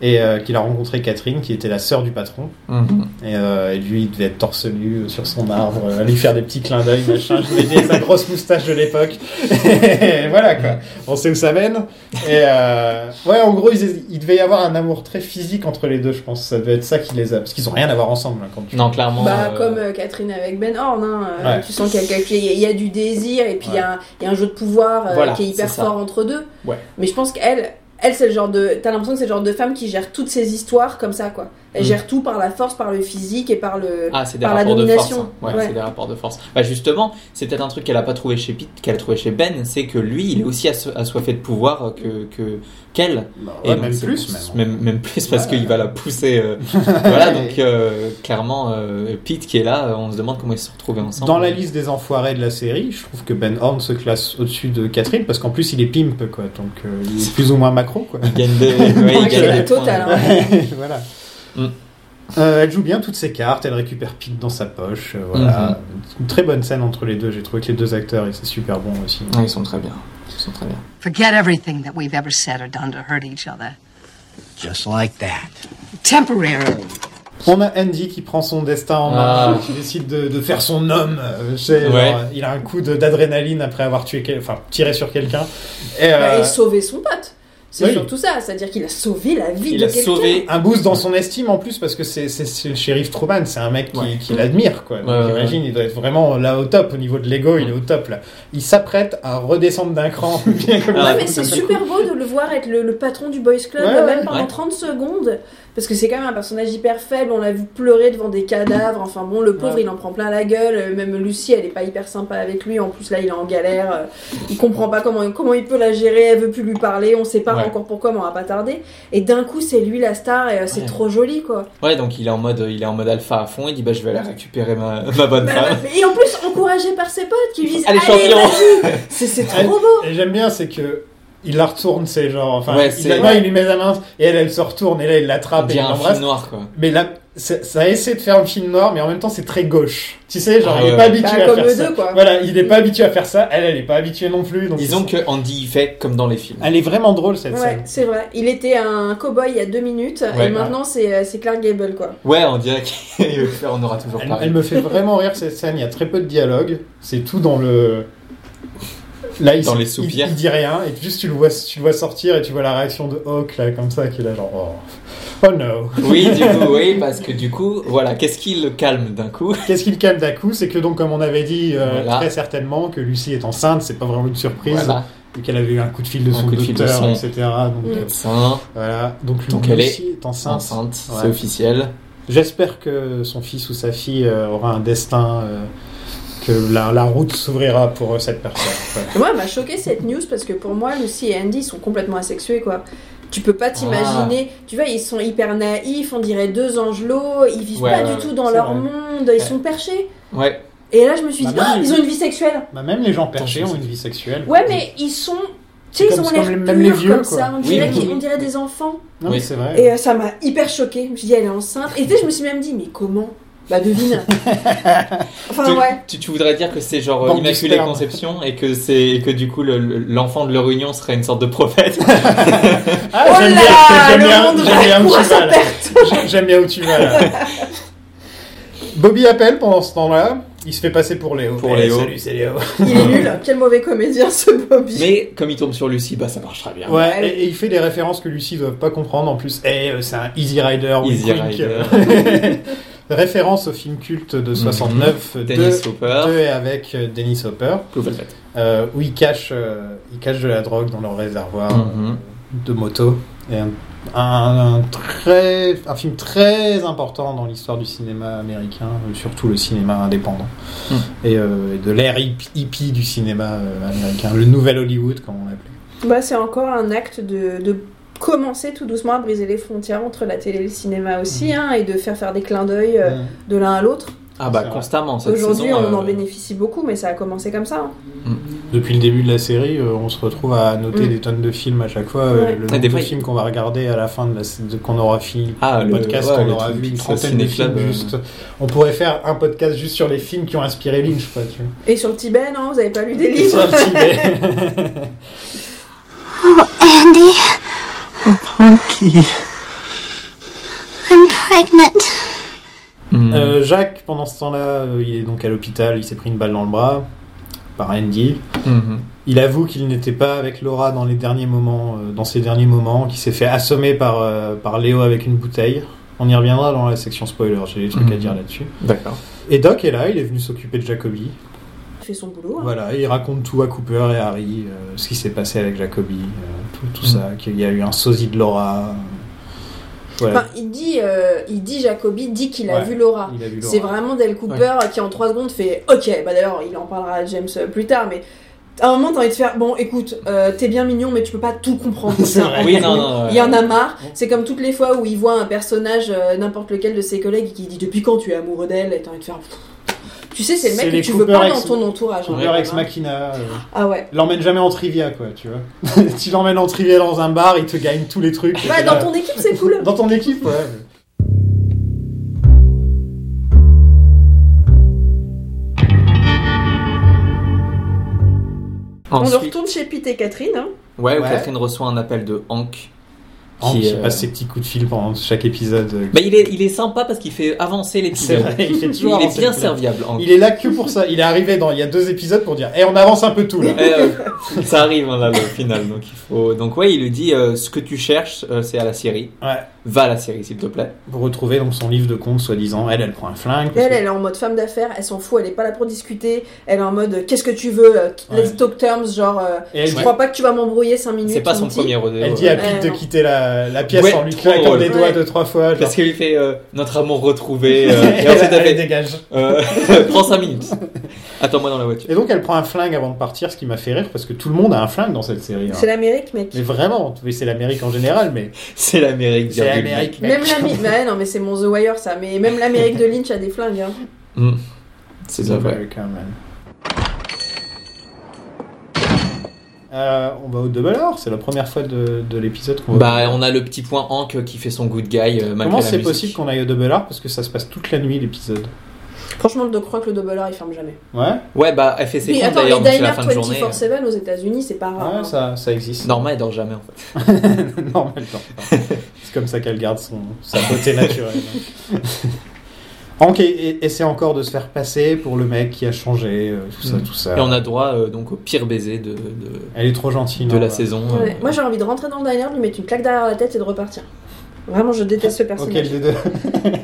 Speaker 2: et euh, qu'il a rencontré Catherine, qui était la sœur du patron.
Speaker 3: Mhm.
Speaker 2: Et, euh, et lui, il devait être torse nu sur son arbre, euh, lui faire des petits clins d'œil, machin. Je l'ai dit, avec sa grosse moustache de l'époque. Et voilà quoi. On sait où ça mène. Et euh, ouais, en gros, ils- il devait y avoir un amour très physique entre les deux, je pense. Ça devait être ça qui les a. Parce qu'ils ont rien à voir ensemble. hein, quand tu...
Speaker 3: Non, clairement.
Speaker 4: Bah,
Speaker 3: euh,
Speaker 4: comme euh, Catherine avec Ben Horn, hein, euh,
Speaker 2: Ouais.
Speaker 4: tu sens qu'il y, a quelque- il y a- il y a du désir et puis il y a un- il y, a un jeu de pouvoir euh,
Speaker 3: Voilà,
Speaker 4: qui est hyper
Speaker 3: c'est ça.
Speaker 4: fort entre deux.
Speaker 2: Ouais.
Speaker 4: Mais je pense qu'elle, elle, c'est le genre de. T'as l'impression que c'est le genre de femme qui gère toutes ses histoires comme ça, quoi. Elle
Speaker 3: Mm.
Speaker 4: gère tout par la force, par le physique et par le.
Speaker 3: Ah, c'est des
Speaker 4: par la
Speaker 3: rapports de force.
Speaker 4: domination.
Speaker 3: hein. Ouais,
Speaker 4: Ouais.
Speaker 3: c'est des rapports de force. Bah justement, c'est peut-être un truc qu'elle a pas trouvé chez Pete, qu'elle a trouvé chez Ben, c'est que lui, il est aussi asso- assoiffé de pouvoir euh, que que- qu'elle.
Speaker 2: Ouais,
Speaker 3: donc,
Speaker 2: même
Speaker 3: c'est-
Speaker 2: plus, même.
Speaker 3: même même plus parce
Speaker 2: Ouais.
Speaker 3: qu'il va la pousser. euh, voilà, donc euh, clairement, euh, Pete qui est là, euh, on se demande comment ils se sont retrouvés ensemble.
Speaker 2: Dans la liste des enfoirés de la série, je trouve que Ben Horn se classe au-dessus de Catherine parce qu'en plus il est pimp quoi, donc euh, il est plus ou moins macro quoi.
Speaker 3: il gagne des, ouais, il
Speaker 4: Ah Ouais,
Speaker 3: gagne
Speaker 4: c'est
Speaker 3: des points.
Speaker 4: total, hein.
Speaker 2: voilà.
Speaker 3: Mm.
Speaker 2: Euh, elle joue bien toutes ses cartes, elle récupère Pete dans sa poche. euh, voilà.
Speaker 3: Mm-hmm.
Speaker 2: Une très bonne scène entre les deux, j'ai trouvé que les deux acteurs, et c'est super bon aussi.
Speaker 4: hein.
Speaker 3: Ouais, ils sont très bien. Ils sont très bien.
Speaker 8: Forget everything that we've ever said or done to hurt each other.
Speaker 5: Just like that.
Speaker 8: Temporarily.
Speaker 2: On a Andy qui prend son destin en main, qui décide de, de faire son homme. euh, c'est-
Speaker 3: Ah. Ouais.
Speaker 2: alors, il a un coup de- d'adrénaline après avoir tué, quel- enfin tiré sur quelqu'un. Et,
Speaker 4: Bah,
Speaker 2: euh,
Speaker 4: Et sauver son pote. C'est
Speaker 2: oui.
Speaker 4: surtout ça, c'est-à-dire qu'il a sauvé la vie
Speaker 3: Il
Speaker 4: de
Speaker 3: a
Speaker 4: quelqu'un.
Speaker 3: sauvé.
Speaker 2: un boost dans son estime en plus parce que c'est c'est- c'est le shérif Truman, c'est un mec qui,
Speaker 3: Ouais.
Speaker 2: qui l'admire quoi. Donc,
Speaker 3: Ouais, ouais,
Speaker 2: J'imagine il doit être vraiment là au top au niveau de l'ego, il est au top là. Il s'apprête à redescendre d'un cran. Bien comme
Speaker 3: Ah,
Speaker 2: ça.
Speaker 4: Ouais, mais c'est super beau de le voir être le, le patron du Boys Club,
Speaker 2: Ouais, ouais,
Speaker 4: même pendant
Speaker 3: ouais.
Speaker 4: 30 secondes, parce que c'est quand même un personnage hyper faible, on l'a vu pleurer devant des cadavres, enfin bon, le pauvre,
Speaker 2: Ouais.
Speaker 4: il en prend plein la gueule, Euh, même Lucie, elle est pas hyper sympa avec lui, en plus là, il est en galère, Euh, il comprend pas comment, comment il peut la gérer, elle veut plus lui parler, on sait pas
Speaker 3: Ouais.
Speaker 4: encore pourquoi, mais on va pas tarder, et d'un coup, c'est lui la star, et euh, c'est
Speaker 3: Ouais.
Speaker 4: trop joli, quoi.
Speaker 3: Ouais, donc il est en mode, il est en mode alpha à fond. Il dit bah je vais aller récupérer ma, ma
Speaker 4: Bah
Speaker 3: bonne femme.
Speaker 4: Et en plus, encouragé par ses potes qui lui disent,
Speaker 3: Allez,
Speaker 4: allez,
Speaker 3: champion
Speaker 4: vas-y C'est- C'est
Speaker 2: Ouais.
Speaker 4: trop beau
Speaker 2: Et j'aime bien c'est que il la retourne, c'est genre enfin
Speaker 3: Ouais,
Speaker 2: il,
Speaker 3: c'est-
Speaker 2: la main, il lui met la main et elle elle se retourne et là il l'attrape et
Speaker 3: Dire
Speaker 2: Ah, il
Speaker 3: un
Speaker 2: l'embrasse.
Speaker 3: film noir quoi.
Speaker 2: Mais là c'est- ça essaie de faire un film noir mais en même temps c'est très gauche. Tu sais genre
Speaker 3: Ah,
Speaker 2: il est
Speaker 3: ouais.
Speaker 2: pas habitué
Speaker 4: Bah,
Speaker 2: à
Speaker 4: comme
Speaker 2: faire
Speaker 4: eux
Speaker 2: ça.
Speaker 4: deux, quoi.
Speaker 2: Voilà, il est pas habitué à faire ça, elle elle est pas habituée non plus donc
Speaker 3: Disons que Andy il fait comme dans les films.
Speaker 2: elle est vraiment drôle cette
Speaker 4: Ouais,
Speaker 2: scène.
Speaker 4: c'est vrai. Il était un cow-boy il y a deux minutes,
Speaker 3: Ouais.
Speaker 4: et maintenant
Speaker 2: Ah.
Speaker 4: c'est euh, c'est Clark Gable, quoi.
Speaker 3: Ouais, on dirait qu'on aura toujours
Speaker 2: Elle,
Speaker 3: pareil.
Speaker 2: elle me fait vraiment rire cette scène. Il y a très peu de dialogue. C'est tout dans le. Là, il,
Speaker 3: Dans les
Speaker 2: il-
Speaker 3: soupirs.
Speaker 2: Il, dit rien et juste tu le vois, tu le vois sortir et tu vois la réaction de Hawk là comme ça qui est là genre oh, oh no.
Speaker 3: Oui, du coup, oui, parce que du coup, voilà, qu'est-ce qui le calme d'un coup
Speaker 2: Qu'est-ce qu'il calme d'un coup C'est que donc comme on avait dit euh,
Speaker 3: Voilà.
Speaker 2: très certainement que Lucie est enceinte, c'est pas vraiment une surprise
Speaker 3: Voilà,
Speaker 2: et qu'elle avait eu un coup de fil de
Speaker 3: Un
Speaker 2: son
Speaker 3: coup de fil de
Speaker 2: docteur,
Speaker 3: son.
Speaker 2: etc. Donc
Speaker 4: Mm.
Speaker 2: euh,
Speaker 3: sain,
Speaker 2: voilà. Donc,
Speaker 3: Donc,
Speaker 2: Lucie
Speaker 3: elle
Speaker 2: est, enceinte.
Speaker 3: enceinte, c'est
Speaker 2: Ouais.
Speaker 3: officiel.
Speaker 2: J'espère que son fils ou sa fille euh, aura un destin. euh, que la, la route s'ouvrira pour euh, cette personne. quoi.
Speaker 4: Et Moi, elle m'a choqué cette news parce que pour moi, Lucy et Andy ils sont complètement asexués, quoi. Tu peux
Speaker 2: Ah.
Speaker 4: pas t'imaginer. Tu vois, ils sont hyper naïfs, on dirait deux angelots, ils vivent
Speaker 3: Ouais,
Speaker 4: pas
Speaker 3: ouais,
Speaker 4: du
Speaker 3: ouais,
Speaker 4: tout dans
Speaker 2: c'est
Speaker 4: leur
Speaker 2: vrai.
Speaker 4: monde, ils sont perchés.
Speaker 3: Ouais,
Speaker 4: Et là, je me suis
Speaker 2: Bah,
Speaker 4: dit,
Speaker 2: même
Speaker 4: Ah,
Speaker 2: les-
Speaker 4: ils ont une vie sexuelle.
Speaker 2: Bah, même les gens
Speaker 3: Attends,
Speaker 2: perchés
Speaker 3: je sais.
Speaker 2: ont une vie sexuelle.
Speaker 4: Ouais, mais ils sont. Tu sais,
Speaker 2: C'est
Speaker 4: ils
Speaker 2: comme-
Speaker 4: ont
Speaker 2: c'est
Speaker 4: l'air
Speaker 2: comme les-
Speaker 4: purs
Speaker 2: même les vieux,
Speaker 4: comme
Speaker 2: quoi.
Speaker 4: ça, on
Speaker 3: Oui,
Speaker 4: dirait,
Speaker 3: oui.
Speaker 4: qu'ils- on dirait des enfants.
Speaker 2: Non,
Speaker 3: Oui.
Speaker 2: mais c'est vrai.
Speaker 4: Et euh, ça m'a hyper choquée. Je me suis dit, elle est enceinte. Et tu sais, je me suis même dit, mais comment Bah, devine. enfin,
Speaker 3: tu,
Speaker 4: Ah ouais.
Speaker 3: tu, tu voudrais dire que c'est genre euh,
Speaker 2: Banque du
Speaker 3: Immaculée
Speaker 2: sperme.
Speaker 3: Conception et que c'est et que du coup le- le- l'enfant de leur union serait une sorte de prophète.
Speaker 2: Ah,
Speaker 4: Oh
Speaker 2: j'aime
Speaker 4: là,
Speaker 2: bien, j'aime
Speaker 4: le
Speaker 2: bien,
Speaker 4: monde
Speaker 2: j'aime bien où
Speaker 4: court à
Speaker 2: tu vas,
Speaker 4: sa
Speaker 2: là. J'aime- J'aime bien où tu vas là. Bobby appelle pendant ce temps-là. Il se fait passer pour Léo.
Speaker 3: Pour
Speaker 2: Eh,
Speaker 3: Léo.
Speaker 2: Salut, c'est Léo.
Speaker 4: Il est nul, quel mauvais comédien ce Bobby.
Speaker 3: Mais comme il tombe sur Lucie, bah ça marchera bien.
Speaker 2: Ouais, et, et il fait des références que Lucie ne doit pas comprendre. En plus, Eh, euh, c'est un Easy Rider. ou
Speaker 3: Easy
Speaker 2: Quick.
Speaker 3: Rider. Mhm.
Speaker 2: Référence au film culte de 69
Speaker 3: Dennis
Speaker 2: de,
Speaker 3: Hopper,
Speaker 2: de et avec euh, Dennis Hopper,
Speaker 3: Blue Velvet.
Speaker 2: euh, où ils cachent, euh, ils cachent de la drogue dans leur réservoir.
Speaker 3: Mhm.
Speaker 2: de moto. Et un, un- un très, un film très important dans l'histoire du cinéma américain, euh, surtout le cinéma indépendant.
Speaker 3: Hmm.
Speaker 2: Et, euh, et de l'ère hippie, hippie du cinéma euh, américain, le nouvel Hollywood, comme on l'appelait.
Speaker 4: Bah, c'est encore un acte de, de commencer tout doucement à briser les frontières entre la télé et le cinéma aussi, hein, et de faire faire des clins d'œil euh,
Speaker 2: Mm.
Speaker 4: de l'un à l'autre.
Speaker 3: Ah bah
Speaker 2: C'est vrai.
Speaker 3: constamment cette
Speaker 4: Aujourd'hui,
Speaker 3: saison,
Speaker 4: on en
Speaker 3: euh,
Speaker 4: bénéficie beaucoup, mais ça a commencé comme ça. hein.
Speaker 2: Depuis le début de la série, euh, on se retrouve à noter
Speaker 4: Hmm.
Speaker 2: des tonnes de films à chaque fois. euh,
Speaker 4: Ouais.
Speaker 2: Le
Speaker 3: Et
Speaker 2: nombre
Speaker 3: Ah, des
Speaker 2: de
Speaker 3: fois, il-
Speaker 2: films qu'on va regarder à la fin de la de- qu'on aura fini.
Speaker 3: Ah,
Speaker 2: le
Speaker 3: le-
Speaker 2: podcast,
Speaker 3: ouais,
Speaker 2: on
Speaker 3: le
Speaker 2: aura vu une
Speaker 3: Twin Peaks,
Speaker 2: trentaine de films.
Speaker 3: Ciné-Club, euh.
Speaker 2: Juste, on pourrait faire un podcast juste sur les films qui ont inspiré Lynch, quoi. Tu vois.
Speaker 4: Et sur le Tibet, non Vous avez pas lu des
Speaker 2: Sur
Speaker 4: livres
Speaker 2: le Tibet.
Speaker 6: Andy,
Speaker 5: Punky.
Speaker 6: I'm pregnant.
Speaker 3: mhm.
Speaker 2: Euh, Jacques, pendant ce temps-là, euh, il est donc à l'hôpital, il s'est pris une balle dans le bras par Andy.
Speaker 3: Mhm.
Speaker 2: Il avoue qu'il n'était pas avec Laura dans les derniers moments, euh, dans ces derniers moments, qu'il s'est fait assommer par, euh, par Léo avec une bouteille. On y reviendra dans la section spoiler, j'ai des trucs à
Speaker 3: Mhm.
Speaker 2: dire là-dessus.
Speaker 3: D'accord.
Speaker 2: Et Doc est là, il est venu s'occuper de Jacobi.
Speaker 4: Il fait son boulot. hein.
Speaker 2: Voilà, il raconte tout à Cooper et Harry, euh, ce qui s'est passé avec Jacobi, euh, tout, tout ça, qu'il y a eu un sosie de Laura. Voilà.
Speaker 4: Enfin, il dit, euh, il dit Jacobi dit qu'il a
Speaker 2: Ouais.
Speaker 4: vu Laura.
Speaker 2: il a vu Laura.
Speaker 4: C'est vraiment Del Cooper qui en 3 secondes fait Ok, bah d'ailleurs il en parlera à James euh, plus tard, mais à un moment t'as envie de faire Bon écoute, euh, t'es bien mignon, mais tu peux pas tout comprendre.
Speaker 2: C'est vrai.
Speaker 3: Oui, non, non, non,
Speaker 4: Il y en a marre. C'est comme toutes les fois où il voit un personnage, euh, n'importe lequel de ses collègues, et qui dit Depuis quand tu es amoureux d'elle Et t'as envie de faire. Tu sais, c'est le
Speaker 2: C'est
Speaker 4: mec
Speaker 2: les
Speaker 4: que tu veux
Speaker 2: Cooper
Speaker 4: pas
Speaker 2: ex-
Speaker 4: dans ton entourage. hein,
Speaker 2: Cooper ex
Speaker 4: vraiment.
Speaker 2: machina. euh.
Speaker 4: Ah ouais.
Speaker 2: l'emmène jamais en trivia, quoi, tu vois. tu l'emmènes en trivia dans un bar, il te gagne tous les trucs.
Speaker 4: Bah, dans ton équipe, c'est cool.
Speaker 2: Dans ton équipe, ouais.
Speaker 4: On retourne chez Pete et Catherine. hein.
Speaker 3: ouais, où
Speaker 2: Ouais.
Speaker 3: Catherine reçoit un appel de Hank.
Speaker 2: Hank,
Speaker 3: qui,
Speaker 2: il
Speaker 3: euh,
Speaker 2: passe ses petits coups de fil pendant chaque épisode.
Speaker 3: Bah, il, est, il est sympa parce qu'il fait avancer
Speaker 2: C'est
Speaker 3: l'épisode.
Speaker 2: vrai, il est
Speaker 3: Il
Speaker 2: toujours
Speaker 3: est
Speaker 2: avancé.
Speaker 3: bien serviable, Hank.
Speaker 2: Il est là que pour ça. Il est arrivé dans il y a deux épisodes pour dire Eh, on avance un peu tout là.
Speaker 3: Eh, euh, ça arrive hein, là, le final. Donc, il faut... donc ouais, il lui dit euh, ce que tu cherches, euh, c'est à la série.
Speaker 2: Ouais.
Speaker 3: Va à la série, s'il te plaît.
Speaker 2: Vous retrouvez donc son livre de compte, soi-disant. Elle, elle prend un flingue. parce
Speaker 4: Elle,
Speaker 2: que-
Speaker 4: elle est en mode femme d'affaires, elle s'en fout, elle est pas là pour discuter. Elle est en mode qu'est-ce que tu veux, euh, let's
Speaker 2: Ouais.
Speaker 4: talk terms, genre euh,
Speaker 2: Et elle
Speaker 4: je
Speaker 2: dit-
Speaker 4: crois pas que tu vas m'embrouiller 5 minutes.
Speaker 3: C'est pas son
Speaker 4: petit.
Speaker 3: premier rodéo. euh,
Speaker 2: Elle
Speaker 3: ouais.
Speaker 2: dit à
Speaker 4: Ouais,
Speaker 2: Pete de
Speaker 4: non.
Speaker 2: quitter la, la pièce
Speaker 3: Ouais,
Speaker 2: en lui
Speaker 3: trop
Speaker 2: claquant
Speaker 3: drôle.
Speaker 2: les doigts
Speaker 4: Ouais.
Speaker 2: deux, trois fois. genre.
Speaker 3: Parce qu'il lui fait euh, notre amour retrouvé.
Speaker 2: Et
Speaker 3: euh, et ensuite,
Speaker 2: elle-
Speaker 3: elle
Speaker 2: elle
Speaker 3: fait
Speaker 2: dégage.
Speaker 3: euh, prends 5 minutes. Attends-moi dans la voiture.
Speaker 2: Et donc elle prend un flingue avant de partir, ce qui m'a fait rire parce que tout le monde a un flingue dans cette série. hein.
Speaker 4: C'est l'Amérique, mec.
Speaker 2: Mais vraiment, oui, c'est l'Amérique en général, mais
Speaker 3: C'est l'Amérique.
Speaker 2: c'est
Speaker 3: virgule.
Speaker 2: l'Amérique. mec.
Speaker 4: Même l'Amérique, ouais, non mais c'est mon The Wire ça, mais même l'Amérique de Lynch a des flingues. hein.
Speaker 3: Mm. C'est
Speaker 2: C'est
Speaker 3: bien vrai.
Speaker 2: American, man. Euh, on va au double or, c'est la première fois de, de l'épisode qu'on va.
Speaker 3: Bah, on a le petit point Hank qui fait son good guy euh, malgré
Speaker 2: Comment
Speaker 3: la
Speaker 2: c'est
Speaker 3: musique.
Speaker 2: possible qu'on aille au double or parce que ça se passe toute la nuit l'épisode
Speaker 4: Franchement, je crois que le double R il ferme jamais.
Speaker 2: Ouais,
Speaker 3: Ouais, bah, elle fait ses
Speaker 4: Mais
Speaker 3: comptes
Speaker 4: attends,
Speaker 3: d'ailleurs,
Speaker 4: les
Speaker 3: donc c'est
Speaker 4: diners
Speaker 3: la fin de journée. euh.
Speaker 4: 24-7 aux États-Unis, c'est pas rare.
Speaker 2: ouais,
Speaker 4: hein.
Speaker 2: ça, ça existe.
Speaker 3: Norma, elle dort jamais en fait.
Speaker 2: non, mais attends. C'est comme ça qu'elle garde son, sa beauté naturelle. Hank et- et- essaie encore de se faire passer pour le mec qui a changé, euh, tout ça,
Speaker 3: Mm.
Speaker 2: tout ça.
Speaker 3: Et on a droit euh, donc au pire baiser de, de,
Speaker 2: Elle est trop gentille.
Speaker 3: de
Speaker 2: non,
Speaker 3: la
Speaker 2: bah.
Speaker 3: saison. euh.
Speaker 4: Ouais. Moi j'ai envie de rentrer dans le diner, de lui mettre une claque derrière la tête et de repartir. Vraiment, je déteste ce
Speaker 2: Ok,
Speaker 4: personnage.
Speaker 2: les deux.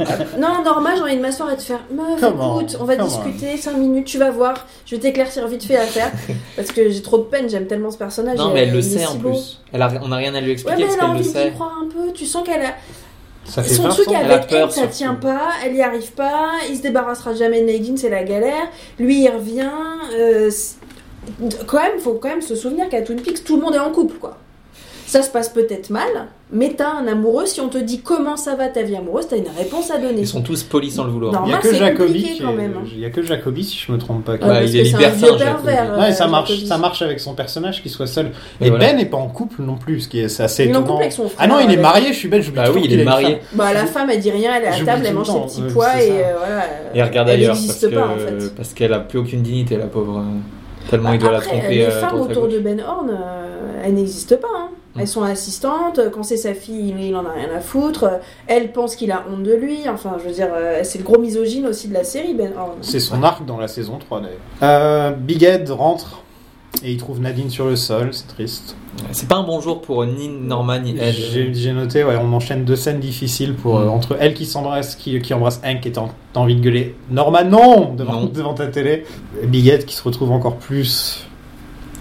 Speaker 4: Non, Norma, j'ai envie de m'asseoir et de faire Meuf,
Speaker 2: Come on,
Speaker 4: écoute, on va
Speaker 2: come
Speaker 4: discuter 5 minutes, tu vas voir, je vais t'éclaircir vite fait à faire. parce que j'ai trop de peine, j'aime tellement ce personnage.
Speaker 3: Non,
Speaker 4: et-
Speaker 3: mais elle
Speaker 4: il
Speaker 3: le
Speaker 4: est
Speaker 3: sait
Speaker 4: si
Speaker 3: en
Speaker 4: beau.
Speaker 3: plus. Elle a, on n'a rien à lui
Speaker 4: Ouais,
Speaker 3: expliquer
Speaker 4: mais
Speaker 3: parce
Speaker 4: elle a
Speaker 3: qu'elle le
Speaker 4: envie d'y
Speaker 3: sait.
Speaker 4: croire un peu, tu sens qu'elle a.
Speaker 2: Ça fait
Speaker 4: Son
Speaker 2: 20
Speaker 4: truc
Speaker 2: ans.
Speaker 3: elle a
Speaker 4: avec elle,
Speaker 3: peur,
Speaker 4: ça
Speaker 3: surtout.
Speaker 4: tient pas, elle y arrive pas, il se débarrassera jamais de Nadine, c'est la galère. Lui, il revient. euh, c'est- quand même, faut quand même se souvenir qu'à Twin Peaks, tout le monde est en couple, quoi. Ça se passe peut-être mal, mais t'as un amoureux. Si on te dit comment ça va ta vie amoureuse, t'as une réponse à donner.
Speaker 3: Ils sont tous polis sans le vouloir.
Speaker 4: Non.
Speaker 2: Il y a
Speaker 4: Norma,
Speaker 2: que
Speaker 4: c'est
Speaker 2: Jacobi
Speaker 4: compliqué
Speaker 2: qui
Speaker 4: quand
Speaker 2: est-
Speaker 4: même, hein.
Speaker 2: Il y a que Jacobi, si je me trompe pas. qui-
Speaker 4: Ouais,
Speaker 3: Ouais,
Speaker 4: Ah, parce
Speaker 3: il est
Speaker 4: que c'est un
Speaker 3: libertin,
Speaker 4: vieux
Speaker 3: Jacobi.
Speaker 4: pervers,
Speaker 2: Ouais,
Speaker 4: euh,
Speaker 2: ça marche,
Speaker 4: Jacobi.
Speaker 2: ça marche avec son personnage qu'il soit seul.
Speaker 3: Et
Speaker 2: Et,
Speaker 3: voilà.
Speaker 2: Ben n'est pas en couple non plus, ce qui est c'est assez
Speaker 4: Il est en
Speaker 2: étonnant.
Speaker 4: couple avec son frère,
Speaker 2: ah non, il est
Speaker 4: ouais.
Speaker 2: marié, je suis belle, je
Speaker 3: Bah oui, il est marié.
Speaker 4: Bah, la femme, elle dit rien, elle est à
Speaker 2: J'oublie
Speaker 4: table,
Speaker 2: tout
Speaker 4: elle
Speaker 2: le
Speaker 4: mange ses
Speaker 2: temps,
Speaker 4: petits
Speaker 2: euh,
Speaker 4: poids
Speaker 2: c'est
Speaker 4: et
Speaker 2: ça.
Speaker 4: euh, voilà.
Speaker 3: Et elle regarde
Speaker 4: elle
Speaker 3: ailleurs parce
Speaker 4: n'existe
Speaker 3: que
Speaker 4: pas en fait. Bah,
Speaker 3: parce qu'elle a plus aucune dignité la pauvre. Tellement il doit
Speaker 4: Après,
Speaker 3: la tromper.
Speaker 4: les
Speaker 3: euh,
Speaker 4: femmes
Speaker 3: droite à
Speaker 4: autour
Speaker 3: gauche.
Speaker 4: de Ben Horn, euh, elles n'existent pas. hein.
Speaker 3: Mm.
Speaker 4: Elles sont assistantes, quand c'est sa fille, il, il en a rien à foutre. Elle pense qu'il a honte de lui. Enfin, je veux dire, euh, c'est le gros misogyne aussi de la série, Ben Horn.
Speaker 2: C'est son arc dans la saison 3 d'ailleurs. Euh, Big Ed rentre et il trouve Nadine sur le sol, c'est triste.
Speaker 3: C'est pas un bon jour pour ni Norma ni Ed.
Speaker 2: J'ai j'ai noté, ouais, on enchaîne deux scènes difficiles pour, euh,
Speaker 3: euh, Mm.
Speaker 2: entre elle qui s'embrasse, qui, qui embrasse Hank et t'as t'as envie de gueuler Norma, non devant,
Speaker 3: Non.
Speaker 2: devant ta télé. Et Big Ed qui se retrouve encore plus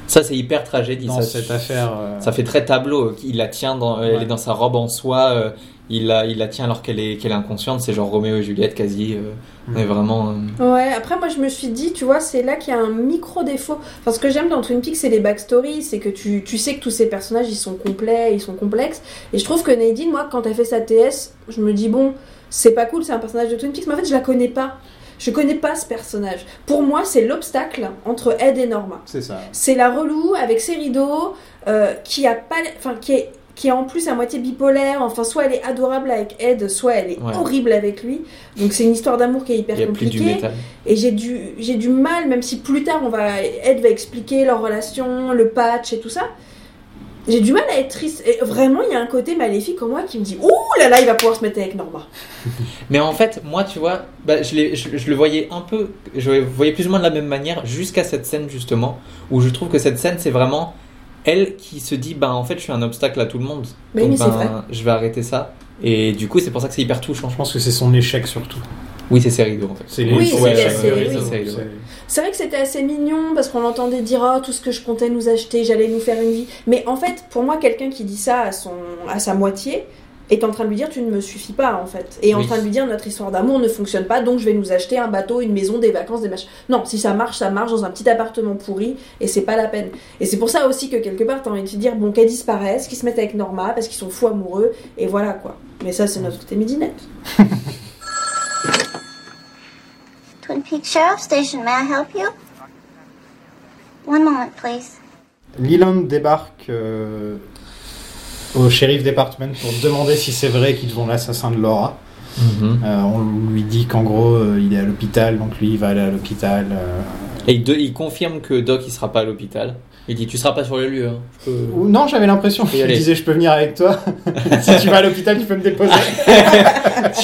Speaker 3: Ça c'est hyper tragédie.
Speaker 2: dans
Speaker 3: ça,
Speaker 2: cette affaire. euh,
Speaker 3: Ça fait très tableau. Il la tient dans, elle
Speaker 2: Ouais.
Speaker 3: est dans sa robe en soie. euh, il la, il la tient alors qu'elle est, qu'elle est inconsciente. C'est genre Roméo et Juliette quasi. euh,
Speaker 2: Mm.
Speaker 3: On est vraiment. euh,
Speaker 4: Ouais, après moi je me suis dit, tu vois, c'est là qu'il y a un micro défaut. Enfin, ce que j'aime dans Twin Peaks, c'est les backstories, c'est que tu, tu sais que tous ces personnages, ils sont complets, ils sont complexes. Et je trouve que Nadine, moi, quand elle fait sa TS, je me dis, bon, c'est pas cool, c'est un personnage de Twin Peaks, mais en fait, je la connais pas. Je connais pas ce personnage. Pour moi, c'est l'obstacle entre Ed et Norma.
Speaker 2: C'est ça.
Speaker 4: C'est la relou avec ses rideaux, euh, qui a pas, enfin, qui est, qui est en plus à moitié bipolaire. Enfin, soit elle est adorable avec Ed, soit elle est
Speaker 3: Ouais.
Speaker 4: horrible avec lui. Donc c'est une histoire d'amour qui est hyper
Speaker 3: Il y a plus
Speaker 4: compliquée.
Speaker 3: du métal.
Speaker 4: Et j'ai du, j'ai du mal, même si plus tard on va, Ed va expliquer leur relation, le patch et tout ça. J'ai du mal à être triste. Et vraiment, il y a un côté maléfique en moi qui me dit Ouh là là, il va pouvoir se mettre avec Norma.
Speaker 3: Mais en fait, moi, tu vois, bah, je, l'ai- je- je le voyais un peu, je le voyais plus ou moins de la même manière jusqu'à cette scène justement, où je trouve que cette scène, c'est vraiment elle qui se dit, bah en fait, je suis un obstacle à tout le monde.
Speaker 4: Mais oui,
Speaker 3: Donc,
Speaker 4: c'est
Speaker 3: ben,
Speaker 4: vrai.
Speaker 3: Je vais arrêter ça. Et du coup, c'est pour ça que c'est hyper touchant.
Speaker 2: Je pense que c'est son échec surtout.
Speaker 3: Oui, c'est série 2 en fait.
Speaker 2: C'est
Speaker 4: Oui, c'est
Speaker 2: ouais,
Speaker 4: la
Speaker 2: ouais,
Speaker 4: série,
Speaker 2: ouais,
Speaker 4: oui.
Speaker 2: c'est-
Speaker 3: C'est-
Speaker 4: C'est vrai que c'était assez mignon parce qu'on l'entendait dire Oh, tout ce que je comptais nous acheter, j'allais nous faire une vie. Mais en fait, pour moi, quelqu'un qui dit ça à, son, à sa moitié est en train de lui dire Tu ne me suffis pas en fait. Et en
Speaker 3: Oui.
Speaker 4: train de lui dire Notre histoire d'amour ne fonctionne pas, donc je vais nous acheter un bateau, une maison, des vacances, des machins. Non, si ça marche, ça marche dans un petit appartement pourri et c'est pas la peine. Et c'est pour ça aussi que quelque part, t'as envie de te dire Bon, qu'elles disparaissent, qu'ils se mettent avec Norma parce qu'ils sont fous amoureux et voilà quoi. Mais ça, c'est notre côté midinette.
Speaker 6: Twin Peaks Sheriff Station, may I help you? One moment, please.
Speaker 2: Leland débarque euh, au shérif département pour demander si c'est vrai qu'ils vont l'assassin de Laura.
Speaker 3: Mhm.
Speaker 2: Euh, on lui dit qu'en gros euh, il est à l'hôpital, donc lui il va aller à l'hôpital. euh.
Speaker 3: Et il, de- il confirme que Doc, il sera pas à l'hôpital. Il dit Tu seras pas sur le lieu. hein. Je peux-
Speaker 2: Ou non, j'avais l'impression
Speaker 3: peux y
Speaker 2: qu'il
Speaker 3: aller.
Speaker 2: disait je peux venir avec toi. si tu vas à l'hôpital, tu peux me déposer.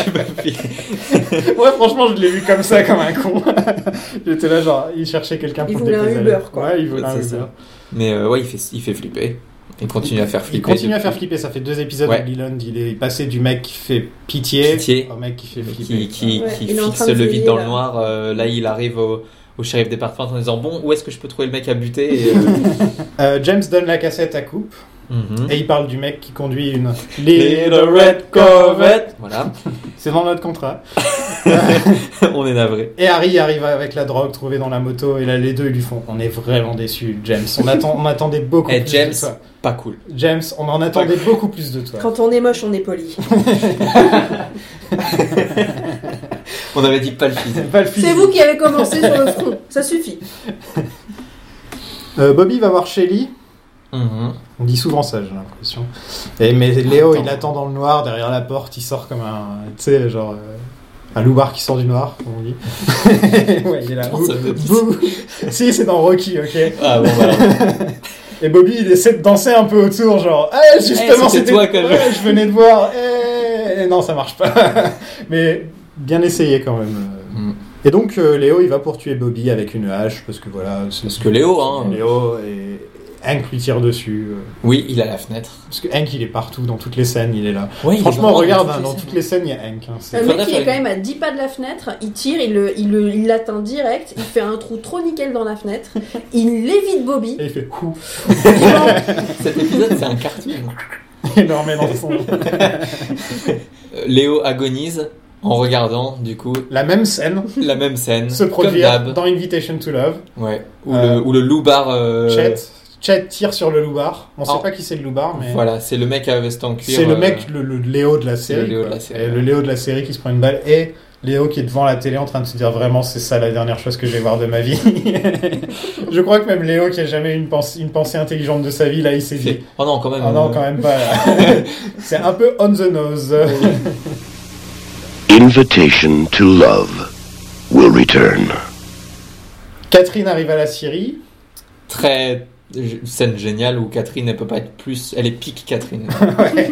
Speaker 3: Tu peux filer.
Speaker 2: ouais, franchement, je l'ai vu comme ça, comme un con. J'étais là, genre, il cherchait quelqu'un
Speaker 4: Il
Speaker 2: pour
Speaker 4: voulait un
Speaker 2: déposer.
Speaker 4: Uber, quoi.
Speaker 2: Ouais, il voulait un
Speaker 3: C'est
Speaker 2: Uber.
Speaker 3: ça. Mais euh, ouais, il fait, il fait flipper. Il continue à faire
Speaker 2: Il
Speaker 3: flipper.
Speaker 2: continue à
Speaker 3: depuis-
Speaker 2: faire flipper. Ça fait deux épisodes
Speaker 3: Ouais.
Speaker 2: où Leland, il est passé du mec qui fait pitié,
Speaker 3: Pitié.
Speaker 2: au mec qui Ah, fait flipper.
Speaker 3: qui, qui,
Speaker 4: Ouais,
Speaker 3: qui
Speaker 4: il est en train
Speaker 3: fixe
Speaker 4: de
Speaker 3: le
Speaker 4: veiller,
Speaker 3: vide dans
Speaker 4: là.
Speaker 3: le noir. euh, là, il arrive au, au shérif départemental en disant Bon, où est-ce que je peux trouver le mec à buter Et, euh,
Speaker 2: Euh, James donne la cassette à Coupe
Speaker 3: mhm.
Speaker 2: et il parle du mec qui conduit une
Speaker 3: Little Red Corvette. Voilà,
Speaker 2: C'est dans notre contrat.
Speaker 3: on est navré.
Speaker 2: Et Harry arrive avec la drogue trouvée dans la moto et là les deux ils lui font on est vraiment déçus James on attend on attendait beaucoup
Speaker 3: Eh,
Speaker 2: plus
Speaker 3: James.
Speaker 2: de toi
Speaker 3: Pas cool.
Speaker 2: James on en attendait beaucoup plus de toi
Speaker 4: Quand on est moche, on est poli.
Speaker 3: On avait dit pas le fils.
Speaker 2: Pas le physique.
Speaker 4: C'est vous qui avez commencé sur le front, ça suffit.
Speaker 2: Euh, Bobby va voir Shelly
Speaker 3: Mhm.
Speaker 2: on dit souvent ça j'ai l'impression et mais Léo
Speaker 3: Ah, Attends.
Speaker 2: il attend dans le noir derrière la porte il sort comme un tu sais genre euh, un loupard qui sort du noir comme on dit ouais il est là
Speaker 3: Je pense que ça veut dire ça.
Speaker 2: Bouh, bouh. si c'est dans Rocky ok
Speaker 3: Ah bon, voilà.
Speaker 2: Et Bobby, il essaie de danser un peu autour, genre, Eh, justement,
Speaker 3: Eh, c'était
Speaker 2: c'était
Speaker 3: toi que je-
Speaker 2: Ouais, je venais de voir. Eh, non, ça marche pas. Mais bien essayé quand même.
Speaker 3: Mm.
Speaker 2: Et donc, euh, Léo, il va pour tuer Bobby avec une hache, parce que voilà. c'est-
Speaker 3: Parce que Léo, hein.
Speaker 2: Léo et Hank lui tire dessus. euh,
Speaker 3: Oui, il a la fenêtre.
Speaker 2: Parce que Hank, il est partout, dans toutes les scènes, il est là.
Speaker 3: Ouais, il est
Speaker 2: Franchement,
Speaker 3: vraiment
Speaker 2: regarde,
Speaker 3: dans
Speaker 2: hein, dans
Speaker 3: les Ah
Speaker 2: toutes les scènes, il y a Hank. hein, c'est-
Speaker 4: Le mec, il
Speaker 3: faire
Speaker 4: est quand
Speaker 3: une-
Speaker 4: même à 10 pas de la fenêtre, il tire, il l'atteint il, le- il l'atteint direct, il fait un trou trop nickel dans la fenêtre, il lévite Bobby,
Speaker 2: Et il fait Ouh
Speaker 3: scènes. Cet épisode, c'est un cartoon.
Speaker 2: Il le remet dans son.
Speaker 3: Euh, Léo agonise en regardant, du coup,
Speaker 2: La même scène
Speaker 3: la même scène.
Speaker 2: se
Speaker 3: Mm. comme
Speaker 2: produire
Speaker 3: d'hab.
Speaker 2: dans Invitation to Love.
Speaker 3: Ouais. Ou,
Speaker 2: Euh,
Speaker 3: le, ou le loupard. euh,
Speaker 2: Chet. Chet tire sur le loupard. On sait
Speaker 3: Oh.
Speaker 2: pas qui c'est le loupard, mais.
Speaker 3: Voilà, c'est le mec à veste en cuir.
Speaker 2: C'est le
Speaker 3: euh,
Speaker 2: mec, le, le Léo de la
Speaker 3: c'est
Speaker 2: série.
Speaker 3: le Léo
Speaker 2: quoi.
Speaker 3: de la série,
Speaker 2: Et
Speaker 3: ouais.
Speaker 2: le Léo de la série qui se prend une balle et Léo qui est devant la télé en train de se dire vraiment c'est ça la dernière chose que je vais voir de ma vie. je crois que même Léo qui a jamais eu une pensée, une pensée intelligente de sa vie, là il s'est
Speaker 3: fait-
Speaker 2: dit.
Speaker 3: Oh non, quand même.
Speaker 2: Ah non,
Speaker 3: euh,
Speaker 2: quand même pas. là. c'est un peu on the nose.
Speaker 9: Invitation to Love will return.
Speaker 2: Catherine arrive à la Syrie.
Speaker 3: Très. g- Scène géniale où Catherine, elle peut pas être plus. Elle est pique Catherine.
Speaker 2: Ouais.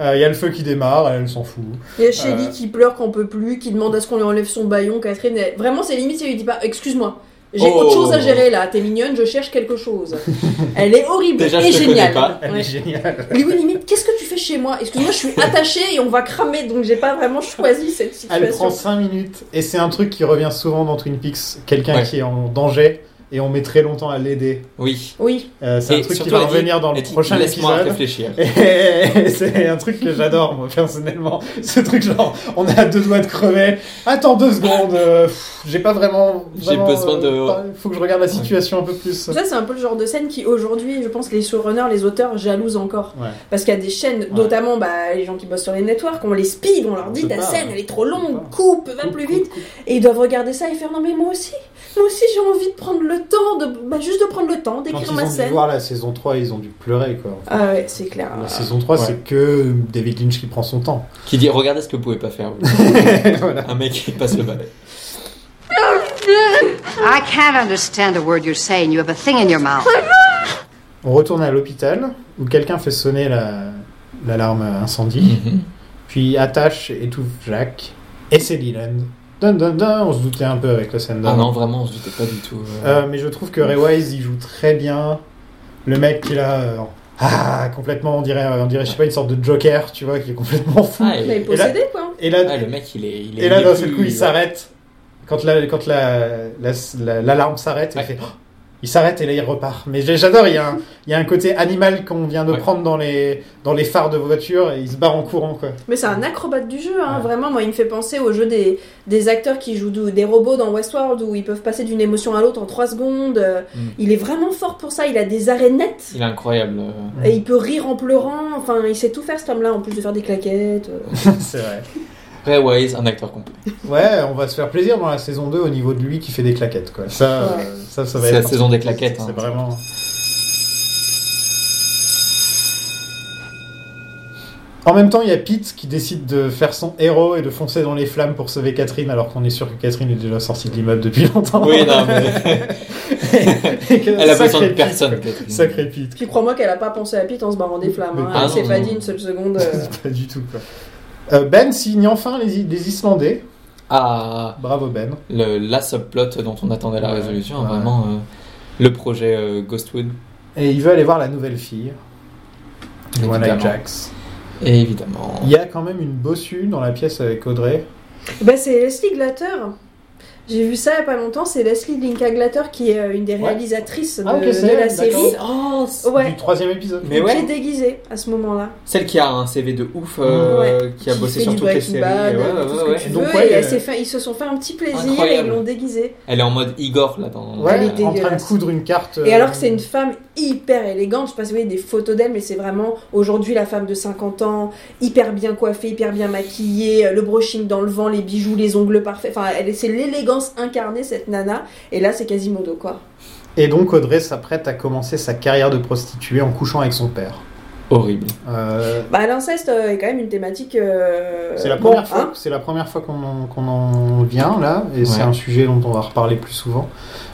Speaker 2: Euh, Il y a le feu qui démarre, elle, elle s'en fout.
Speaker 4: il y a Shelly
Speaker 2: Euh.
Speaker 4: qui pleure qu'on peut plus, qui demande à ce qu'on lui enlève son baillon, Catherine, elle- vraiment c'est limite si elle lui dit pas, excuse-moi, j'ai
Speaker 3: Oh.
Speaker 4: autre chose à gérer là, t'es mignonne, je cherche quelque chose. elle est horrible
Speaker 3: Déjà,
Speaker 4: et
Speaker 3: je te
Speaker 4: géniale.
Speaker 3: connais pas.
Speaker 2: Elle
Speaker 4: Ouais.
Speaker 2: est géniale.
Speaker 4: Lui, limite, qu'est-ce que tu fais chez moi Excuse-moi, je suis attachée et on va cramer, donc j'ai pas vraiment choisi cette
Speaker 2: Elle
Speaker 4: situation.
Speaker 2: prend 5 minutes et c'est un truc qui revient souvent dans Twin Peaks. Quelqu'un
Speaker 3: Ouais.
Speaker 2: qui est en danger et on met très longtemps à l'aider.
Speaker 3: Oui.
Speaker 4: Oui,
Speaker 2: Euh, c'est un
Speaker 3: Et
Speaker 2: truc qui
Speaker 3: surtout,
Speaker 2: va
Speaker 3: elle dit-
Speaker 2: revenir dans le
Speaker 3: elle dit,
Speaker 2: prochain
Speaker 3: Laisse-moi
Speaker 2: épisode.
Speaker 3: réfléchir.
Speaker 2: Et c'est un truc que j'adore, moi, personnellement. Ce truc, genre, on a deux doigts de crever. Attends deux secondes, euh, pff, j'ai pas vraiment.
Speaker 3: J'ai
Speaker 2: vraiment, euh,
Speaker 3: besoin de-
Speaker 2: pas- faut que je regarde la situation un peu plus.
Speaker 4: ça c'est un peu le genre de scène qui aujourd'hui, je pense, les showrunners, les auteurs jalousent encore.
Speaker 2: Ouais.
Speaker 4: Parce qu'il y a des chaînes, notamment bah, les gens qui bossent sur les networks, on les speed, on leur
Speaker 2: On
Speaker 4: dit
Speaker 2: peut
Speaker 4: ta
Speaker 2: pas,
Speaker 4: scène
Speaker 2: ouais.
Speaker 4: elle est trop
Speaker 2: On peut
Speaker 4: longue,
Speaker 2: pas.
Speaker 4: coupe, va
Speaker 2: Coupe,
Speaker 4: plus
Speaker 2: coupe,
Speaker 4: vite.
Speaker 2: coupe.
Speaker 4: Et ils doivent regarder ça et faire non mais moi aussi, moi aussi j'ai envie de prendre le temps, de, bah, juste de prendre le temps
Speaker 2: Quand
Speaker 4: d'écrire
Speaker 2: ils
Speaker 4: ma
Speaker 2: ont dû
Speaker 4: scène.
Speaker 2: voir la saison 3, ils ont dû pleurer, quoi.
Speaker 4: Ah ouais, c'est clair.
Speaker 2: La saison 3,
Speaker 3: ouais.
Speaker 2: c'est que David Lynch qui prend son temps.
Speaker 3: Qui dit Regardez ce que vous pouvez pas faire. vous.
Speaker 2: Voilà.
Speaker 3: Un mec qui passe le balai.
Speaker 8: I can't understand a word you're saying. You have a thing in your mouth.
Speaker 2: On retourne à l'hôpital où quelqu'un fait sonner la- l'alarme incendie,
Speaker 3: Mhm.
Speaker 2: puis attache et étouffe Jacques. Et c'est Leland. Dun, dun, dun, on se doutait un peu avec la scène
Speaker 3: Ah
Speaker 2: d'avant.
Speaker 3: non, vraiment, on se doutait pas du tout. euh.
Speaker 2: Euh, mais je trouve que Ray Wise il joue très bien. Le mec qui là, euh, ah, complètement, on dirait, euh, on dirait, je sais pas, une sorte de Joker, tu vois, qui est complètement fou.
Speaker 3: Ah,
Speaker 4: Il est
Speaker 3: et,
Speaker 2: Et là-
Speaker 4: possédé quoi.
Speaker 2: Et là,
Speaker 3: ah, le mec, il est. Il est
Speaker 2: et là
Speaker 3: il est
Speaker 2: d'un seul
Speaker 3: plus- euh,
Speaker 2: coup, il s'arrête. Quand la, quand la, la- la- l'alarme s'arrête, il
Speaker 3: Ouais.
Speaker 2: fait, oh il s'arrête et là il repart. Mais j'ai- j'adore, il y a un, il y a un côté animal qu'on vient de
Speaker 3: Ouais.
Speaker 2: prendre dans les, dans les phares de vos voitures et il se barre en courant quoi.
Speaker 4: Mais c'est un acrobate du jeu, hein.
Speaker 2: Ouais.
Speaker 4: vraiment. Moi, il me fait penser au jeu des, des acteurs qui jouent dou- des robots dans Westworld où ils peuvent passer d'une émotion à l'autre en 3 secondes. Euh,
Speaker 3: Mm.
Speaker 4: Il est vraiment fort pour ça. Il a des arrêts nets
Speaker 3: Il est incroyable. euh.
Speaker 2: Mm.
Speaker 4: et il peut rire en pleurant. Enfin, il sait tout faire cet homme-là en plus de faire des claquettes. euh.
Speaker 2: C'est vrai.
Speaker 3: Ray Wise, un acteur complet.
Speaker 2: Ouais, on va se faire plaisir dans la saison 2 au niveau de lui qui fait des claquettes quoi. Ça,
Speaker 4: Ouais.
Speaker 2: euh, ça, ça va
Speaker 3: C'est
Speaker 2: être
Speaker 3: la saison des claquettes.
Speaker 2: C'est
Speaker 3: hein.
Speaker 2: vraiment. En même temps, il y a Pete qui décide de faire son héros et de foncer dans les flammes pour sauver Catherine, alors qu'on est sûr que Catherine est déjà sortie de l'immeuble depuis longtemps.
Speaker 3: Oui, non, mais-
Speaker 2: Et que-
Speaker 3: Elle a besoin
Speaker 2: sacré
Speaker 3: de
Speaker 2: Pete,
Speaker 3: personne,
Speaker 2: quoi.
Speaker 3: Catherine.
Speaker 2: Sacré Pete,
Speaker 4: Puis crois-moi qu'elle a pas pensé à Pete en se barrant des flammes. hein.
Speaker 3: Ah,
Speaker 4: Elle s'est
Speaker 3: non,
Speaker 4: pas
Speaker 3: non.
Speaker 4: dit une seule seconde. euh,
Speaker 2: pas du tout quoi. Euh, ben signe enfin les, I- les Islandais.
Speaker 3: Ah,
Speaker 2: Bravo Ben.
Speaker 3: le, la subplot dont on attendait la
Speaker 2: Ouais,
Speaker 3: résolution,
Speaker 2: ouais.
Speaker 3: vraiment euh, le projet euh, Ghostwood,
Speaker 2: Et il veut aller voir la nouvelle fille. Voilà
Speaker 3: Évidemment.
Speaker 2: Jax.
Speaker 3: Et évidemment.
Speaker 2: Il y a quand même une bossue dans la pièce avec Audrey.
Speaker 4: Bah, c'est Leslie Glatter. J'ai vu ça il y a pas longtemps, c'est Leslie Glinka Glatter qui est euh, une des
Speaker 2: Ouais.
Speaker 4: réalisatrices de,
Speaker 2: Ah, ok,
Speaker 4: de
Speaker 2: c'est
Speaker 4: la
Speaker 2: elle,
Speaker 4: série.
Speaker 3: Oh, c'est-
Speaker 4: Ouais.
Speaker 2: Du troisième épisode.
Speaker 3: Mais ouais.
Speaker 4: Qui est déguisée à ce moment-là.
Speaker 3: Celle qui a un CV de ouf, euh, qui a
Speaker 4: Qui
Speaker 3: bossé
Speaker 4: fait
Speaker 3: sur
Speaker 4: du
Speaker 3: toutes les
Speaker 4: Breaking
Speaker 3: séries.
Speaker 4: Bad,
Speaker 3: Ouais, ouais,
Speaker 4: tout
Speaker 3: ouais,
Speaker 4: ce que
Speaker 3: ouais.
Speaker 4: tu
Speaker 2: Et donc,
Speaker 4: veux,
Speaker 2: ouais,
Speaker 4: et elle
Speaker 2: euh,
Speaker 4: s'est fait- ils se sont fait un petit plaisir et
Speaker 3: Incroyable.
Speaker 4: ils l'ont déguisée.
Speaker 3: Elle est en mode Igor là dans.
Speaker 2: Ouais,
Speaker 4: Elle est
Speaker 2: en train de
Speaker 4: dégueulasse.
Speaker 2: coudre une carte.
Speaker 4: Et
Speaker 2: euh,
Speaker 4: alors que c'est une femme hyper élégante, je sais pas si vous voyez des photos d'elle, mais c'est vraiment aujourd'hui la femme de 50 ans, hyper bien coiffée, hyper bien maquillée, euh, le brushing dans le vent, les bijoux, les ongles parfaits. Enfin, elle, c'est l'élégance incarnée cette nana. Et là, c'est Quasimodo quoi.
Speaker 2: Et donc Audrey s'apprête à commencer sa carrière de prostituée en couchant avec son père.
Speaker 3: Horrible.
Speaker 2: Euh,
Speaker 4: Bah, l'inceste euh, est quand même une thématique. euh,
Speaker 2: c'est la
Speaker 4: bon,
Speaker 2: première fois.
Speaker 4: hein.
Speaker 2: c'est la première fois qu'on en, qu'on en vient là, et c'est
Speaker 3: Ouais.
Speaker 2: un sujet dont on va reparler plus souvent.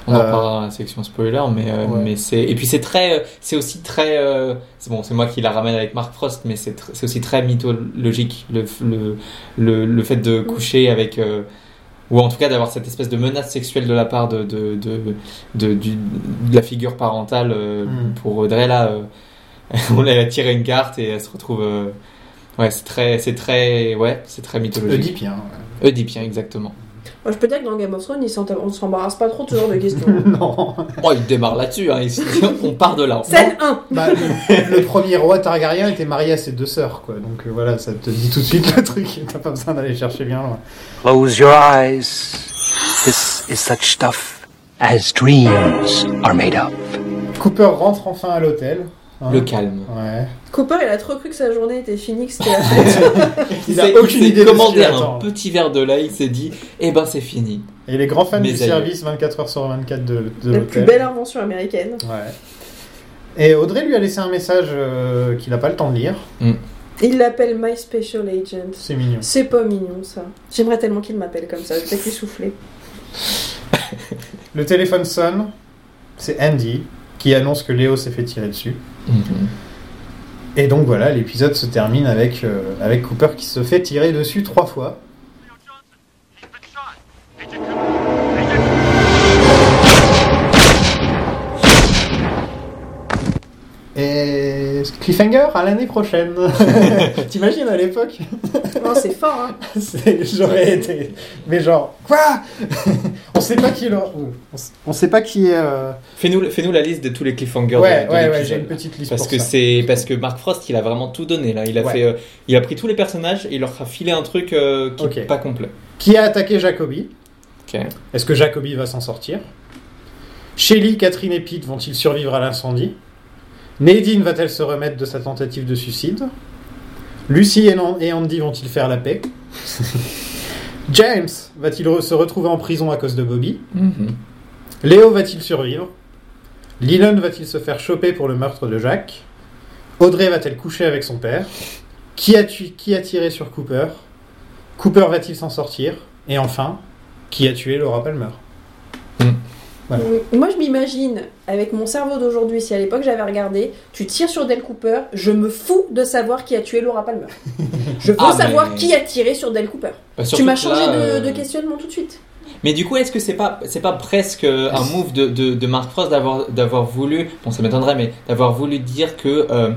Speaker 3: On en
Speaker 2: Euh,
Speaker 3: parlera dans la section spoiler, mais, euh,
Speaker 2: ouais.
Speaker 3: mais c'est. Et puis c'est très. euh, C'est aussi très. euh, C'est bon, c'est moi qui la ramène avec Mark Frost, mais c'est tr- c'est aussi très mythologique le, f- le, le, le fait
Speaker 2: Mm.
Speaker 3: de coucher avec. euh, Ou en tout cas d'avoir cette espèce de menace sexuelle de la part de, de, de, de- du- de la figure parentale euh,
Speaker 2: Mm.
Speaker 3: pour Audrey là. euh, on l'a tiré une carte et elle se retrouve. euh, Ouais, c'est très, c'est très, ouais, c'est très mythologique.
Speaker 2: Oedipe, hein.
Speaker 3: Oedipien, exactement.
Speaker 4: Moi, je peux dire que dans Game of Thrones, ils s'en- on s'embarrasse pas trop de ce genre de questions.
Speaker 2: non.
Speaker 3: Oh, il démarre là-dessus, hein, il se dit, on part de là. on
Speaker 4: Scène 1
Speaker 2: Bah, le, le premier roi Targaryen était marié à ses deux sœurs, quoi. Donc euh, voilà, ça te dit tout de suite le truc. T'as pas besoin d'aller chercher bien loin.
Speaker 5: Close your eyes. This is such stuff as dreams are made of.
Speaker 2: Cooper rentre enfin à l'hôtel. hein.
Speaker 3: Le calme.
Speaker 2: Ouais.
Speaker 4: Cooper, il a trop cru que sa journée était finie, que c'était la fête.
Speaker 2: Il a
Speaker 3: s'est-
Speaker 2: aucune
Speaker 3: s'est
Speaker 2: idée de ce
Speaker 3: commandé
Speaker 2: qu'il
Speaker 3: un
Speaker 2: attend.
Speaker 3: petit verre de lait, il s'est dit, eh ben c'est fini.
Speaker 2: Et les grands fans
Speaker 3: Mais
Speaker 2: du
Speaker 3: ailleurs.
Speaker 2: service 24h sur 24 de, de
Speaker 4: la
Speaker 2: l'hôtel.
Speaker 4: plus belle invention américaine.
Speaker 2: Ouais. Et Audrey lui a laissé un message euh, qu'il n'a pas le temps de lire.
Speaker 4: Il l'appelle My Special Agent.
Speaker 2: C'est mignon.
Speaker 4: C'est pas mignon ça. J'aimerais tellement qu'il m'appelle comme ça, je vais lui souffler.
Speaker 2: Le téléphone sonne. C'est Andy qui annonce que Léo s'est fait tirer dessus. Et donc voilà, l'épisode se termine avec, euh, avec Cooper qui se fait tirer dessus trois fois. Et cliffhanger à l'année prochaine. T'imagines à l'époque
Speaker 4: Non, c'est fort, hein.
Speaker 2: C'est- J'aurais été. Mais genre, quoi On sait pas qui est le- on s- On sait pas qui est. euh,
Speaker 3: Fais-nous fais-nous la liste de tous les cliffhangers.
Speaker 2: Ouais,
Speaker 3: de- de
Speaker 2: ouais, ouais,
Speaker 3: l'épisode.
Speaker 2: j'ai une petite liste.
Speaker 3: Parce
Speaker 2: pour
Speaker 3: que
Speaker 2: ça.
Speaker 3: c'est parce que Mark Frost il a vraiment tout donné là. Il a
Speaker 2: Ouais.
Speaker 3: fait, euh, il a pris tous les personnages et il leur a filé un truc euh, qui
Speaker 2: Ok.
Speaker 3: est pas complet.
Speaker 2: Qui a attaqué Jacobi
Speaker 3: Ok.
Speaker 2: Est-ce que Jacobi va s'en sortir Shelly, Catherine et Pete vont-ils survivre à l'incendie Nadine va-t-elle se remettre de sa tentative de suicide Lucy et Nan- et Andy vont-ils faire la paix James va-t-il re- se retrouver en prison à cause de Bobby Léo va-t-il survivre Lilon va-t-il se faire choper pour le meurtre de Jacques Audrey va-t-elle coucher avec son père qui a, tu- qui a tiré sur Cooper Cooper va-t-il s'en sortir Et enfin, qui a tué Laura Palmer
Speaker 4: Moi, je m'imagine, avec mon cerveau d'aujourd'hui, si à l'époque j'avais regardé, tu tires sur Del Cooper, je me fous de savoir qui a tué Laura Palmer. Je veux
Speaker 3: Ah,
Speaker 4: savoir
Speaker 3: mais-
Speaker 4: qui a tiré sur Del Cooper.
Speaker 3: Bah, surtout
Speaker 4: Tu m'as
Speaker 3: que
Speaker 4: changé
Speaker 3: là,
Speaker 4: de,
Speaker 3: euh,
Speaker 4: de questionnement tout de suite.
Speaker 3: Mais du coup, est-ce que c'est pas c'est pas presque euh, un move de, de, de Mark Frost d'avoir d'avoir voulu, bon ça m'étonnerait, mais d'avoir voulu dire que euh,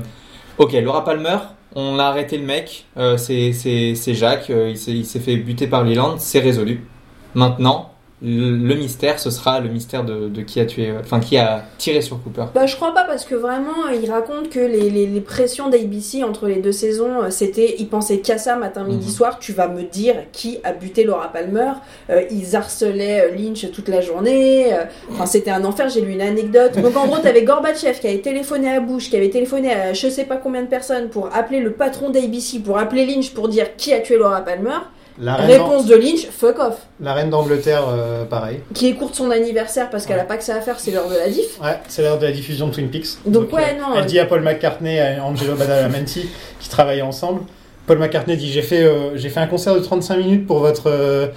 Speaker 3: ok Laura Palmer, on a arrêté le mec, euh, c'est c'est c'est Jacques, euh, il s'est il s'est fait buter par Leland, c'est résolu. Maintenant, le, le mystère, ce sera le mystère de, de qui a tué, euh, enfin qui a tiré sur Cooper.
Speaker 4: Bah, je crois pas parce que vraiment, il raconte que les, les- les pressions d'ABC entre les deux saisons, euh, c'était ils pensaient qu'à ça matin, midi,
Speaker 3: Mhm.
Speaker 4: soir. Tu vas me dire qui a buté Laura Palmer. Euh, ils harcelaient euh, Lynch toute la journée. Euh, Enfin, c'était un enfer. J'ai lu une anecdote. Donc, en gros, t'avais Gorbatchev qui avait téléphoné à Bush, qui avait téléphoné à je sais pas combien de personnes pour appeler le patron d'ABC, pour appeler Lynch pour dire qui a tué Laura Palmer.
Speaker 2: La reine, d'An-
Speaker 4: Réponse de Lynch, fuck off.
Speaker 2: la reine d'Angleterre, euh, pareil.
Speaker 4: Qui écourte son anniversaire parce qu'elle a pas que ça à faire, c'est l'heure de la diff.
Speaker 2: Ouais, c'est l'heure de la diffusion de Twin Peaks.
Speaker 4: Donc, ouais,
Speaker 2: euh,
Speaker 4: non,
Speaker 2: Elle
Speaker 4: euh,
Speaker 2: dit à Paul McCartney et à Angelo Badalamenti qui travaillaient ensemble Paul McCartney dit j'ai fait euh, j'ai fait un concert de 35 minutes pour votre euh,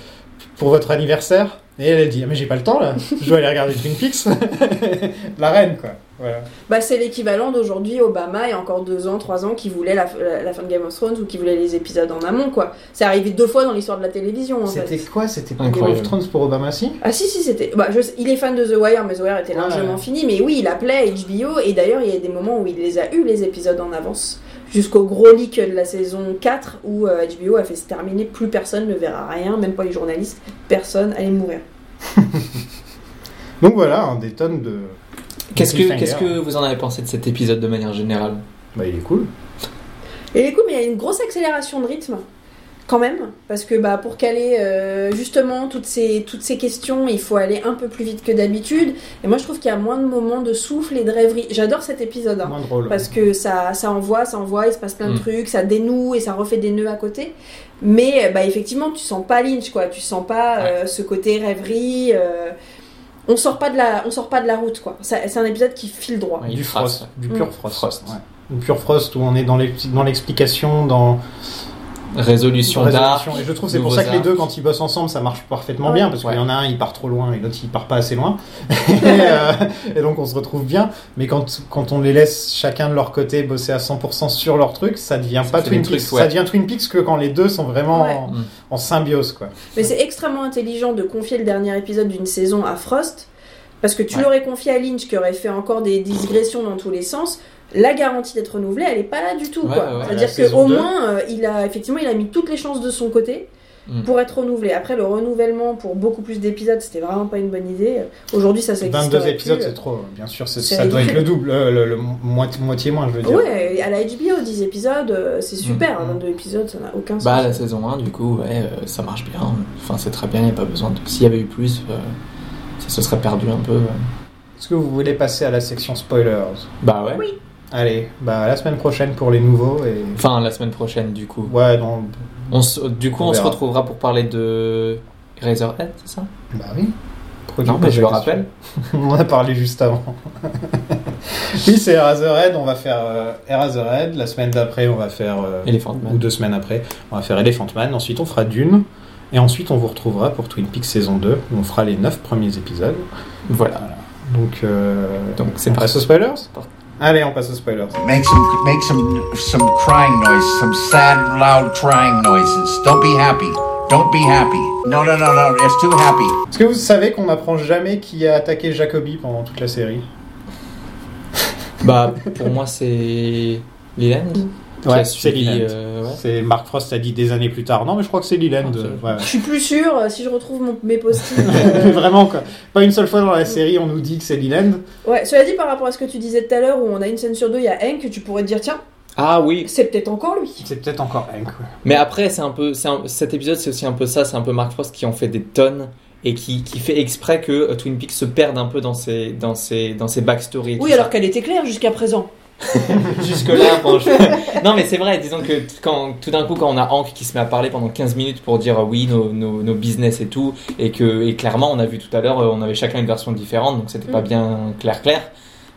Speaker 2: pour votre anniversaire et elle elle dit ah, mais j'ai pas le temps là je dois aller regarder Twin Peaks la reine quoi voilà
Speaker 4: Bah, c'est l'équivalent d'aujourd'hui Obama et encore deux ans, trois ans qui voulait la, la- la fin de Game of Thrones ou qui voulait les épisodes en amont quoi. C'est arrivé deux fois dans l'histoire de la télévision en
Speaker 2: c'était
Speaker 4: fait.
Speaker 2: quoi c'était pas Game of
Speaker 3: Incroyable.
Speaker 2: Thrones pour Obama si
Speaker 4: Ah si si c'était. Bah, je sais- Il est fan de The Wire mais The Wire était
Speaker 2: Ouais.
Speaker 4: largement fini mais oui il appelait HBO et d'ailleurs il y a des moments où il les a eu les épisodes en avance jusqu'au gros leak de la saison 4 où euh, HBO a fait se terminer plus personne ne verra rien même pas les journalistes personne allait mourir.
Speaker 2: donc voilà hein, des tonnes de
Speaker 3: Qu'est-ce
Speaker 2: de
Speaker 3: que, qu'est-ce
Speaker 2: cliffhanger.
Speaker 3: que vous en avez pensé de cet épisode de manière générale
Speaker 2: bah il est cool
Speaker 4: Et écoute, mais il y a une grosse accélération de rythme, quand même, parce que bah, pour caler euh, justement toutes ces, toutes ces questions, il faut aller un peu plus vite que d'habitude. Et moi, je trouve qu'il y a moins de moments de souffle et de rêverie. J'adore cet épisode. hein.
Speaker 2: moins drôle
Speaker 4: Parce que ça, ça envoie, ça envoie, il se passe plein de
Speaker 3: Mm.
Speaker 4: trucs, ça dénoue et ça refait des nœuds à côté. Mais euh, bah, effectivement, tu sens pas Lynch, quoi. Tu sens pas euh, ce côté rêverie. euh, On sort pas de la, on sort pas de la route, quoi. Ça- C'est un épisode qui file droit.
Speaker 3: Ouais,
Speaker 2: du
Speaker 3: il
Speaker 2: frost,
Speaker 3: frappe.
Speaker 2: du
Speaker 4: Mm.
Speaker 2: pur frost,
Speaker 3: Frost.
Speaker 2: ouais. du pur frost où on est dans l'ex- dans l'explication dans
Speaker 3: Résolution d'art.
Speaker 2: Résolution. Et je trouve c'est pour ça que les deux, quand ils bossent ensemble, ça marche parfaitement
Speaker 4: Ouais.
Speaker 2: bien, parce qu'il
Speaker 3: Ouais.
Speaker 2: y en a un, il part trop loin, et l'autre, il part pas assez loin. et, euh, et donc, on se retrouve bien. Mais quand, quand on les laisse chacun de leur côté bosser à 100% sur leur truc, ça devient
Speaker 3: Ça
Speaker 2: pas
Speaker 3: fait
Speaker 2: Twin
Speaker 3: des
Speaker 2: Peaks.
Speaker 3: trucs, ouais.
Speaker 2: Ça devient Twin Peaks que quand les deux sont vraiment
Speaker 4: Ouais.
Speaker 2: en,
Speaker 3: Mm.
Speaker 2: en symbiose, quoi.
Speaker 4: Mais c'est extrêmement intelligent de confier le dernier épisode d'une saison à Frost, parce que tu
Speaker 3: Ouais.
Speaker 4: l'aurais confié à Lynch qui aurait fait encore des digressions dans tous les sens. La garantie d'être renouvelée, elle est pas là du tout.
Speaker 3: Ouais,
Speaker 4: quoi.
Speaker 3: ouais, ouais,
Speaker 2: la
Speaker 4: C'est-à-dire
Speaker 2: saison
Speaker 4: qu'au
Speaker 2: deux.
Speaker 4: moins, euh, il a effectivement, il a mis toutes les chances de son côté
Speaker 3: Mm.
Speaker 4: pour être renouvelé. Après, le renouvellement pour beaucoup plus d'épisodes, c'était vraiment pas une bonne idée. Euh, Aujourd'hui, ça s'existe.
Speaker 2: 22 épisodes, c'est trop. Bien sûr, c'est-
Speaker 4: C'est
Speaker 2: ça doit être
Speaker 4: ridicule.
Speaker 2: le double, euh, le, le moitié, moitié moins, je veux dire.
Speaker 4: Ouais, à la HBO, 10 épisodes, euh, c'est super.
Speaker 2: Mm.
Speaker 4: hein, 22 épisodes, ça n'a aucun sens.
Speaker 3: Bah, la saison 1, du coup, ouais, euh, ça marche bien. Enfin, c'est très bien, il n'y a pas besoin de. S'il y avait eu plus, euh, ça se serait perdu un peu. euh.
Speaker 2: Est-ce que vous voulez passer à la section spoilers
Speaker 3: Bah ouais.
Speaker 4: Oui.
Speaker 2: Allez, bah, à la semaine prochaine pour les nouveaux et.
Speaker 3: Enfin, la semaine prochaine, du coup.
Speaker 2: Ouais, non.
Speaker 3: On se- du coup,
Speaker 2: On
Speaker 3: on, se
Speaker 2: verra.
Speaker 3: retrouvera pour parler de Razorhead, c'est ça
Speaker 2: Bah oui. Produit
Speaker 3: Non,
Speaker 2: par
Speaker 3: mais je le
Speaker 2: Jacques
Speaker 3: rappelle.
Speaker 2: On en a parlé juste avant. oui, c'est Eraserhead. On va faire euh, Eraserhead. La semaine d'après, on va faire. euh,
Speaker 3: Elephant
Speaker 2: Ou
Speaker 3: Man.
Speaker 2: deux semaines après, on va faire Elephant Man. Ensuite, on fera Dune. Et ensuite, on vous retrouvera pour Twin Peaks saison 2, où on fera les 9 premiers épisodes.
Speaker 3: Voilà.
Speaker 2: Donc, euh,
Speaker 3: Donc, c'est
Speaker 2: on
Speaker 3: parti.
Speaker 2: passe aux spoilers Allez, on passe aux spoilers.
Speaker 5: Make some, make some, some crying noise, some sad, loud crying noises. Don't be happy. Don't be happy. No, no, no, no. It's too happy.
Speaker 2: Est-ce que vous savez qu'on n'apprend jamais qui a attaqué Jacobi pendant toute la série
Speaker 3: Bah, pour moi, c'est. Leland qui a
Speaker 2: c'est
Speaker 3: subi,
Speaker 2: Leland.
Speaker 3: euh, ouais.
Speaker 2: C'est Mark Frost a dit des années plus tard. Non, mais je crois que c'est Leland. euh,
Speaker 3: Ah, c'est-
Speaker 2: Ouais, ouais.
Speaker 4: Je suis plus sûre, euh, si je retrouve mon- mes post-it. euh,
Speaker 2: Mais vraiment, quoi. Pas une seule fois dans la série, on nous dit que c'est Leland.
Speaker 4: Ouais, cela dit, par rapport à ce que tu disais tout à l'heure, où on a une scène sur deux, il y a Hank, tu pourrais te dire, tiens,
Speaker 3: Ah oui,
Speaker 4: c'est peut-être encore lui.
Speaker 2: C'est peut-être encore Hank. ouais.
Speaker 3: Mais après, c'est un peu, c'est un- cet épisode, c'est aussi un peu ça. C'est un peu Mark Frost qui en fait des tonnes et qui, qui fait exprès que euh, Twin Peaks se perde un peu dans ses, dans ses, dans ses backstories. et
Speaker 4: Oui,
Speaker 3: tout
Speaker 4: alors qu'elle était claire jusqu'à présent.
Speaker 3: ça. jusque-là, franchement. non, mais c'est vrai. Disons que quand, tout d'un coup, quand on a Hank qui se met à parler pendant 15 minutes pour dire euh, oui, nos, nos, nos business et tout, et que, et clairement, on a vu tout à l'heure, euh, on avait chacun une version différente, donc c'était pas
Speaker 4: Mm.
Speaker 3: bien clair, clair.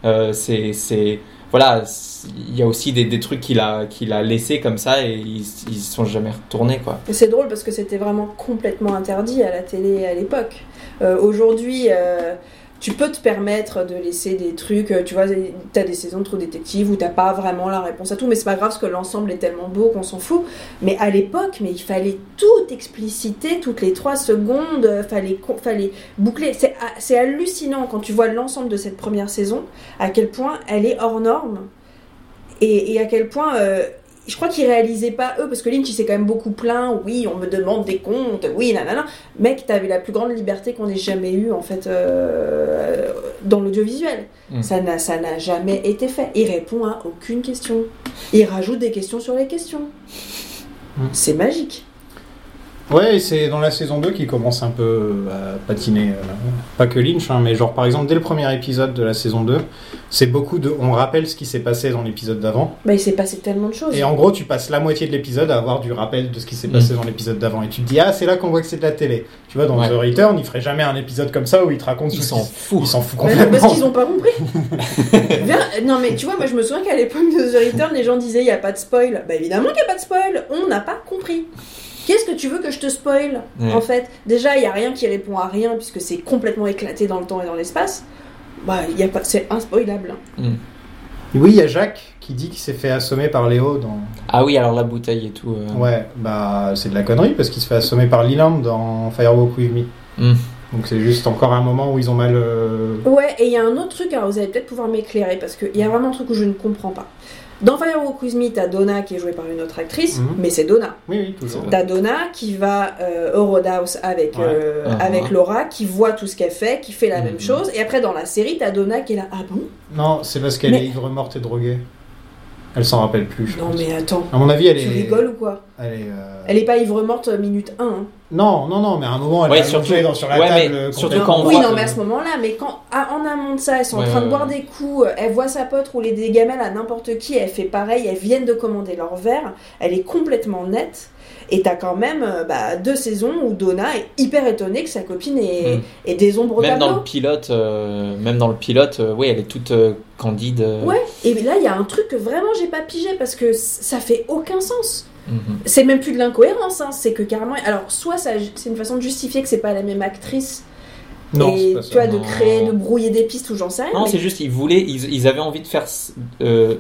Speaker 3: Euh, c'est, c'est, voilà, c'est- il y a aussi des, des trucs qu'il a, qu'il a laissés comme ça et ils, ils sont jamais retournés, quoi.
Speaker 4: Et C'est drôle parce que c'était vraiment complètement interdit à la télé à l'époque. Euh, Aujourd'hui, euh, tu peux te permettre de laisser des trucs, euh, tu vois, t'as des saisons de trop détectives où t'as pas vraiment la réponse à tout, mais c'est pas grave parce que l'ensemble est tellement beau qu'on s'en fout. Mais à l'époque, mais il fallait tout expliciter, toutes les trois secondes, euh, fallait, con- fallait boucler. C'est ha- C'est hallucinant quand tu vois l'ensemble de cette première saison, à quel point elle est hors norme et, et à quel point euh, je crois qu'ils réalisaient pas eux parce que Lynch il s'est quand même beaucoup plaint oui on me demande des comptes oui nanana mec t'avais la plus grande liberté qu'on ait jamais eue en fait euh, dans l'audiovisuel
Speaker 3: Mm.
Speaker 4: ça n'a ça n'a jamais été fait il répond à aucune question il rajoute des questions sur les questions
Speaker 2: Mm.
Speaker 4: c'est magique
Speaker 2: Ouais, et c'est dans la saison 2 qu'il commence un peu à patiner. euh, Pas que Lynch, hein, mais genre par exemple, dès le premier épisode de la saison 2, c'est beaucoup de. On rappelle ce qui s'est passé dans l'épisode d'avant.
Speaker 4: Bah, il s'est passé tellement de choses.
Speaker 2: Et en gros, tu passes la moitié de l'épisode à avoir du rappel de ce qui s'est passé dans l'épisode d'avant. Et tu te dis, ah, c'est là qu'on voit que c'est de la télé. Tu vois, dans
Speaker 3: Ouais.
Speaker 2: The Return, il ferait jamais un épisode comme ça où il te raconte
Speaker 3: Ils
Speaker 2: tout ce
Speaker 3: s'en
Speaker 2: qui-
Speaker 3: foutent.
Speaker 2: Il s'en fout
Speaker 4: Mais non,
Speaker 2: complètement.
Speaker 4: parce qu'ils ont pas compris. Vers- non mais tu vois, moi je me souviens qu'à l'époque de The Return, les gens disaient il y a pas de spoil. Bah évidemment qu'il y a pas de spoil. On n'a pas compris. Qu'est-ce que tu veux que je te spoil
Speaker 3: Ouais.
Speaker 4: en fait Déjà, il y a rien qui répond à rien puisque c'est complètement éclaté dans le temps et dans l'espace. Bah il y a pas, c'est inspoilable. hein.
Speaker 2: Oui, il y a Jacques qui dit qu'il s'est fait assommer par Léo dans.
Speaker 3: Ah oui, alors la bouteille et tout. euh,
Speaker 2: Ouais, bah c'est de la connerie parce qu'il se fait assommer par Lilam dans Firewalk With Me.
Speaker 3: Mm.
Speaker 2: Donc c'est juste encore un moment où ils ont mal. euh,
Speaker 4: Ouais, et il y a un autre truc, alors vous allez peut-être pouvoir m'éclairer, parce qu'il y a vraiment un truc que je ne comprends pas. Dans Firewalk With Me, t'as Donna qui est jouée par une autre actrice,
Speaker 2: Mhm.
Speaker 4: mais c'est Donna.
Speaker 2: Oui, oui, toujours.
Speaker 4: T'as Donna qui va euh, au Roadhouse avec,
Speaker 2: Ouais.
Speaker 4: euh,
Speaker 3: Ah,
Speaker 4: avec
Speaker 3: ouais.
Speaker 4: Laura, qui voit tout ce qu'elle fait, qui fait la
Speaker 3: Mhm.
Speaker 4: même chose, et après dans la série, t'as Donna qui est là, ah bon
Speaker 2: Non, c'est parce qu'elle
Speaker 4: Mais-
Speaker 2: est ivre morte et droguée. Elle s'en rappelle plus, je
Speaker 4: Non
Speaker 2: pense.
Speaker 4: mais attends,
Speaker 2: À mon avis, elle
Speaker 4: tu
Speaker 2: est.
Speaker 4: rigoles ou quoi
Speaker 2: Elle est. euh,
Speaker 4: Elle est pas ivre morte euh, minute 1. hein.
Speaker 2: Non, non, non, mais à un moment, elle
Speaker 3: Ouais,
Speaker 2: va
Speaker 3: surtout-
Speaker 2: surtout... dans, sur la
Speaker 3: ouais,
Speaker 2: table.
Speaker 3: mais
Speaker 2: euh,
Speaker 3: surtout
Speaker 2: complètement.
Speaker 3: quand on
Speaker 4: oui,
Speaker 3: voit-
Speaker 4: non, mais à ce moment-là, mais quand ah, en amont de ça, elles sont
Speaker 3: Ouais,
Speaker 4: en train
Speaker 3: ouais,
Speaker 4: de boire
Speaker 3: ouais.
Speaker 4: des coups, euh, elle voit sa pote rouler des gamelles à n'importe qui, elle fait pareil, elles viennent de commander leur verre, elle est complètement nette. Et t'as quand même euh, bah, deux saisons où Donna est hyper étonnée que sa copine est,
Speaker 3: Mm.
Speaker 4: est désombreuse au
Speaker 3: Même dans
Speaker 4: tableau.
Speaker 3: le pilote, euh, même dans le pilote, euh, oui, elle est toute euh, candide. euh,
Speaker 4: Ouais, et là il y a un truc que vraiment j'ai pas pigé parce que c- ça fait aucun sens.
Speaker 3: mhm.
Speaker 4: C'est même plus de l'incohérence, hein, c'est que carrément. Alors, soit ça- c'est une façon de justifier que c'est pas la même actrice,
Speaker 2: Non, c'est
Speaker 4: et
Speaker 2: pas
Speaker 4: tu vois,
Speaker 2: ça.
Speaker 4: de
Speaker 3: non.
Speaker 4: créer, de brouiller des pistes ou j'en sais rien.
Speaker 3: Non,
Speaker 4: mais-
Speaker 3: c'est juste ils voulaient, ils, ils avaient envie de faire, euh,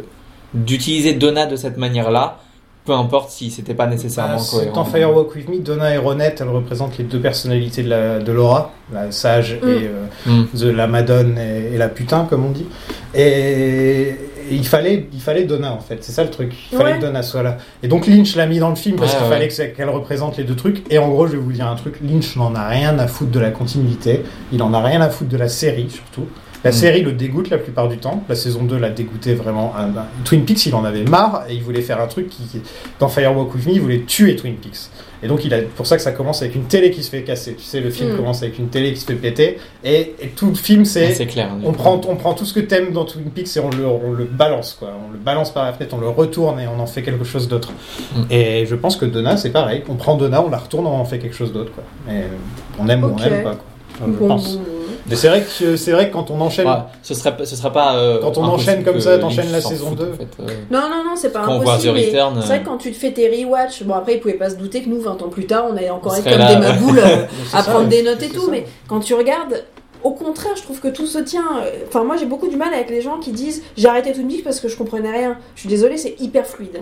Speaker 3: d'utiliser Donna de cette manière-là, peu importe si c'était pas nécessairement
Speaker 2: Bah, c'est
Speaker 3: cohérent.
Speaker 2: dans Firewalk With Me, Donna et Ronette, elles représentent les deux personnalités de, la, de Laura, la sage
Speaker 4: Mm.
Speaker 2: et euh,
Speaker 3: Mm.
Speaker 2: de la madone et, et la putain, comme on dit. Et, et il, fallait, il fallait Donna, en fait. C'est ça le truc. Il fallait
Speaker 4: Ouais.
Speaker 2: que Donna soit là. Et donc Lynch l'a mis dans le film parce
Speaker 3: Ouais,
Speaker 2: qu'il
Speaker 3: ouais.
Speaker 2: fallait que ça- qu'elle représente les deux trucs. Et en gros, je vais vous dire un truc, Lynch n'en a rien à foutre de la continuité. Il en a rien à foutre de la série, surtout. La
Speaker 3: Mm.
Speaker 2: série le dégoûte la plupart du temps. La saison 2 l'a dégoûté vraiment. à- à- Twin Peaks, il en avait marre et il voulait faire un truc qui, qui- dans Firewalk With Me, il voulait tuer Twin Peaks. Et donc, il a, pour ça que ça commence avec une télé qui se fait casser. Tu sais, le film
Speaker 4: Mm.
Speaker 2: commence avec une télé qui se fait péter. Et, et tout le film,
Speaker 3: Ouais,
Speaker 2: c'est
Speaker 3: Ah, C'est clair. du
Speaker 2: on
Speaker 3: coup.
Speaker 2: prend, on prend tout ce que t'aimes dans Twin Peaks et on le, on le balance, quoi. On le balance par la fenêtre, on le retourne et on en fait quelque chose d'autre.
Speaker 3: Mm.
Speaker 2: Et je pense que Donna, c'est pareil. On prend Donna, on la retourne, on en fait quelque chose d'autre, quoi. Et on aime ou on
Speaker 4: Ok.
Speaker 2: aime pas, quoi. Enfin, je
Speaker 4: Bon,
Speaker 2: pense.
Speaker 4: bon, bon.
Speaker 2: Mais c'est vrai que c'est vrai que quand on enchaîne,
Speaker 3: Ouais, Bah, ce serait, pas- ce serait pas. euh,
Speaker 2: Quand on
Speaker 3: impossible
Speaker 2: enchaîne comme
Speaker 3: que
Speaker 2: ça, t'enchaînes
Speaker 3: Lynch
Speaker 2: la
Speaker 3: s'en
Speaker 2: saison
Speaker 3: foute,
Speaker 2: 2.
Speaker 3: en fait, euh.
Speaker 4: Non, non, non, c'est pas
Speaker 3: Quand on voit
Speaker 4: impossible.
Speaker 3: The
Speaker 4: mais
Speaker 3: Return,
Speaker 4: C'est vrai
Speaker 3: euh,
Speaker 4: que quand tu te fais tes rewatch, bon après, ils pouvaient pas se douter que nous, 20 ans plus tard, on allait encore
Speaker 3: On
Speaker 4: être
Speaker 3: serait
Speaker 4: comme
Speaker 3: là,
Speaker 4: des
Speaker 3: ouais.
Speaker 4: maboules euh,
Speaker 2: c'est
Speaker 4: à
Speaker 2: ça,
Speaker 4: prendre des
Speaker 2: c'est-
Speaker 4: notes et
Speaker 2: c'est
Speaker 4: tout.
Speaker 2: ça.
Speaker 4: Mais quand tu regardes, au contraire, je trouve que tout se tient. euh, Enfin, moi, j'ai beaucoup du mal avec les gens qui disent j'ai arrêté tout musique parce que je comprenais rien. Je suis désolée, c'est hyper fluide.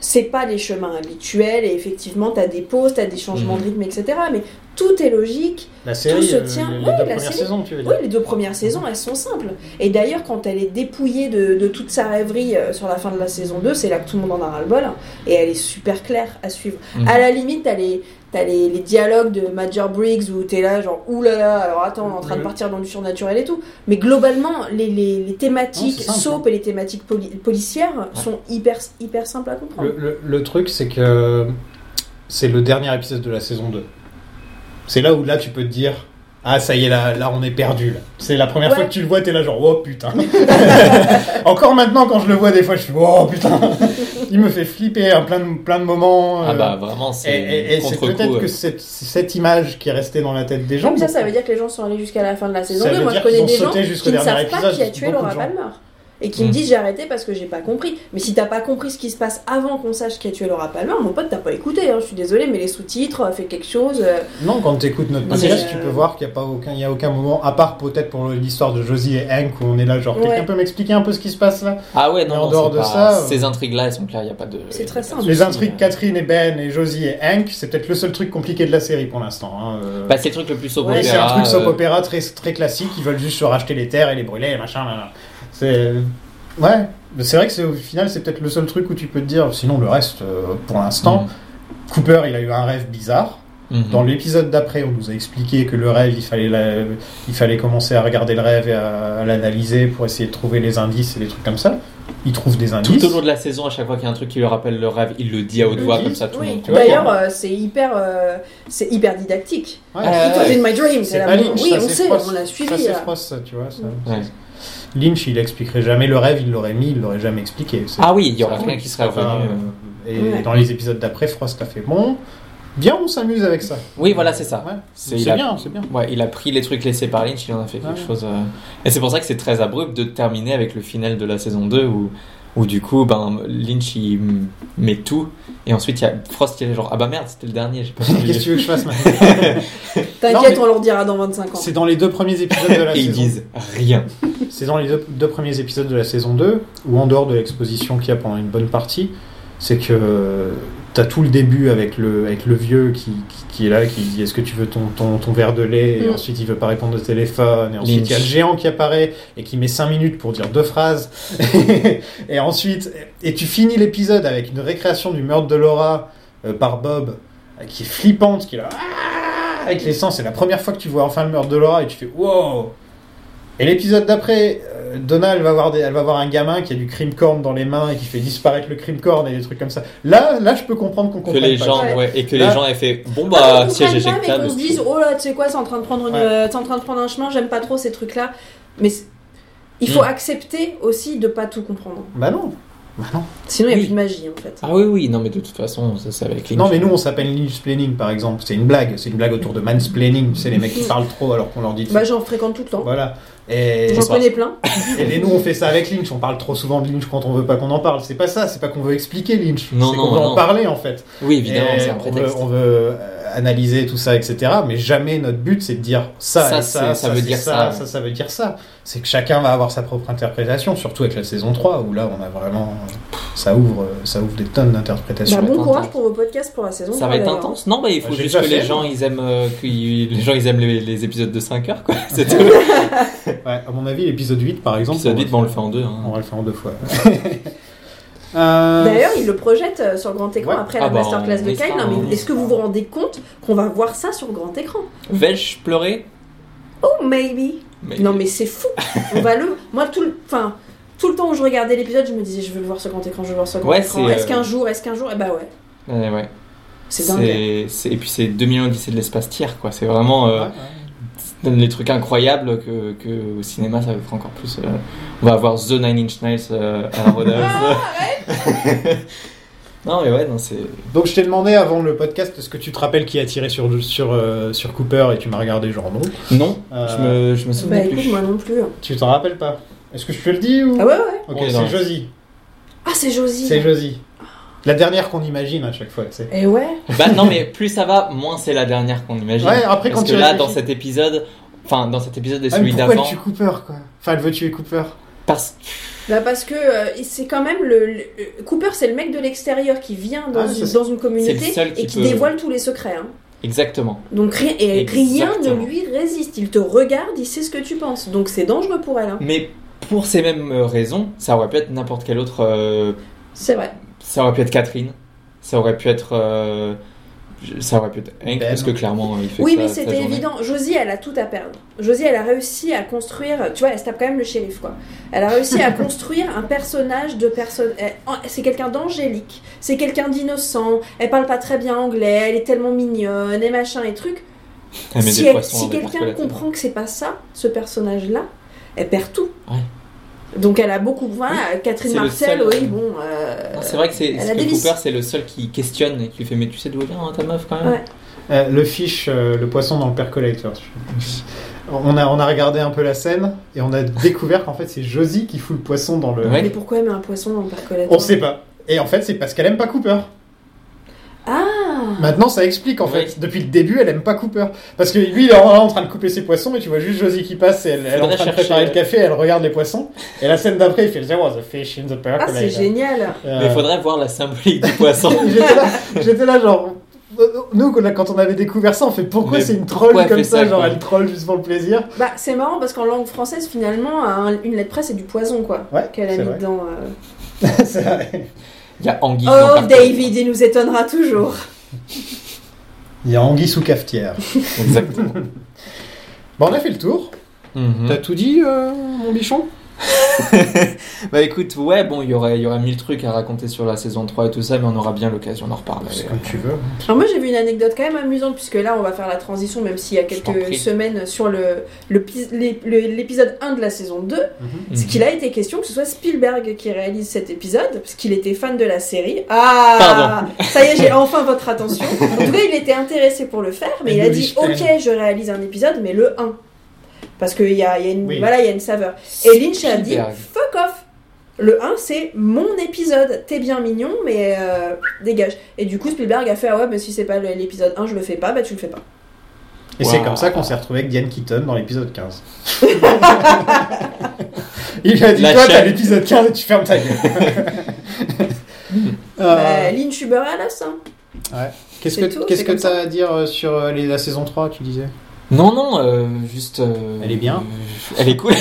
Speaker 4: C'est pas les chemins habituels et effectivement, t'as des pauses, t'as des changements
Speaker 2: Mm.
Speaker 4: de rythme, etc. Mais tout est logique.
Speaker 2: la série,
Speaker 4: se
Speaker 2: euh,
Speaker 4: tient.
Speaker 2: les
Speaker 4: Ouais,
Speaker 2: deux
Speaker 4: la
Speaker 2: premières
Speaker 4: série.
Speaker 2: saisons, tu veux dire.
Speaker 4: Oui, les deux premières saisons, elles sont simples. Et d'ailleurs, quand elle est dépouillée de, de toute sa rêverie euh, sur la fin de la saison 2, c'est là que tout le monde en a ras-le-bol. Et elle est super claire à suivre.
Speaker 3: Mhm.
Speaker 4: À la limite, t'as les, t'as les, les dialogues de Major Briggs où t'es là, genre, oulala, alors attends, on est en train de
Speaker 2: Mhm.
Speaker 4: partir dans du surnaturel et tout. Mais globalement, les, les, les thématiques
Speaker 2: Non, c'est simple.
Speaker 4: soap et les thématiques poli- policières sont hyper, hyper simples à comprendre.
Speaker 2: Le, le- le truc, c'est que c'est le dernier épisode de la saison 2. C'est là où là tu peux te dire ah ça y est là là on est perdu là. C'est la première
Speaker 4: Ouais.
Speaker 2: fois que tu le vois t'es là genre oh putain. Encore maintenant quand je le vois des fois je suis oh putain. Il me fait flipper à plein de plein de moments.
Speaker 3: Ah
Speaker 2: euh,
Speaker 3: bah vraiment,
Speaker 2: et- et
Speaker 3: c'est euh.
Speaker 2: et c'est
Speaker 3: contre coup.
Speaker 2: peut-être que cette, cette image qui est restée dans la tête des gens.
Speaker 4: Comme ça, ça veut dire que les gens sont allés jusqu'à la fin de la saison
Speaker 2: Ça
Speaker 4: 2.
Speaker 2: veut
Speaker 4: Moi, je
Speaker 2: dire
Speaker 4: connais
Speaker 2: qu'ils ont
Speaker 4: des gens
Speaker 2: sauté
Speaker 4: qui
Speaker 2: jusqu'au
Speaker 4: ne
Speaker 2: dernier
Speaker 4: savent pas
Speaker 2: épisode,
Speaker 4: qui a tué
Speaker 2: beaucoup de
Speaker 4: Laura
Speaker 2: gens.
Speaker 4: Palmer. Et qui me
Speaker 3: Mm.
Speaker 4: disent j'ai arrêté parce que j'ai pas compris. Mais si t'as pas compris ce qui se passe avant qu'on sache qui a tué Laura Palmer, mon pote, t'as pas écouté. hein. Je suis désolée, mais les sous-titres, euh, fait quelque chose. euh,
Speaker 2: Non, quand tu écoutes notre
Speaker 4: Non,
Speaker 2: podcast,
Speaker 4: mais,
Speaker 2: tu
Speaker 4: euh,
Speaker 2: peux voir qu'il n'y a, pas aucun- il y a aucun moment, à part peut-être pour l'histoire de Josie et Hank, où on est là, genre,
Speaker 4: Ouais.
Speaker 2: quelqu'un peut m'expliquer un peu ce qui se passe là
Speaker 3: Ah ouais, non,
Speaker 2: Mais en
Speaker 3: non,
Speaker 2: dehors
Speaker 3: c'est
Speaker 2: de
Speaker 3: pas-
Speaker 2: ça, euh,
Speaker 3: Ces intrigues-là, elles sont claires, il n'y a pas de.
Speaker 4: C'est
Speaker 3: y a
Speaker 4: très
Speaker 3: pas de
Speaker 4: simple.
Speaker 2: Les
Speaker 3: souci,
Speaker 2: intrigues
Speaker 3: euh.
Speaker 2: Catherine et Ben et Josie et Hank, c'est peut-être le seul truc compliqué de la série pour l'instant. hein, euh.
Speaker 3: Bah, c'est le truc le plus soap
Speaker 4: Ouais,
Speaker 2: Et c'est un
Speaker 3: opéra,
Speaker 2: truc soap
Speaker 3: euh,
Speaker 2: opéra très, très classique, ils veulent juste se racheter les terres et les brûler et machin. là, là. C'est. Ouais, Mais c'est vrai que c'est- au final, c'est peut-être le
Speaker 3: Mm.
Speaker 2: seul truc où tu peux te dire, sinon le reste, euh, pour l'instant, Cooper, il a eu un rêve bizarre.
Speaker 3: Mhm.
Speaker 2: Dans l'épisode d'après, on nous a expliqué que le rêve, il fallait, la- il fallait commencer à regarder le rêve et à, à l'analyser pour essayer de trouver les indices et les trucs comme ça. Ils trouvent des indices.
Speaker 3: Tout au long de la saison, à chaque fois qu'il y a un truc qui lui rappelle le rêve, il le dit à haute
Speaker 2: le
Speaker 3: voix,
Speaker 2: dit,
Speaker 3: comme ça tout le
Speaker 4: Oui,
Speaker 3: monde comprend.
Speaker 4: d'ailleurs, euh, c'est hyper, euh, c'est hyper didactique.
Speaker 2: Euh, Ouais,
Speaker 3: Ah,
Speaker 4: It was in my dream.
Speaker 2: c'est
Speaker 4: là,
Speaker 2: pas
Speaker 4: bon,
Speaker 2: Lynch,
Speaker 4: oui,
Speaker 2: ça,
Speaker 4: on
Speaker 2: c'est
Speaker 4: sait,
Speaker 2: Frost.
Speaker 4: on l'a
Speaker 2: Ça,
Speaker 4: suivi. euh.
Speaker 2: c'est
Speaker 4: là.
Speaker 2: Frost, ça, tu vois. ça.
Speaker 3: Ouais.
Speaker 2: Lynch, il expliquerait jamais le rêve, il l'aurait mis, il l'aurait jamais expliqué. C'est-
Speaker 3: Ah oui, il y aura
Speaker 2: c'est-
Speaker 3: quelqu'un qui serait
Speaker 2: Enfin,
Speaker 3: revenu.
Speaker 2: euh,
Speaker 3: euh.
Speaker 2: Et
Speaker 4: Ouais.
Speaker 2: dans les épisodes d'après, Frost a fait bon. Bien, on s'amuse avec ça.
Speaker 3: Oui, voilà, c'est ça.
Speaker 2: Ouais. C'est
Speaker 3: C'est- il a-
Speaker 2: bien, c'est bien.
Speaker 3: Ouais, il a pris les trucs laissés par Lynch, il en a fait quelque
Speaker 2: Ouais.
Speaker 3: chose. euh, Et c'est pour ça que c'est très abrupt de terminer avec le final de la saison 2 où, où du coup, ben, Lynch il m- met tout et ensuite il y a Frost qui est genre Ah bah merde, c'était le dernier, j'ai pas fini.
Speaker 2: Qu'est-ce que tu veux que je fasse maintenant
Speaker 4: T'inquiète,
Speaker 2: mais-
Speaker 4: on leur dira dans 25 ans.
Speaker 2: C'est dans les deux premiers épisodes de la
Speaker 3: Et ils
Speaker 2: saison.
Speaker 3: disent rien.
Speaker 2: C'est dans les deux, deux premiers épisodes de la saison 2, ou en dehors de l'exposition qu'il y a pendant une bonne partie, c'est que euh, t'as tout le début avec le, avec le vieux qui, qui, qui est là, qui dit est-ce que tu veux ton, ton, ton verre de lait, et
Speaker 4: Mm.
Speaker 2: ensuite il veut pas répondre au téléphone, et ensuite
Speaker 3: Lynch.
Speaker 2: il y a le géant qui apparaît, et qui met 5 minutes pour dire deux phrases, et ensuite, et tu finis l'épisode avec une récréation du meurtre de Laura euh, par Bob, euh, qui est flippante, qui est là, Ah avec les sens, c'est la première fois que tu vois enfin le meurtre de Laura, et tu fais wow et l'épisode d'après, euh, Donna, elle va, voir des- elle va voir un gamin qui a du crime corn dans les mains et qui fait disparaître le crime corn et des trucs comme ça. Là, là, je peux comprendre qu'on
Speaker 3: Que
Speaker 2: comprenne
Speaker 3: les
Speaker 2: pas.
Speaker 3: gens,
Speaker 4: Ouais.
Speaker 3: ouais, et que
Speaker 2: Là-
Speaker 3: les gens aient fait Bon
Speaker 4: Ah,
Speaker 3: bah,
Speaker 4: qu'on
Speaker 3: siège
Speaker 4: comprenne pas, mais
Speaker 3: éjectable.
Speaker 4: qu'on se dise, oh là, tu sais quoi, c'est en train de prendre, une,
Speaker 2: Ouais.
Speaker 4: euh, c'est en train de prendre un chemin, j'aime pas trop ces trucs-là. Mais c'est- il faut
Speaker 3: Mm.
Speaker 4: accepter aussi de pas tout comprendre.
Speaker 2: Bah non. Bah non.
Speaker 4: Sinon, il n'y
Speaker 3: Oui.
Speaker 4: a plus de magie, en fait.
Speaker 3: Ah oui, oui, non, mais de toute façon, ça c'est avec Lynch.
Speaker 2: Non, mais nous, on s'appelle Lynchplaining, par exemple. C'est une blague. C'est une blague autour de mansplaining. C'est les mecs qui parlent trop alors qu'on leur dit. de
Speaker 4: Mmh. Bah,
Speaker 2: faire.
Speaker 4: j'en fréquente tout le temps.
Speaker 2: Voilà. Et,
Speaker 4: J'en connais plein.
Speaker 3: Bah,
Speaker 2: et les- nous, on fait ça avec Lynch. On parle trop souvent de Lynch quand on veut pas qu'on en parle. C'est pas ça. C'est pas qu'on veut expliquer Lynch.
Speaker 3: Non,
Speaker 2: c'est
Speaker 3: non,
Speaker 2: qu'on veut en
Speaker 3: non.
Speaker 2: parler, en fait.
Speaker 3: Oui, évidemment,
Speaker 2: Et
Speaker 3: c'est un
Speaker 2: on
Speaker 3: prétexte.
Speaker 2: veut, on veut, euh, analyser tout ça, etc. Mais jamais notre but c'est de dire ça,
Speaker 3: Ça,
Speaker 2: et
Speaker 3: c'est-
Speaker 2: ça,
Speaker 3: ça veut
Speaker 2: c'est
Speaker 3: dire ça,
Speaker 2: ça,
Speaker 3: ouais.
Speaker 2: ça, ça veut dire ça. C'est que chacun va avoir sa propre interprétation, surtout avec la saison 3 où là on a vraiment ça ouvre, euh, ça ouvre des tonnes d'interprétations.
Speaker 4: Bah,
Speaker 3: va
Speaker 4: bon
Speaker 3: être
Speaker 4: courage
Speaker 3: intense.
Speaker 4: pour vos podcasts pour la saison.
Speaker 3: Ça va être
Speaker 4: d'ailleurs.
Speaker 3: intense. Non, mais il faut
Speaker 2: Bah, j'ai
Speaker 3: juste
Speaker 2: déjà
Speaker 3: que les
Speaker 2: fait.
Speaker 3: gens, ils aiment, euh, qu'ils- les gens ils aiment les, les épisodes de 5 heures, quoi. C'est tout.
Speaker 2: Ouais, à mon avis, l'épisode 8 par exemple.
Speaker 3: Épisode
Speaker 2: on va
Speaker 3: 8, bon, on le fait en deux. hein.
Speaker 2: On va le faire en deux fois. Euh,
Speaker 4: D'ailleurs, ils le projettent euh, sur grand écran
Speaker 2: Ouais.
Speaker 4: après
Speaker 3: Ah
Speaker 4: la
Speaker 3: bah,
Speaker 4: masterclass
Speaker 3: on
Speaker 4: de
Speaker 3: y
Speaker 4: Kyle.
Speaker 3: sera,
Speaker 4: Non,
Speaker 3: on
Speaker 4: mais
Speaker 3: y
Speaker 4: est-ce que vous vous rendez compte qu'on va voir ça sur grand écran
Speaker 3: Vais-je pleurer
Speaker 4: Oh, maybe.
Speaker 3: Mais-
Speaker 4: Non, mais c'est fou. On va le. Moi, tout le. Enfin. Tout le temps où je regardais l'épisode, je me disais, je veux le voir sur grand écran, je veux le voir sur grand
Speaker 3: Ouais,
Speaker 4: écran.
Speaker 3: c'est,
Speaker 4: Est-ce
Speaker 3: euh,
Speaker 4: qu'un jour, est-ce qu'un jour Eh bah ouais,
Speaker 3: Ouais, ouais.
Speaker 4: c'est dingue.
Speaker 3: c'est- Et puis c'est 2000 Odyssée de l'espace tiers, quoi. C'est vraiment
Speaker 2: ouais,
Speaker 3: euh,
Speaker 2: ouais.
Speaker 3: les trucs incroyables que, que au cinéma ça va être encore plus. euh, On va avoir The Nine Inch Nails euh, à la
Speaker 4: Ah,
Speaker 3: Rodolphe. non, mais ouais, non, c'est.
Speaker 2: Donc je t'ai demandé avant le podcast est-ce que tu te rappelles qui a tiré sur sur euh, sur Cooper et tu m'as regardé genre non.
Speaker 3: Non,
Speaker 2: Euh,
Speaker 3: je, me, je me souviens
Speaker 4: Bah
Speaker 3: plus.
Speaker 4: écoute, moi non plus. hein.
Speaker 2: Tu t'en rappelles pas Est-ce que je te le dis ou
Speaker 4: Ah ouais, ouais.
Speaker 2: Ok,
Speaker 3: On est dans
Speaker 2: c'est
Speaker 3: le-
Speaker 2: Josie.
Speaker 4: Ah, c'est Josie.
Speaker 2: C'est Josie. La dernière qu'on imagine à chaque fois, tu sais.
Speaker 4: Et ouais.
Speaker 3: Bah non, mais plus ça va, moins c'est la dernière qu'on imagine.
Speaker 2: Ouais, après quand
Speaker 3: Parce que
Speaker 2: tu
Speaker 3: là,
Speaker 2: réfléchis-
Speaker 3: dans cet épisode, enfin, dans cet épisode et
Speaker 2: Ah, mais
Speaker 3: celui
Speaker 2: pourquoi elle
Speaker 3: d'avant,
Speaker 2: tue Cooper, quoi Enfin, elle veut tuer Cooper.
Speaker 3: parce
Speaker 4: Bah parce que euh, c'est quand même le, le- Cooper, c'est le mec de l'extérieur qui vient dans,
Speaker 2: Ah,
Speaker 4: une,
Speaker 2: c'est-
Speaker 4: dans une communauté
Speaker 3: seul qui
Speaker 4: et qui
Speaker 3: peut-
Speaker 4: dévoile tous les secrets. hein.
Speaker 3: exactement.
Speaker 4: Donc rien et rien ne
Speaker 3: Exactement.
Speaker 4: lui résiste. Il te regarde, il sait ce que tu penses. Donc c'est dangereux pour elle. hein.
Speaker 3: Mais pour ces mêmes euh, raisons, ça aurait pu être n'importe quel autre euh,
Speaker 4: C'est vrai.
Speaker 3: Ça aurait pu être Catherine. Ça aurait pu être. euh, je- Ça aurait pu être Hank,
Speaker 2: Ben.
Speaker 3: parce que clairement, il fait
Speaker 4: Oui,
Speaker 3: que
Speaker 4: mais
Speaker 3: ça- sa
Speaker 4: c'était
Speaker 3: journée.
Speaker 4: évident. Josie, elle a tout à perdre. Josie, elle a réussi à construire. Tu vois, elle se tape quand même le shérif, quoi. Elle a réussi à construire un personnage de personne. elle- C'est quelqu'un d'angélique. C'est quelqu'un d'innocent. Elle parle pas très bien anglais. Elle est tellement mignonne et machin et truc.
Speaker 3: Elle met
Speaker 4: si
Speaker 3: des
Speaker 4: elle-
Speaker 3: poissons
Speaker 4: si
Speaker 3: dans des
Speaker 4: quelqu'un
Speaker 3: tartelettes.
Speaker 4: comprend que c'est pas ça, ce personnage-là, elle perd tout.
Speaker 3: Ouais.
Speaker 4: Donc elle a beaucoup. Voilà, Catherine
Speaker 3: c'est le
Speaker 4: Marcel,
Speaker 3: seul-
Speaker 4: oui, bon. euh,
Speaker 3: Non, Ah, C'est vrai que, c'est,
Speaker 4: elle a
Speaker 3: que
Speaker 4: des vices.
Speaker 3: Cooper, c'est le seul qui questionne et qui lui fait Mais tu sais d'où vient hein, ta meuf quand même
Speaker 4: Ouais.
Speaker 2: Euh, le fish, euh, le poisson dans le percolator. On a, on a regardé un peu la scène et on a découvert qu'en fait c'est Josie qui fout le poisson dans le.
Speaker 3: Ouais.
Speaker 4: Mais pourquoi elle met un poisson dans le percolateur
Speaker 2: On sait pas. Et en fait c'est parce qu'elle aime pas Cooper.
Speaker 4: Ah
Speaker 2: Maintenant ça explique en
Speaker 3: Ouais.
Speaker 2: fait. Depuis le début elle aime pas Cooper. Parce que lui il est en, en train de couper ses poissons et tu vois juste Josie qui passe et elle, elle est en
Speaker 3: Faudrait
Speaker 2: train de
Speaker 3: chercher,
Speaker 2: préparer
Speaker 3: ouais.
Speaker 2: le café, elle regarde les poissons. Et la scène d'après il fait There was a fish in the
Speaker 4: Ah,
Speaker 2: percolator.
Speaker 4: c'est génial
Speaker 2: Euh,
Speaker 3: Mais il faudrait voir la symbolique du poisson.
Speaker 2: J'étais là, j'étais là, genre. euh, Nous, quand on a- quand on avait découvert ça, on fait pourquoi
Speaker 3: Mais
Speaker 2: c'est une troll
Speaker 3: pourquoi elle
Speaker 2: comme
Speaker 3: fait
Speaker 2: ça,
Speaker 3: ça,
Speaker 2: Genre,
Speaker 3: quoi
Speaker 2: elle troll juste pour le plaisir.
Speaker 4: Bah, c'est marrant parce qu'en langue française, finalement, un- une lettre presse, c'est du poison, quoi.
Speaker 2: Ouais,
Speaker 4: Qu'elle a
Speaker 2: c'est
Speaker 4: mis
Speaker 2: vrai.
Speaker 4: dedans. euh.
Speaker 2: C'est vrai.
Speaker 3: Il y a Anguille. dans
Speaker 4: Oh,
Speaker 3: Parcours.
Speaker 4: David, il nous étonnera toujours.
Speaker 2: Il y a anguille sous cafetière.
Speaker 3: Exactement.
Speaker 2: Bon, on a fait le tour.
Speaker 3: Mhm.
Speaker 2: T'as tout dit, euh, mon bichon
Speaker 3: Bah écoute, ouais, bon, il y aurait, il y aurait mille trucs à raconter sur la saison 3 et tout ça, mais on aura bien l'occasion d'en reparler.
Speaker 2: C'est comme tu veux.
Speaker 4: Alors moi j'ai vu une anecdote quand même amusante puisque là on va faire la transition même s'il y a
Speaker 3: t'en
Speaker 4: quelques
Speaker 3: prie.
Speaker 4: semaines sur le le pis- l'ép- le- l'épisode 1 de la saison 2,
Speaker 2: Mm-hmm.
Speaker 4: c'est qu'il a été question que ce soit Spielberg qui réalise cet épisode parce qu'il était fan de la série. Ah Ça y est, j'ai enfin votre attention. En tout cas, il était intéressé pour le faire mais
Speaker 2: Et
Speaker 4: il a
Speaker 2: Billy
Speaker 4: dit
Speaker 2: Stein.
Speaker 4: OK, je réalise un épisode mais le 1 parce qu'il y a, il y a une
Speaker 2: Oui.
Speaker 4: voilà, il y a une saveur. Et Lynch a dit
Speaker 3: Spielberg.
Speaker 4: fuck off. Le 1, c'est mon épisode. T'es bien mignon, mais euh, dégage. Et du coup, Spielberg a fait ah ouais, mais si c'est pas l'épisode 1, je le fais pas, bah tu le fais pas.
Speaker 2: Et
Speaker 3: Wow.
Speaker 2: c'est comme ça qu'on s'est retrouvé avec Diane Keaton dans l'épisode 15. Il lui a dit
Speaker 3: La
Speaker 2: Toi, t'as
Speaker 3: chaîne.
Speaker 2: l'épisode 15 et tu fermes ta gueule. Euh,
Speaker 4: Bah, Lynn Schuber à la fin.
Speaker 2: Qu'est-ce
Speaker 4: c'est tout,
Speaker 2: que qu'est-ce
Speaker 4: c'est
Speaker 2: que
Speaker 4: comme
Speaker 2: t'as à dire euh, sur euh, les- la saison 3, tu disais
Speaker 3: Non, non, euh, juste. euh,
Speaker 2: Elle est bien
Speaker 3: euh, Elle est cool.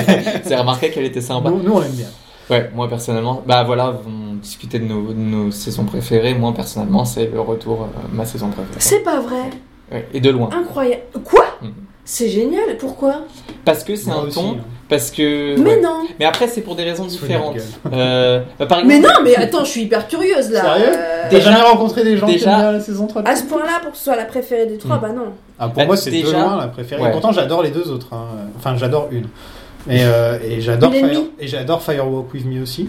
Speaker 3: J'ai remarqué qu'elle était sympa.
Speaker 2: nous, nous, on l'aime bien.
Speaker 3: Ouais, moi personnellement, bah voilà, on discutait de nos, de nos saisons préférées. Moi personnellement, c'est le retour, euh, ma saison préférée.
Speaker 4: C'est Ah. pas vrai.
Speaker 3: Ouais, et de loin.
Speaker 4: Incroyable. Quoi
Speaker 3: Mhm.
Speaker 4: C'est génial. Pourquoi
Speaker 3: Parce que c'est
Speaker 2: Moi
Speaker 3: un
Speaker 2: aussi,
Speaker 3: ton,
Speaker 2: hein.
Speaker 3: parce que.
Speaker 4: Mais
Speaker 3: Euh, ouais.
Speaker 4: non.
Speaker 3: Mais après, c'est pour des raisons
Speaker 2: Sous
Speaker 3: différentes.
Speaker 2: la
Speaker 3: Euh, bah, par
Speaker 4: Mais
Speaker 3: exemple,
Speaker 4: non, mais attends, je suis hyper curieuse là.
Speaker 2: Sérieux
Speaker 4: Euh, Ah.
Speaker 2: T'as
Speaker 3: Déjà-
Speaker 2: jamais rencontré des gens qui
Speaker 3: déjà-
Speaker 2: aiment bien la saison 3
Speaker 4: À ce point-là, pour que ce soit la préférée des trois,
Speaker 3: Mhm.
Speaker 4: bah non.
Speaker 2: Ah, pour
Speaker 3: Bah,
Speaker 2: moi, c'est de
Speaker 3: déjà-
Speaker 2: loin la préférée.
Speaker 3: Ouais.
Speaker 2: Pourtant, j'adore les deux autres. hein. Enfin, j'adore une. Et, euh, et j'adore
Speaker 4: Une
Speaker 2: Fire-
Speaker 4: ennemie.
Speaker 2: et j'adore Firewalk With Me aussi.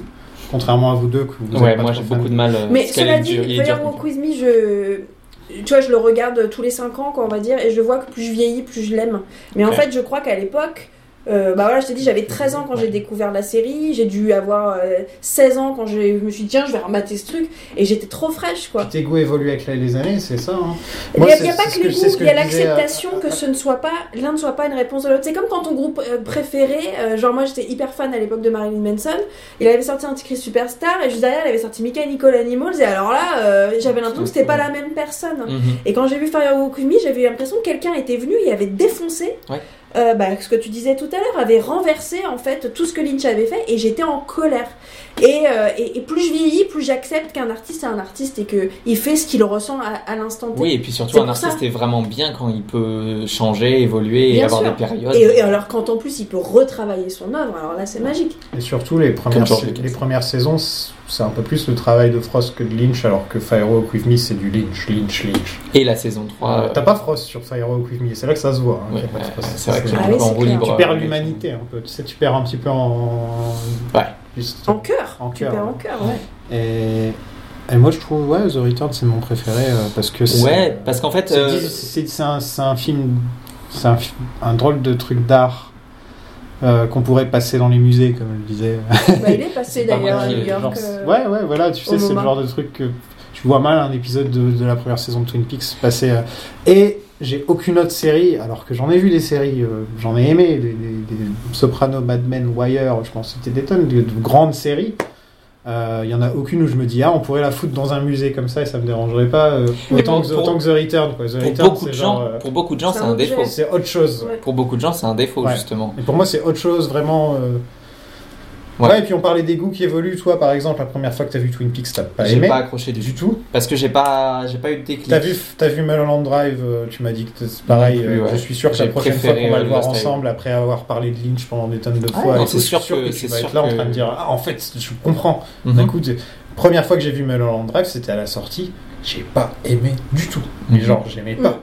Speaker 2: Contrairement à vous deux, que vous
Speaker 3: ouais,
Speaker 2: êtes pas
Speaker 3: moi
Speaker 2: trop
Speaker 3: j'ai
Speaker 2: fan.
Speaker 3: beaucoup de mal. euh,
Speaker 4: Mais
Speaker 3: parce qu'elle
Speaker 4: cela
Speaker 3: est
Speaker 4: dit,
Speaker 3: dure- il est dur
Speaker 4: Fire
Speaker 3: comme
Speaker 4: Walk With Me, je... Tu vois, je le regarde tous les 5 ans, quoi, on va dire, et je vois que plus je vieillis, plus je l'aime. Mais en
Speaker 3: Ouais.
Speaker 4: fait, je crois qu'à l'époque... euh, bah voilà, je t'ai dit, j'avais 13 ans quand j'ai
Speaker 3: Ouais.
Speaker 4: découvert la série, j'ai dû avoir euh, 16 ans quand j'ai- je me suis dit, tiens, je vais remater ce truc, et j'étais trop fraîche, quoi.
Speaker 2: Tes goûts évoluent avec les années, c'est ça. hein.
Speaker 4: Il
Speaker 2: Moi,
Speaker 4: n'y a,
Speaker 2: c'est-
Speaker 4: il y a pas
Speaker 2: c'est ce
Speaker 4: que les
Speaker 2: je-
Speaker 4: goûts,
Speaker 2: c'est ce que
Speaker 4: il y a
Speaker 2: je disais euh, à-
Speaker 4: l'acceptation que ce ne soit pas, l'un ne soit pas une réponse de l'autre. C'est comme quand ton groupe euh, préféré, euh, genre moi j'étais hyper fan à l'époque de Marilyn Manson, il avait sorti Antichrist Superstar et juste derrière il avait sorti Michael Nicole Animals et alors là euh, j'avais l'impression que c'était pas la même personne.
Speaker 2: Mm.
Speaker 3: ça. Mhm.
Speaker 4: Et quand j'ai vu Firewalk With Me, j'avais eu l'impression que quelqu'un était venu et avait défoncé.
Speaker 3: Ouais.
Speaker 4: euh, bah, ce que tu disais tout à l'heure avait renversé en fait tout ce que Lynch avait fait et j'étais en colère. Et, euh, et- et plus je vieillis, plus j'accepte qu'un artiste est un artiste et qu'il fait ce qu'il ressent à, à l'instant T.
Speaker 3: Oui, et puis surtout,
Speaker 4: C'est
Speaker 3: un
Speaker 4: pour ça.
Speaker 3: artiste est vraiment bien quand il peut changer, évoluer et
Speaker 4: Bien
Speaker 3: avoir
Speaker 4: sûr.
Speaker 3: des périodes.
Speaker 4: Et, et alors quand en plus il peut retravailler son œuvre, alors là c'est magique.
Speaker 2: Et surtout, les premières,
Speaker 3: George
Speaker 2: sa-
Speaker 3: Lucas.
Speaker 2: les premières saisons, c'est un peu plus le travail de Frost que de Lynch, alors que Firewalk With Me, c'est du Lynch, Lynch, Lynch.
Speaker 3: Et la saison 3. euh,
Speaker 2: T'as pas Frost sur Firewalk With Me, c'est là que ça se voit. hein,
Speaker 3: ouais,
Speaker 2: qu'il y a pas de
Speaker 3: ouais,
Speaker 2: Frost.
Speaker 3: c'est vrai que
Speaker 2: Tu
Speaker 3: j'ai
Speaker 4: Ah
Speaker 3: un
Speaker 4: oui,
Speaker 3: peu en
Speaker 4: c'est
Speaker 3: roue
Speaker 4: clair.
Speaker 3: libre.
Speaker 2: perds
Speaker 3: euh,
Speaker 2: l'humanité un peu, tu sais, tu perds un petit peu en.
Speaker 3: Ouais.
Speaker 2: Juste-
Speaker 4: En cœur,
Speaker 2: En
Speaker 4: tu
Speaker 2: cœur,
Speaker 4: perds
Speaker 2: ouais.
Speaker 4: en cœur, ouais.
Speaker 2: Et... et moi, je trouve, ouais, The Return, c'est mon préféré, euh, parce que c'est.
Speaker 3: Ouais, parce qu'en fait.
Speaker 2: C'est
Speaker 3: euh,
Speaker 2: dis- C'est c'est un, c'est un film, c'est un, fi- un drôle de truc d'art euh, qu'on pourrait passer dans les musées, comme je le disais.
Speaker 3: Euh,
Speaker 4: Bah, il est passé
Speaker 3: pas
Speaker 4: d'ailleurs
Speaker 3: moi
Speaker 4: à
Speaker 3: qui-
Speaker 4: New
Speaker 2: Genre,
Speaker 4: York.
Speaker 2: c'est-
Speaker 4: euh,
Speaker 2: ouais, ouais, voilà, tu
Speaker 4: au
Speaker 2: sais, c'est le
Speaker 4: MoMA.
Speaker 2: genre de truc que tu vois mal un épisode de, de la première saison de Twin Peaks passer. euh, et j'ai aucune autre série, alors que j'en ai vu des séries, euh, j'en ai aimé, des, des- des Sopranos, Mad Men, Wire, je pense que c'était des tonnes, de, de grandes séries. Euh, Il y en a aucune où je me dis, ah, on pourrait la foutre dans un musée comme ça et ça me dérangerait pas. euh,
Speaker 3: Mais
Speaker 2: autant,
Speaker 3: pour-
Speaker 2: que,
Speaker 3: pour-
Speaker 2: autant que The Return, quoi. The
Speaker 3: Pour
Speaker 2: Return,
Speaker 3: beaucoup, de
Speaker 2: c'est
Speaker 3: gens,
Speaker 2: genre. euh,
Speaker 3: pour beaucoup de gens,
Speaker 4: c'est
Speaker 3: c'est
Speaker 4: un
Speaker 3: un défaut.
Speaker 4: objet.
Speaker 2: c'est autre chose. ouais.
Speaker 4: Ouais.
Speaker 3: Pour beaucoup de gens, c'est un défaut,
Speaker 2: Ouais.
Speaker 3: justement.
Speaker 2: Et pour moi, c'est autre chose, vraiment. euh, Ouais.
Speaker 3: Ouais.
Speaker 2: et puis on parlait des goûts qui évoluent. Toi, par exemple, la première fois que t'as vu Twin Peaks, t'as pas
Speaker 3: J'ai
Speaker 2: aimé
Speaker 3: pas accroché du
Speaker 2: du
Speaker 3: tout.
Speaker 2: tout.
Speaker 3: Parce que j'ai pas, j'ai pas eu de déclic.
Speaker 2: T'as vu, t'as vu Mulholland Drive, euh, tu m'as dit que c'est pareil.
Speaker 3: Non plus,
Speaker 2: euh,
Speaker 3: ouais.
Speaker 2: Je suis sûr que la
Speaker 3: J'ai
Speaker 2: prochaine fois
Speaker 3: préféré,
Speaker 2: qu'on va
Speaker 3: euh,
Speaker 2: le voir
Speaker 3: Lost Highway.
Speaker 2: ensemble, après avoir parlé de Lynch pendant des tonnes de
Speaker 3: Ah,
Speaker 2: fois,
Speaker 3: non,
Speaker 2: et
Speaker 3: c'est
Speaker 2: tout, je
Speaker 3: sûr
Speaker 2: suis sûr
Speaker 3: que-
Speaker 2: que, tu
Speaker 3: c'est
Speaker 2: vas
Speaker 3: sûr
Speaker 2: être là en
Speaker 3: que-
Speaker 2: train de dire Ah, en fait, je comprends.
Speaker 3: Mhm.
Speaker 2: D'un coup, tu sais, Bah, première fois que j'ai vu Mulholland Drive, c'était à la sortie. J'ai pas aimé du tout. Mais
Speaker 3: Mhm.
Speaker 2: genre, j'aimais pas.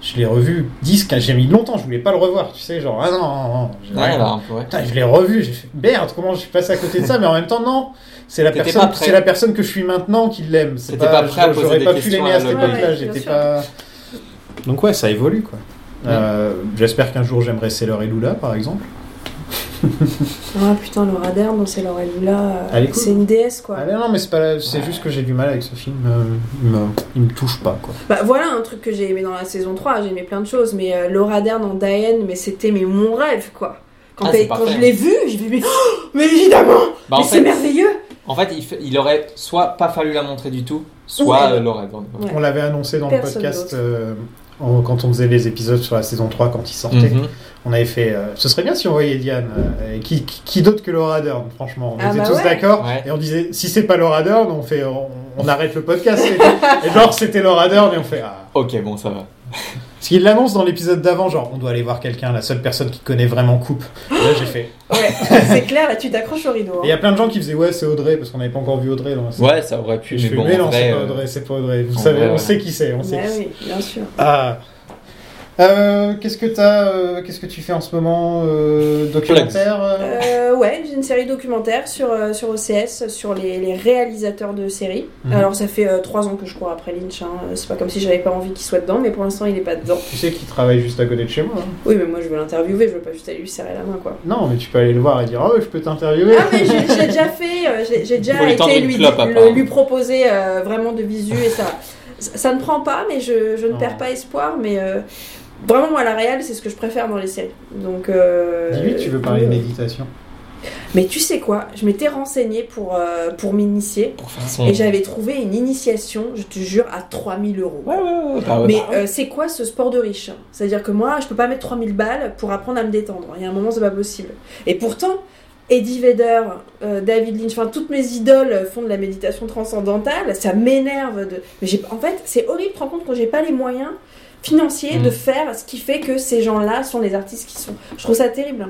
Speaker 2: Je l'ai revu 10, 15, j'ai mis longtemps, je voulais pas le revoir. Tu sais, genre, ah non, non, non, j'ai
Speaker 3: Ouais,
Speaker 2: rien
Speaker 3: bah, un peu, ouais.
Speaker 2: Putain, je l'ai revu, j'ai fait merde, comment je suis passé à côté de ça, mais en même temps, non. C'est la,
Speaker 3: T'étais
Speaker 2: personne,
Speaker 3: pas prêt.
Speaker 2: c'est la personne que je suis maintenant qui l'aime. C'est
Speaker 3: T'étais pas prêt à
Speaker 2: je-
Speaker 3: poser
Speaker 2: J'aurais
Speaker 3: des
Speaker 2: pas pu
Speaker 3: questions
Speaker 2: l'aimer
Speaker 3: à
Speaker 2: à cette
Speaker 3: l'autre.
Speaker 2: époque-là,
Speaker 4: Ouais,
Speaker 2: j'étais
Speaker 4: bien sûr.
Speaker 2: pas. Donc, ouais, ça évolue quoi. Euh, J'espère qu'un jour j'aimerai Sailor et Lula par exemple.
Speaker 4: Ah putain, Laura Dern, c'est Laura Lula.
Speaker 2: Elle est cool.
Speaker 4: C'est une déesse quoi.
Speaker 2: Ah, mais non, mais c'est pas la- c'est juste que j'ai du mal avec ce film. euh, il, me... il me touche pas quoi.
Speaker 4: Bah voilà un truc que j'ai aimé dans la saison 3, j'ai aimé plein de choses, mais euh, Laura Dern en Diane, mais c'était mais mon rêve quoi. Quand,
Speaker 3: Ah,
Speaker 4: elle-
Speaker 3: c'est
Speaker 4: quand
Speaker 3: parfait.
Speaker 4: je l'ai vue, j'ai fait mais, oh, mais évidemment,
Speaker 3: Bah, en
Speaker 4: mais c'est
Speaker 3: fait,
Speaker 4: merveilleux.
Speaker 3: en fait, il, fait- il aurait soit pas fallu la montrer du tout, soit
Speaker 4: Ouais.
Speaker 3: euh, l'aurait. dans-
Speaker 4: Ouais.
Speaker 2: On l'avait annoncé dans
Speaker 4: Personne
Speaker 2: le podcast
Speaker 4: d'autre.
Speaker 2: euh, en- quand on faisait les épisodes sur la saison 3 quand il sortait.
Speaker 3: Mhm.
Speaker 2: On avait fait. euh, ce serait bien si on voyait Diane. euh, et qui qui, qui d'autre que Laura Dern, franchement. On
Speaker 4: Ah
Speaker 2: était
Speaker 4: bah
Speaker 2: tous
Speaker 4: ouais.
Speaker 2: d'accord.
Speaker 3: Ouais.
Speaker 2: Et on disait, si c'est pas Laura Dern, on, fait, on, on arrête le podcast. Et, et genre, c'était Laura Dern et on fait. Ah.
Speaker 3: Ok, bon, ça va.
Speaker 2: Parce qu'il l'annonce dans l'épisode d'avant, genre, on doit aller voir quelqu'un, la seule personne qui connaît vraiment Coupe. Et là, j'ai fait.
Speaker 4: Ouais, c'est clair, là tu t'accroches au rideau. hein.
Speaker 2: Et il y a plein de gens qui faisaient, ouais, c'est Audrey, parce qu'on n'avait pas encore vu Audrey dans la série.
Speaker 3: Ouais, ça aurait pu,
Speaker 2: Et je
Speaker 3: mais
Speaker 2: fais,
Speaker 3: bon,
Speaker 2: mais
Speaker 3: en
Speaker 2: non,
Speaker 3: vrai,
Speaker 2: c'est pas
Speaker 3: euh,
Speaker 2: Audrey, c'est pas Audrey. Vous
Speaker 3: en
Speaker 2: savez,
Speaker 3: vrai,
Speaker 2: on
Speaker 3: ouais.
Speaker 2: sait qui c'est, on sait
Speaker 4: Bah
Speaker 2: qui c'est.
Speaker 4: oui, bien sûr.
Speaker 2: Ah. Euh, qu'est-ce que t'as, euh, qu'est-ce que tu fais en ce moment, euh, documentaire euh
Speaker 4: Euh, ouais, j'ai une série documentaire sur, euh, sur OCS, sur les, les réalisateurs de séries.
Speaker 3: Mhm.
Speaker 4: Alors ça fait euh, trois ans que je cours après Lynch, hein. Euh, c'est pas comme si j'avais pas envie qu'il soit dedans, mais pour l'instant il est pas dedans.
Speaker 2: Tu sais qu'il travaille juste à côté de chez moi. hein.
Speaker 4: Oui, mais moi je veux l'interviewer, je veux pas juste aller lui serrer la main quoi.
Speaker 2: Non, mais tu peux aller le voir et dire, oh, je peux t'interviewer.
Speaker 4: Ah mais j'ai j'ai déjà fait, euh, j'ai j'ai
Speaker 3: Faut
Speaker 4: déjà
Speaker 3: lui tendre
Speaker 4: été
Speaker 3: une
Speaker 4: lui,
Speaker 3: clope,
Speaker 4: le-
Speaker 3: apparemment.
Speaker 4: lui proposer euh, vraiment de visu et ça, ça ça ne prend pas, mais je, je ne
Speaker 2: Non.
Speaker 4: perds pas espoir, mais euh, vraiment moi la réal c'est ce que je préfère dans les séries. Donc euh,
Speaker 2: Dis-lui, que tu veux parler de
Speaker 4: euh,
Speaker 2: méditation.
Speaker 4: Mais tu sais quoi, je m'étais renseignée pour, euh, pour m'initier.
Speaker 3: pour faire son.
Speaker 4: Et j'avais trouvé une initiation, je te jure, à 3000 euros.
Speaker 3: Ouais, ouais, ouais, bah ouais.
Speaker 4: Mais euh, c'est quoi ce sport de riche C'est-à-dire que moi, je peux pas mettre 3000 balles pour apprendre à me détendre. Il y a un moment, c'est pas possible. Et pourtant, Eddie Vedder, euh, David Lynch, enfin, toutes mes idoles font de la méditation transcendantale. Ça m'énerve. De... Mais j'ai- en fait, c'est horrible de te rendre compte que j'ai pas les moyens financiers de
Speaker 3: Mm.
Speaker 4: faire ce qui fait que ces gens-là sont les artistes qui sont. Je trouve ça terrible.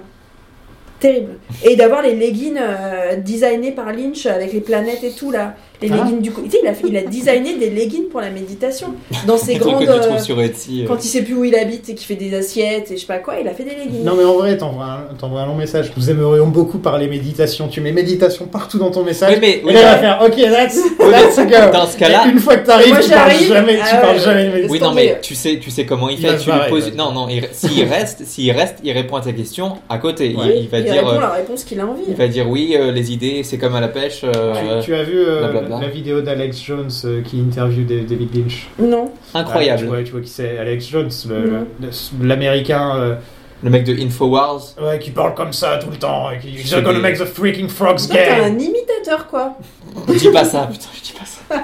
Speaker 4: Terrible. Et d'avoir les leggings euh, designés par Lynch avec les planètes et tout là. Les
Speaker 2: Ah.
Speaker 4: leggings du coup. Tu sais, il a, il a designé des leggings pour la méditation. Dans ses
Speaker 3: Les trucs
Speaker 4: grandes.
Speaker 3: que tu trouves
Speaker 4: euh,
Speaker 3: sur Etsy. euh,
Speaker 4: quand il sait plus où il habite et qu'il fait des assiettes et je sais pas quoi, il a fait des leggings.
Speaker 2: Non mais en vrai, t'envoies un, t'envoies un long message. Nous aimerions beaucoup parler méditation. Tu mets méditation partout dans ton message.
Speaker 3: Oui, mais-
Speaker 2: et
Speaker 3: oui,
Speaker 2: là, il va
Speaker 3: mais-
Speaker 2: faire, ok, that's,
Speaker 3: Oui, mais
Speaker 2: that's a go.
Speaker 3: dans ce cas-là-
Speaker 2: Et Une fois que t'arrives,
Speaker 4: Moi,
Speaker 2: tu parles
Speaker 4: j'arrive.
Speaker 2: jamais, tu
Speaker 4: Ah
Speaker 2: parles
Speaker 4: ouais.
Speaker 2: jamais de méditation.
Speaker 3: Oui,
Speaker 4: Laisse
Speaker 3: non, mais
Speaker 4: tomber.
Speaker 3: tu sais, tu sais comment il
Speaker 2: Il
Speaker 3: fait.
Speaker 2: va se
Speaker 3: tu lui
Speaker 2: barrer,
Speaker 3: poses.
Speaker 2: ouais.
Speaker 3: Non, non, il- s'il reste, s'il reste, il répond à ta question à côté. Il-
Speaker 2: Ouais.
Speaker 3: Il, va
Speaker 4: il
Speaker 3: dire,
Speaker 4: répond
Speaker 3: euh,
Speaker 4: la réponse qu'il a envie.
Speaker 3: il va dire oui, euh, les idées, c'est comme à la pêche. euh,
Speaker 2: Tu, tu as vu euh,
Speaker 3: blablabla.
Speaker 2: la vidéo d'Alex Jones euh, qui interview des- David Lynch
Speaker 4: Non.
Speaker 2: Ah, tu,
Speaker 3: euh, incroyable.
Speaker 2: vois, tu vois qui c'est Alex Jones, le- le- l'américain euh,
Speaker 3: Le mec de Infowars.
Speaker 2: ouais, qui parle comme ça tout le temps. et qui,
Speaker 3: Je
Speaker 2: They're gonna
Speaker 3: dis-
Speaker 2: make the freaking frogs
Speaker 4: Toi, t'es
Speaker 2: gay.
Speaker 4: un imitateur quoi.
Speaker 3: dis pas ça, putain, je dis pas ça.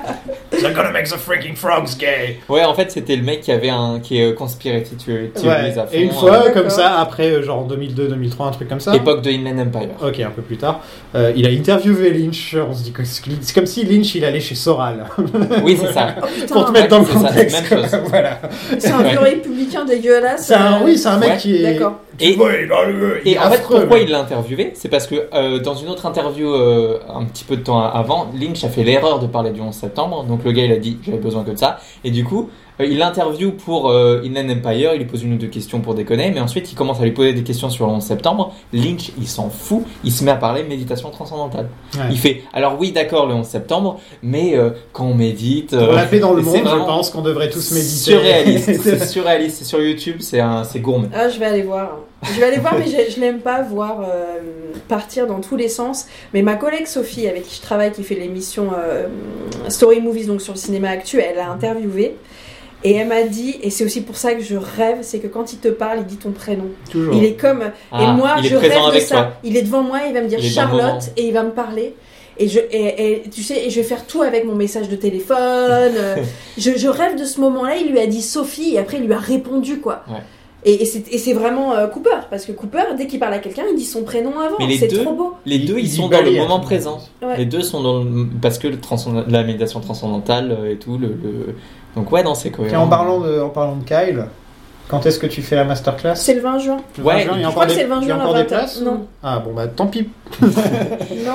Speaker 2: They're gonna make the freaking frogs gay.
Speaker 3: Ouais, en fait, c'était le mec qui avait un qui est euh, conspiracy theories
Speaker 2: Ouais.
Speaker 3: à fond.
Speaker 2: Et une
Speaker 3: euh,
Speaker 2: fois,
Speaker 4: euh,
Speaker 2: comme
Speaker 4: d'accord.
Speaker 2: ça, après, euh, genre en 2002, 2003, un truc comme ça.
Speaker 3: époque de Inland Empire.
Speaker 2: Ok, un peu plus tard, euh, il a interviewé Lynch. On se dit que c'est c'est comme si Lynch il allait chez Soral
Speaker 3: Oui, c'est ça.
Speaker 4: Oh putain,
Speaker 2: pour te mettre dans le
Speaker 3: c'est ça,
Speaker 2: contexte.
Speaker 3: c'est la même chose.
Speaker 2: voilà.
Speaker 4: c'est un
Speaker 3: Ouais.
Speaker 4: vieux républicain dégueulasse.
Speaker 2: C'est un,
Speaker 4: euh,
Speaker 2: oui, c'est un mec
Speaker 3: Ouais.
Speaker 2: qui est.
Speaker 4: D'accord.
Speaker 3: Et-
Speaker 2: Ouais, il a- il est
Speaker 3: Et en fait,
Speaker 2: affreux,
Speaker 3: pourquoi
Speaker 2: mais-
Speaker 3: il l'a interviewé C'est parce que euh, dans une autre interview euh, un petit peu de temps avant, Lynch a fait l'erreur de parler du 11 septembre. Donc le gars, il a dit j'avais besoin que de ça. Et du coup, euh, il l'interview pour euh, Inland Empire. Il lui pose une ou deux questions pour déconner. Mais ensuite, il commence à lui poser des questions sur le 11 septembre. Lynch, il s'en fout. Il se met à parler méditation transcendantale.
Speaker 2: Ouais.
Speaker 3: Il fait alors oui, d'accord, le 11 septembre, mais euh, quand on médite,
Speaker 2: Pour
Speaker 3: euh,
Speaker 2: la paix dans le
Speaker 3: c'est
Speaker 2: monde, je
Speaker 3: vraiment
Speaker 2: pense qu'on devrait tous méditer.
Speaker 3: Surréaliste, c'est surréaliste, c'est sur YouTube, c'est un, c'est gourmet.
Speaker 4: Ah, je vais aller voir. Je vais aller voir, mais j'ai- je n'aime pas voir euh, partir dans tous les sens. Mais ma collègue Sophie, avec qui je travaille, qui fait l'émission euh, Story Movies, donc sur le cinéma actuel, elle a interviewé. Et elle m'a dit, et c'est aussi pour ça que je rêve, c'est que quand il te parle, il dit ton prénom.
Speaker 2: Toujours.
Speaker 4: Il est comme. et
Speaker 3: Ah,
Speaker 4: moi,
Speaker 3: il est
Speaker 4: je
Speaker 3: présent
Speaker 4: rêve de
Speaker 3: avec
Speaker 4: ça.
Speaker 3: toi.
Speaker 4: Il est devant moi, il va me dire
Speaker 3: Il est dans le moment.
Speaker 4: Charlotte et il va me parler. Et, je, et, et tu sais, et je vais faire tout avec mon message de téléphone. euh, je, je rêve de ce moment-là. Il lui a dit Sophie et après il lui a répondu quoi.
Speaker 3: Ouais.
Speaker 4: Et, et c'est- et c'est vraiment euh, Cooper parce que Cooper, dès qu'il parle à quelqu'un, il dit son prénom avant.
Speaker 3: Mais les
Speaker 4: C'est
Speaker 3: deux-
Speaker 4: trop beau.
Speaker 3: Les deux, ils
Speaker 2: Il
Speaker 3: sont dans le
Speaker 2: balaye à
Speaker 3: moment
Speaker 2: tout
Speaker 3: présent.
Speaker 4: Ouais.
Speaker 3: Les deux sont dans le... parce que le transcend- la méditation transcendantale euh, et tout. Le, le- Donc ouais, non, c'est
Speaker 2: Tiens,
Speaker 3: cohérent.
Speaker 2: en parlant de, en parlant de Kyle, quand est-ce que tu fais la masterclass
Speaker 4: C'est le 20 juin.
Speaker 2: Le
Speaker 3: Ouais,
Speaker 2: 20 juin, il y a
Speaker 3: je
Speaker 2: encore
Speaker 4: crois que
Speaker 2: des-
Speaker 4: c'est le 20
Speaker 2: il y a
Speaker 4: juin à
Speaker 2: encore des
Speaker 4: 20.
Speaker 2: places ou-
Speaker 4: Non.
Speaker 2: Ah bon, bah tant pis.
Speaker 4: Non,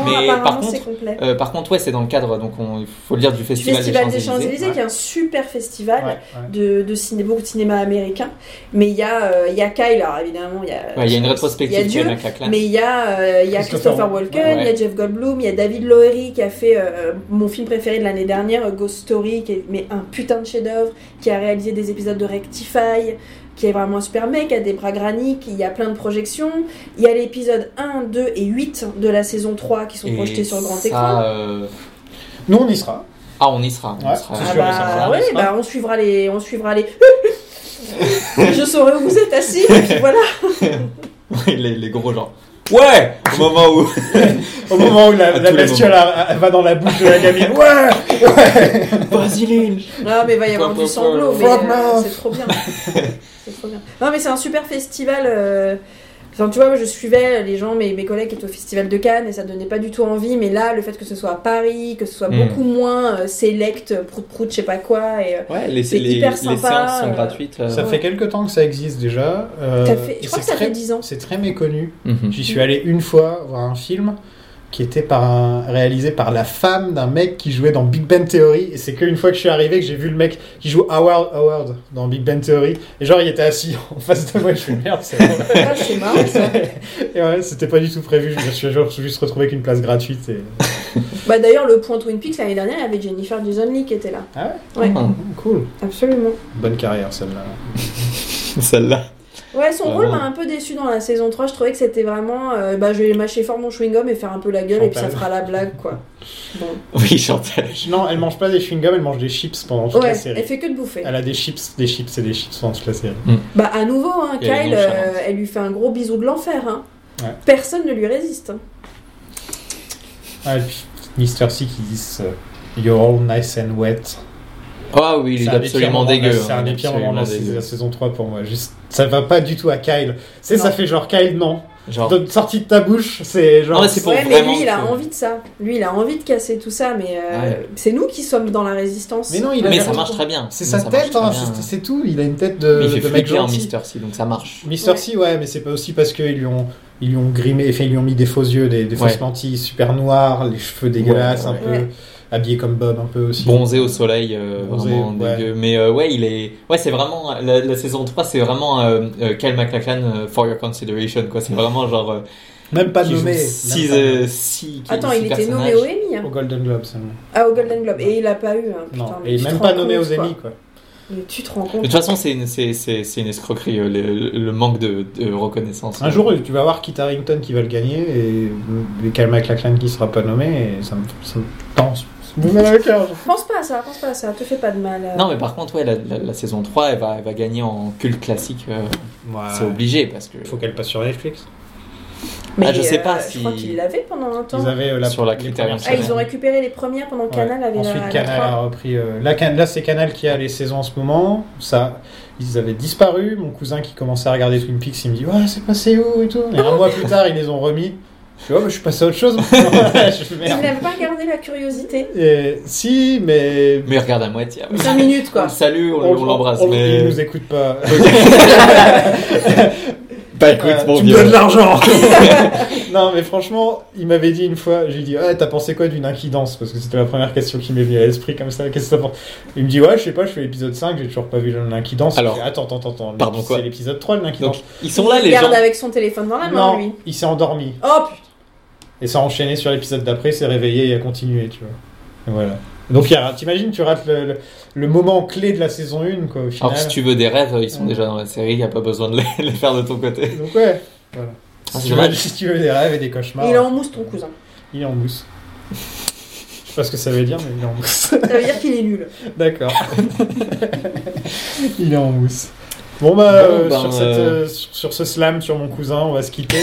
Speaker 3: Mais par
Speaker 4: apparemment
Speaker 3: contre,
Speaker 4: c'est complet.
Speaker 3: Euh, par contre, ouais, c'est dans le cadre. Donc on- il faut le dire du
Speaker 4: Du
Speaker 3: festival,
Speaker 4: Festival des
Speaker 3: Champs-Élysées.
Speaker 4: Champs-Élysées, qui est un super festival.
Speaker 2: Ouais, ouais.
Speaker 4: de, de ciné, beaucoup de cinéma américain. Mais il y, a, euh, il y a Kyle, alors évidemment, il y a,
Speaker 3: Ouais, il y a une
Speaker 4: il y a
Speaker 3: rétrospective qui
Speaker 4: Dieu,
Speaker 3: est McLachlan.
Speaker 4: mais il y a, euh, il y a
Speaker 2: Christopher
Speaker 4: Christopher Walken,
Speaker 3: Ouais.
Speaker 4: il y a Jeff Goldblum, il y a David Lowery qui a fait euh, mon film préféré de l'année dernière, euh, Ghost Story, qui est mais un putain de chef-d'œuvre, qui a réalisé des épisodes de Rectify, qui est vraiment un super mec, a des bras graniques, il y a plein de projections. Il y a l'épisode 1, 2 et 8 de la saison 3 qui sont
Speaker 3: Et
Speaker 4: projetés sur le grand
Speaker 3: ça,
Speaker 4: écran.
Speaker 3: euh,
Speaker 2: Nous, on y sera.
Speaker 3: Ah, on y sera. on
Speaker 2: Ouais,
Speaker 3: y sera.
Speaker 2: c'est
Speaker 4: Ah
Speaker 2: sûr,
Speaker 4: bah,
Speaker 2: et certain,
Speaker 4: ouais,
Speaker 2: on sera.
Speaker 4: bah, on suivra les, on suivra les. je saurai où vous êtes assis. Et puis voilà.
Speaker 3: Ouais, bah. les, les gros gens. Ouais Au moment où.
Speaker 2: Au moment où la,
Speaker 3: À
Speaker 2: la
Speaker 3: tous les
Speaker 2: bestiole a- a- va dans la bouche de la gamine. Ouais
Speaker 3: Brasiline
Speaker 4: Non, mais il va y avoir
Speaker 3: Point,
Speaker 4: du
Speaker 3: point, point.
Speaker 4: sanglot. mais,
Speaker 2: Frog
Speaker 4: euh,
Speaker 2: mouth.
Speaker 4: C'est trop bien. C'est trop bien. Non, mais c'est un super festival. euh, enfin, tu vois, moi, je suivais les gens, mes, mes collègues qui étaient au festival de Cannes et ça donnait pas du tout envie. Mais là, le fait que ce soit à Paris, que ce soit
Speaker 3: Mm.
Speaker 4: beaucoup moins euh, select, euh, prout-prout, je sais pas quoi. Et, euh,
Speaker 3: Ouais, les,
Speaker 4: C'est
Speaker 3: les,
Speaker 4: hyper
Speaker 3: les
Speaker 4: sympa,
Speaker 3: séances sont
Speaker 4: euh.
Speaker 3: gratuites. euh.
Speaker 2: Ça
Speaker 4: Ouais.
Speaker 2: fait quelques temps que ça existe déjà. euh,
Speaker 4: ça fait-
Speaker 2: et
Speaker 4: je crois que
Speaker 2: c'est
Speaker 4: ça fait
Speaker 2: très-
Speaker 4: 10 ans.
Speaker 2: C'est très méconnu.
Speaker 3: Mhm.
Speaker 2: J'y suis allé une fois voir un film qui était par un- réalisé par la femme d'un mec qui jouait dans Big Bang Theory. Et c'est qu'une fois que je suis arrivé que j'ai vu le mec qui joue Howard Howard dans Big Bang Theory. Et genre, il était assis en face de moi. Je suis merde, c'est vrai.
Speaker 4: Ah, c'est marrant ça.
Speaker 2: Et ouais, c'était pas du tout prévu. Je me suis genre juste retrouvé avec une place gratuite. Et...
Speaker 4: Bah, d'ailleurs, le point Twin Peaks l'année dernière, il y avait Jennifer Jason Lee qui était là.
Speaker 2: Ah
Speaker 4: Ouais,
Speaker 3: Oh,
Speaker 2: Cool.
Speaker 4: absolument.
Speaker 2: Bonne carrière celle-là.
Speaker 3: Celle-là.
Speaker 4: Ouais, son
Speaker 3: Vraiment.
Speaker 2: Euh,
Speaker 4: rôle m'a un peu déçu dans la saison 3. Je trouvais que c'était vraiment. euh, bah, je vais mâcher fort mon chewing-gum et faire un peu la gueule, et puis ça
Speaker 2: Chantal.
Speaker 4: fera la blague, quoi. Bon.
Speaker 3: Oui, Chantal.
Speaker 2: Non, elle mange pas des chewing-gums, elle mange des chips pendant toute
Speaker 4: Ouais,
Speaker 2: la série.
Speaker 4: elle fait que de bouffer.
Speaker 2: Elle a des chips, des chips et des chips pendant toute la série.
Speaker 4: Bah, à nouveau, hein,
Speaker 3: Et elle est
Speaker 4: Kyle,
Speaker 3: nonchalante.
Speaker 4: euh, elle lui fait un gros bisou de l'enfer. Hein.
Speaker 2: Ouais.
Speaker 4: Personne ne lui résiste. hein.
Speaker 2: Ah, et puis Mr. C qui dit euh, You're all nice and wet.
Speaker 3: Ah oui, il est,
Speaker 2: C'est un des pires
Speaker 3: absolument
Speaker 2: moments de la-
Speaker 3: dégueu. hein.
Speaker 2: C'est un des pires moments de la,
Speaker 3: Absolument
Speaker 2: saison-
Speaker 3: dégueu.
Speaker 2: la saison 3 pour moi. Juste, ça va pas du tout à Kyle. C'est
Speaker 4: Non.
Speaker 2: ça fait genre Kyle, non.
Speaker 3: Genre,
Speaker 2: De- sorti de ta bouche, c'est genre.
Speaker 3: Non, mais c'est pour
Speaker 4: ouais, mais
Speaker 3: vraiment
Speaker 4: lui, il a
Speaker 3: que-
Speaker 4: envie de ça. Lui, il a envie de casser tout ça, mais euh,
Speaker 3: Ouais.
Speaker 4: c'est nous qui sommes dans la résistance.
Speaker 2: Mais non, il a
Speaker 3: Mais
Speaker 2: l'air-
Speaker 3: ça marche très bien.
Speaker 2: C'est
Speaker 3: Mais
Speaker 2: sa
Speaker 3: ça marche
Speaker 2: tête,
Speaker 3: très
Speaker 2: hein,
Speaker 3: bien.
Speaker 2: c'est- c'est tout. Il a une tête de,
Speaker 3: Mais il fait
Speaker 2: de mec
Speaker 3: flipper en
Speaker 2: gentil.
Speaker 3: Mister C, donc ça marche.
Speaker 2: Mister C, ouais, mais c'est pas aussi parce qu'ils lui ont, ils lui ont grimé, enfin, ils lui ont mis des faux yeux, des, des fausses
Speaker 3: Ouais.
Speaker 2: lentilles super noires, les cheveux dégueulasses,
Speaker 3: Ouais,
Speaker 2: un peu
Speaker 4: ouais.
Speaker 2: habillé comme Bob, un peu aussi.
Speaker 3: Bronzé au soleil, euh,
Speaker 2: Bronzé,
Speaker 3: vraiment
Speaker 2: ouais.
Speaker 3: dégueu. Mais euh, ouais, il est. Ouais, c'est vraiment. La, la saison 3, c'est vraiment euh, euh, Kyle MacLachlan euh, for your consideration, quoi. C'est vraiment genre. euh,
Speaker 2: même pas
Speaker 3: qui joue
Speaker 2: nommé. même
Speaker 3: six,
Speaker 2: pas
Speaker 3: euh,
Speaker 2: nommé.
Speaker 3: six- qui-
Speaker 4: Attends,
Speaker 3: six
Speaker 4: il était nommé
Speaker 3: personnages.
Speaker 4: aux Emmy. hein.
Speaker 2: Au Golden Globe seulement.
Speaker 4: Ah, au Golden Globe. Et il a pas eu. hein, putain,
Speaker 2: Oh. Non,
Speaker 4: mais
Speaker 2: et
Speaker 4: tu te
Speaker 2: même
Speaker 4: rends
Speaker 2: pas nommé aux
Speaker 4: compte, quoi.
Speaker 2: Emmy, quoi.
Speaker 4: Mais tu te rends
Speaker 3: De
Speaker 4: compte.
Speaker 3: toute façon, c'est une, c'est- c'est- c'est une escroquerie, euh, le, le manque de, de reconnaissance.
Speaker 2: Un jour, tu vas voir Kit Harington qui va le gagner et, et Kyle MacLachlan qui sera pas nommé et ça me, ça me tense. Ça me met mal au cœur.
Speaker 4: Pense pas à ça, pense pas à ça. Te fais pas de mal. euh.
Speaker 3: Non, mais par contre, ouais, la, la- la saison 3, elle va, elle va gagner en culte classique. euh, C'est
Speaker 2: Ouais.
Speaker 3: obligé parce que.
Speaker 2: Bah, Faut qu'elle passe sur Netflix.
Speaker 4: Mais, euh,
Speaker 3: Ah, je sais pas
Speaker 4: Je
Speaker 3: si-
Speaker 4: crois qu'ils l'avaient pendant un temps.
Speaker 2: Ils avaient euh, la
Speaker 3: Sur la
Speaker 2: les
Speaker 3: Criterion
Speaker 2: premières
Speaker 4: Ah, ils
Speaker 2: saisons.
Speaker 4: ont récupéré les premières pendant
Speaker 2: Ouais.
Speaker 4: Canal avec la-
Speaker 2: Ensuite,
Speaker 4: la
Speaker 2: Canal a
Speaker 4: trois.
Speaker 2: repris. euh, là, Can- là, c'est Canal qui a les saisons en ce moment. Ça, ils avaient disparu. Mon cousin qui commençait à regarder Twin Peaks, il me dit Ouais, c'est passé où et tout. Et un mois plus tard, ils les ont remis. Je fais, oh, bah, je suis passé à autre chose. Je fais,
Speaker 4: Ils
Speaker 2: Merde.
Speaker 4: n'avaient pas gardé la curiosité.
Speaker 2: Et, si, mais.
Speaker 3: Mais regarde à moitié. ah ouais.
Speaker 4: 5 minutes
Speaker 3: On
Speaker 4: quoi.
Speaker 3: le salue, on, on l'embrasse.
Speaker 2: on-
Speaker 3: Mais...
Speaker 2: Ils nous écoutent pas.
Speaker 3: Bah écoute,
Speaker 2: Euh,
Speaker 3: mon
Speaker 2: tu me donnes
Speaker 3: vieux.
Speaker 2: l'argent Non, mais franchement, il m'avait dit une fois, j'ai dit, ah, t'as pensé quoi d'une inquidance Parce que c'était la première question qui m'est venue à l'esprit, comme ça, qu'est-ce que ça pense Il me dit, ouais, je sais pas, je fais l'épisode 5, j'ai toujours pas vu l'inquidance.
Speaker 3: Alors,
Speaker 2: Je dis, attends, attends, attends, attends,
Speaker 3: pardon,
Speaker 2: c'est
Speaker 3: quoi
Speaker 2: l'épisode 3 de
Speaker 3: Donc,
Speaker 2: l'inquidance.
Speaker 3: ils sont là,
Speaker 4: Il
Speaker 3: les gens.
Speaker 4: regarde avec son téléphone dans la main
Speaker 2: Ah, Non,
Speaker 4: lui.
Speaker 2: il s'est endormi.
Speaker 4: Oh putain.
Speaker 2: Et ça a enchaîné sur l'épisode d'après, il s'est réveillé et a continué, tu vois. Et voilà. Donc, il y a- t'imagines, tu rates le, le- le moment clé de la saison 1, quoi, au final.
Speaker 3: Alors, si tu veux des rêves, ils sont
Speaker 2: Ouais.
Speaker 3: déjà dans la série, il n'y a pas besoin de les, les faire de ton côté.
Speaker 2: Donc, ouais. Voilà.
Speaker 3: Ah, c'est
Speaker 2: Si tu, veux,
Speaker 3: dommage.
Speaker 2: si tu veux des rêves et des cauchemars,
Speaker 4: Il est en mousse ton cousin.
Speaker 2: il est en mousse. Je sais pas ce que ça veut dire, mais il est en mousse.
Speaker 4: Ça veut dire qu'il est nul.
Speaker 2: D'accord. Il est en mousse. Bon bah,
Speaker 3: Bon,
Speaker 2: euh,
Speaker 3: ben,
Speaker 2: sur, cette,
Speaker 3: euh,
Speaker 2: euh, sur sur ce slam sur mon cousin, on va se quitter.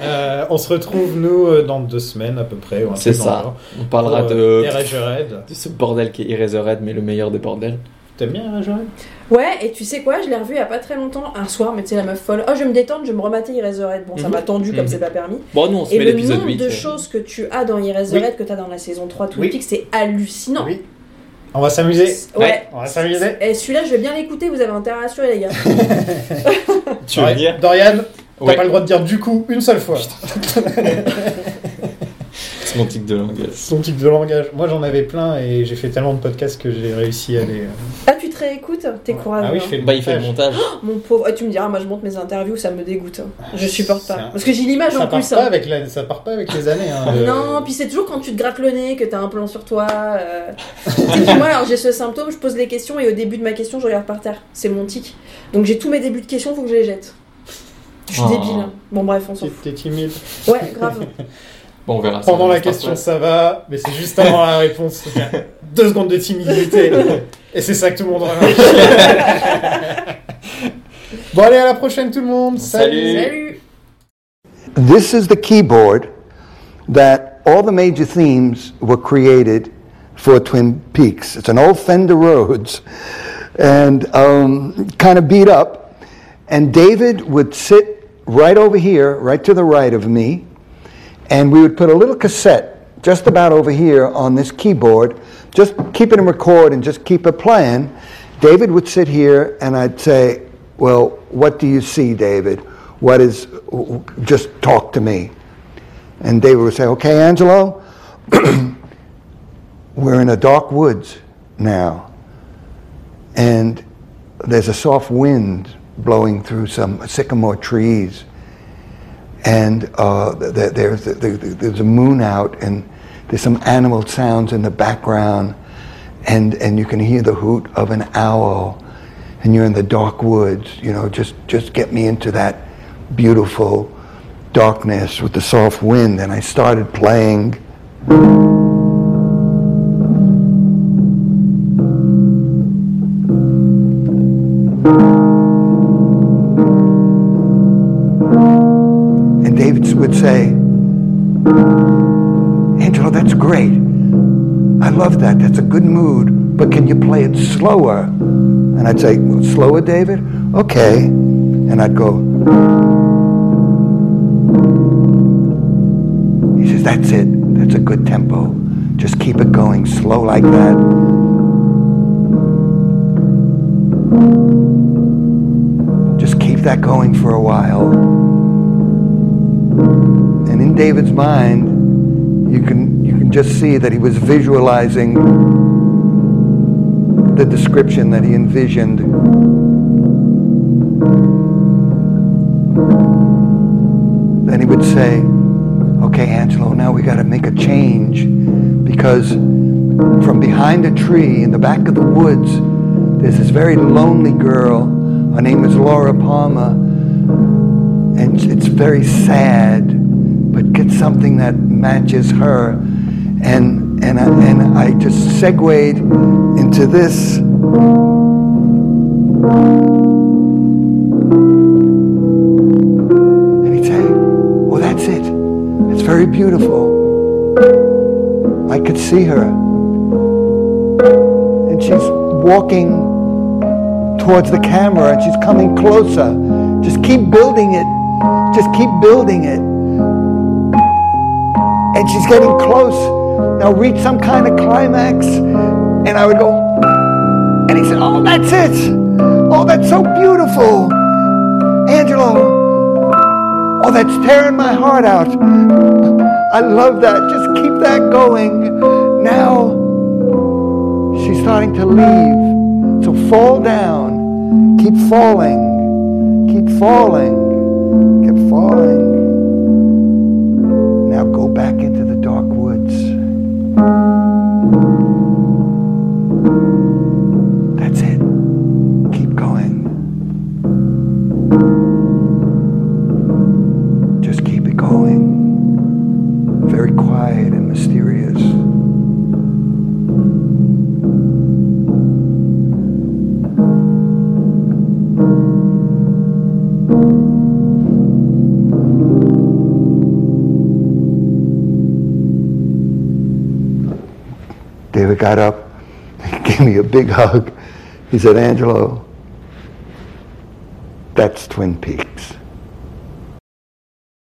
Speaker 2: Euh, on se retrouve nous euh, dans deux semaines à peu près. ou un
Speaker 3: C'est
Speaker 2: peu dans
Speaker 3: ça.
Speaker 2: l'heure,
Speaker 3: On
Speaker 2: pour,
Speaker 3: parlera
Speaker 2: euh,
Speaker 3: de,
Speaker 2: Erasure Red.
Speaker 3: de ce bordel qui est Eraserhead, mais le meilleur des bordels.
Speaker 2: T'aimes bien Eraserhead
Speaker 4: Ouais, et tu sais quoi, je l'ai revu il y a pas très longtemps, un soir, mais tu sais, la meuf folle. Oh, je vais me détendre, je vais me remater Eraserhead. Bon, ça
Speaker 3: Mhm.
Speaker 4: m'a tendu comme
Speaker 3: Mhm.
Speaker 4: c'est pas permis.
Speaker 3: Bon, nous, on se
Speaker 4: Et
Speaker 3: met
Speaker 4: le
Speaker 3: l'épisode
Speaker 4: nombre
Speaker 3: 8.
Speaker 4: de
Speaker 3: euh.
Speaker 4: choses que tu as dans Eraserhead, que tu as dans la saison 3 Twin
Speaker 2: Oui.
Speaker 4: Peaks, c'est hallucinant.
Speaker 2: Oui. On va s'amuser.
Speaker 4: Ouais.
Speaker 2: On va s'amuser.
Speaker 4: Et celui-là, je vais bien l'écouter, vous avez intérêt à assurer, les gars.
Speaker 3: Tu veux
Speaker 2: Ouais.
Speaker 3: dire
Speaker 2: Dorian, t'as
Speaker 3: Ouais.
Speaker 2: pas le droit de dire du coup une seule fois.
Speaker 3: C'est mon tic de langue.
Speaker 2: Son type de langage. Moi j'en avais plein et j'ai fait tellement de podcasts que j'ai réussi à les. euh,
Speaker 4: Ah, tu te réécoutes T'es courageux.
Speaker 2: Ah oui,
Speaker 4: hein.
Speaker 2: je fais le
Speaker 3: Bah, il fait le
Speaker 2: montage.
Speaker 3: montage.
Speaker 4: Mon pauvre. Ah, tu me diras, moi je monte mes interviews, ça me dégoûte. Je supporte
Speaker 2: Ah, C'est
Speaker 4: pas.
Speaker 2: un-
Speaker 4: Parce que j'ai l'image
Speaker 2: Ça
Speaker 4: en
Speaker 2: part
Speaker 4: plus.
Speaker 2: pas
Speaker 4: hein.
Speaker 2: avec la- ça part pas avec les années. hein, le-
Speaker 4: Non, puis c'est toujours quand tu te grattes le nez que t'as un plan sur toi. euh. Tu sais, puis moi, alors j'ai ce symptôme, je pose les questions et au début de ma question, je regarde par terre. C'est mon tic. Donc j'ai tous mes débuts de questions, faut que je les jette. Je suis
Speaker 3: Oh.
Speaker 4: débile. hein. Bon, bref, on s'en
Speaker 2: T'es-
Speaker 4: fout.
Speaker 2: T'es timide.
Speaker 4: Ouais, grave.
Speaker 3: Bon, on verra. ça
Speaker 2: Pendant
Speaker 3: va
Speaker 2: la
Speaker 3: se faire
Speaker 2: question,
Speaker 3: après.
Speaker 2: ça va, mais c'est juste avant la réponse. Deux secondes de timidité. Et c'est ça que tout le monde remarque. bon, allez, à la prochaine, tout le monde.
Speaker 3: Salut.
Speaker 4: Salut
Speaker 10: This is the keyboard that all the major themes were created for Twin Peaks. It's an old Fender Rhodes and um, kind of beat up. And David would sit right over here, right to the right of me, and we would put a little cassette just about over here on this keyboard, just keep it in record and just keep it playing. David would sit here and I'd say, Well, what do you see, David? What is, w- w- just talk to me. And David would say, Okay, Angelo, we're in a dark woods now, and there's a soft wind blowing through some sycamore trees, and uh, th- th- there's, th- th- th- there's a moon out, and there's some animal sounds in the background, and, and you can hear the hoot of an owl, and you're in the dark woods. You know, just just get me into that beautiful darkness with the soft wind, and I started playing. And David would say, Angelo, that's great. I love that. That's a good mood. But can you play it slower? And I'd say, "Well, Slower, David? Okay. And I'd go, He says, That's it. That's a good tempo. Just keep it going slow like that. Just keep that going for a while. And in David's mind, you can you can just see that he was visualizing the description that he envisioned. Then he would say, "Okay, Angelo, now we got to make a change because from behind a tree in the back of the woods, there's this very lonely girl. Her name is Laura Palmer." and it's very sad, but get something that matches her. And and I, and I just segued into this. And he'd say, "Well, that's it. It's very beautiful. I could see her, and she's walking." towards the camera and she's coming closer. Just keep building it. Just keep building it. And she's getting close. Now reach some kind of climax. And I would go, and he said, Oh, that's it. Oh, that's so beautiful. Angelo. Oh, that's tearing my heart out. I love that. Just keep that going. Now she's starting to leave. So fall down. Keep falling. Keep falling. Keep falling. Now go back into the dark woods. That's it. Keep going. Just keep it going. Very quiet and mysterious. David got up, he gave me a big hug. He said, Angelo, that's Twin Peaks.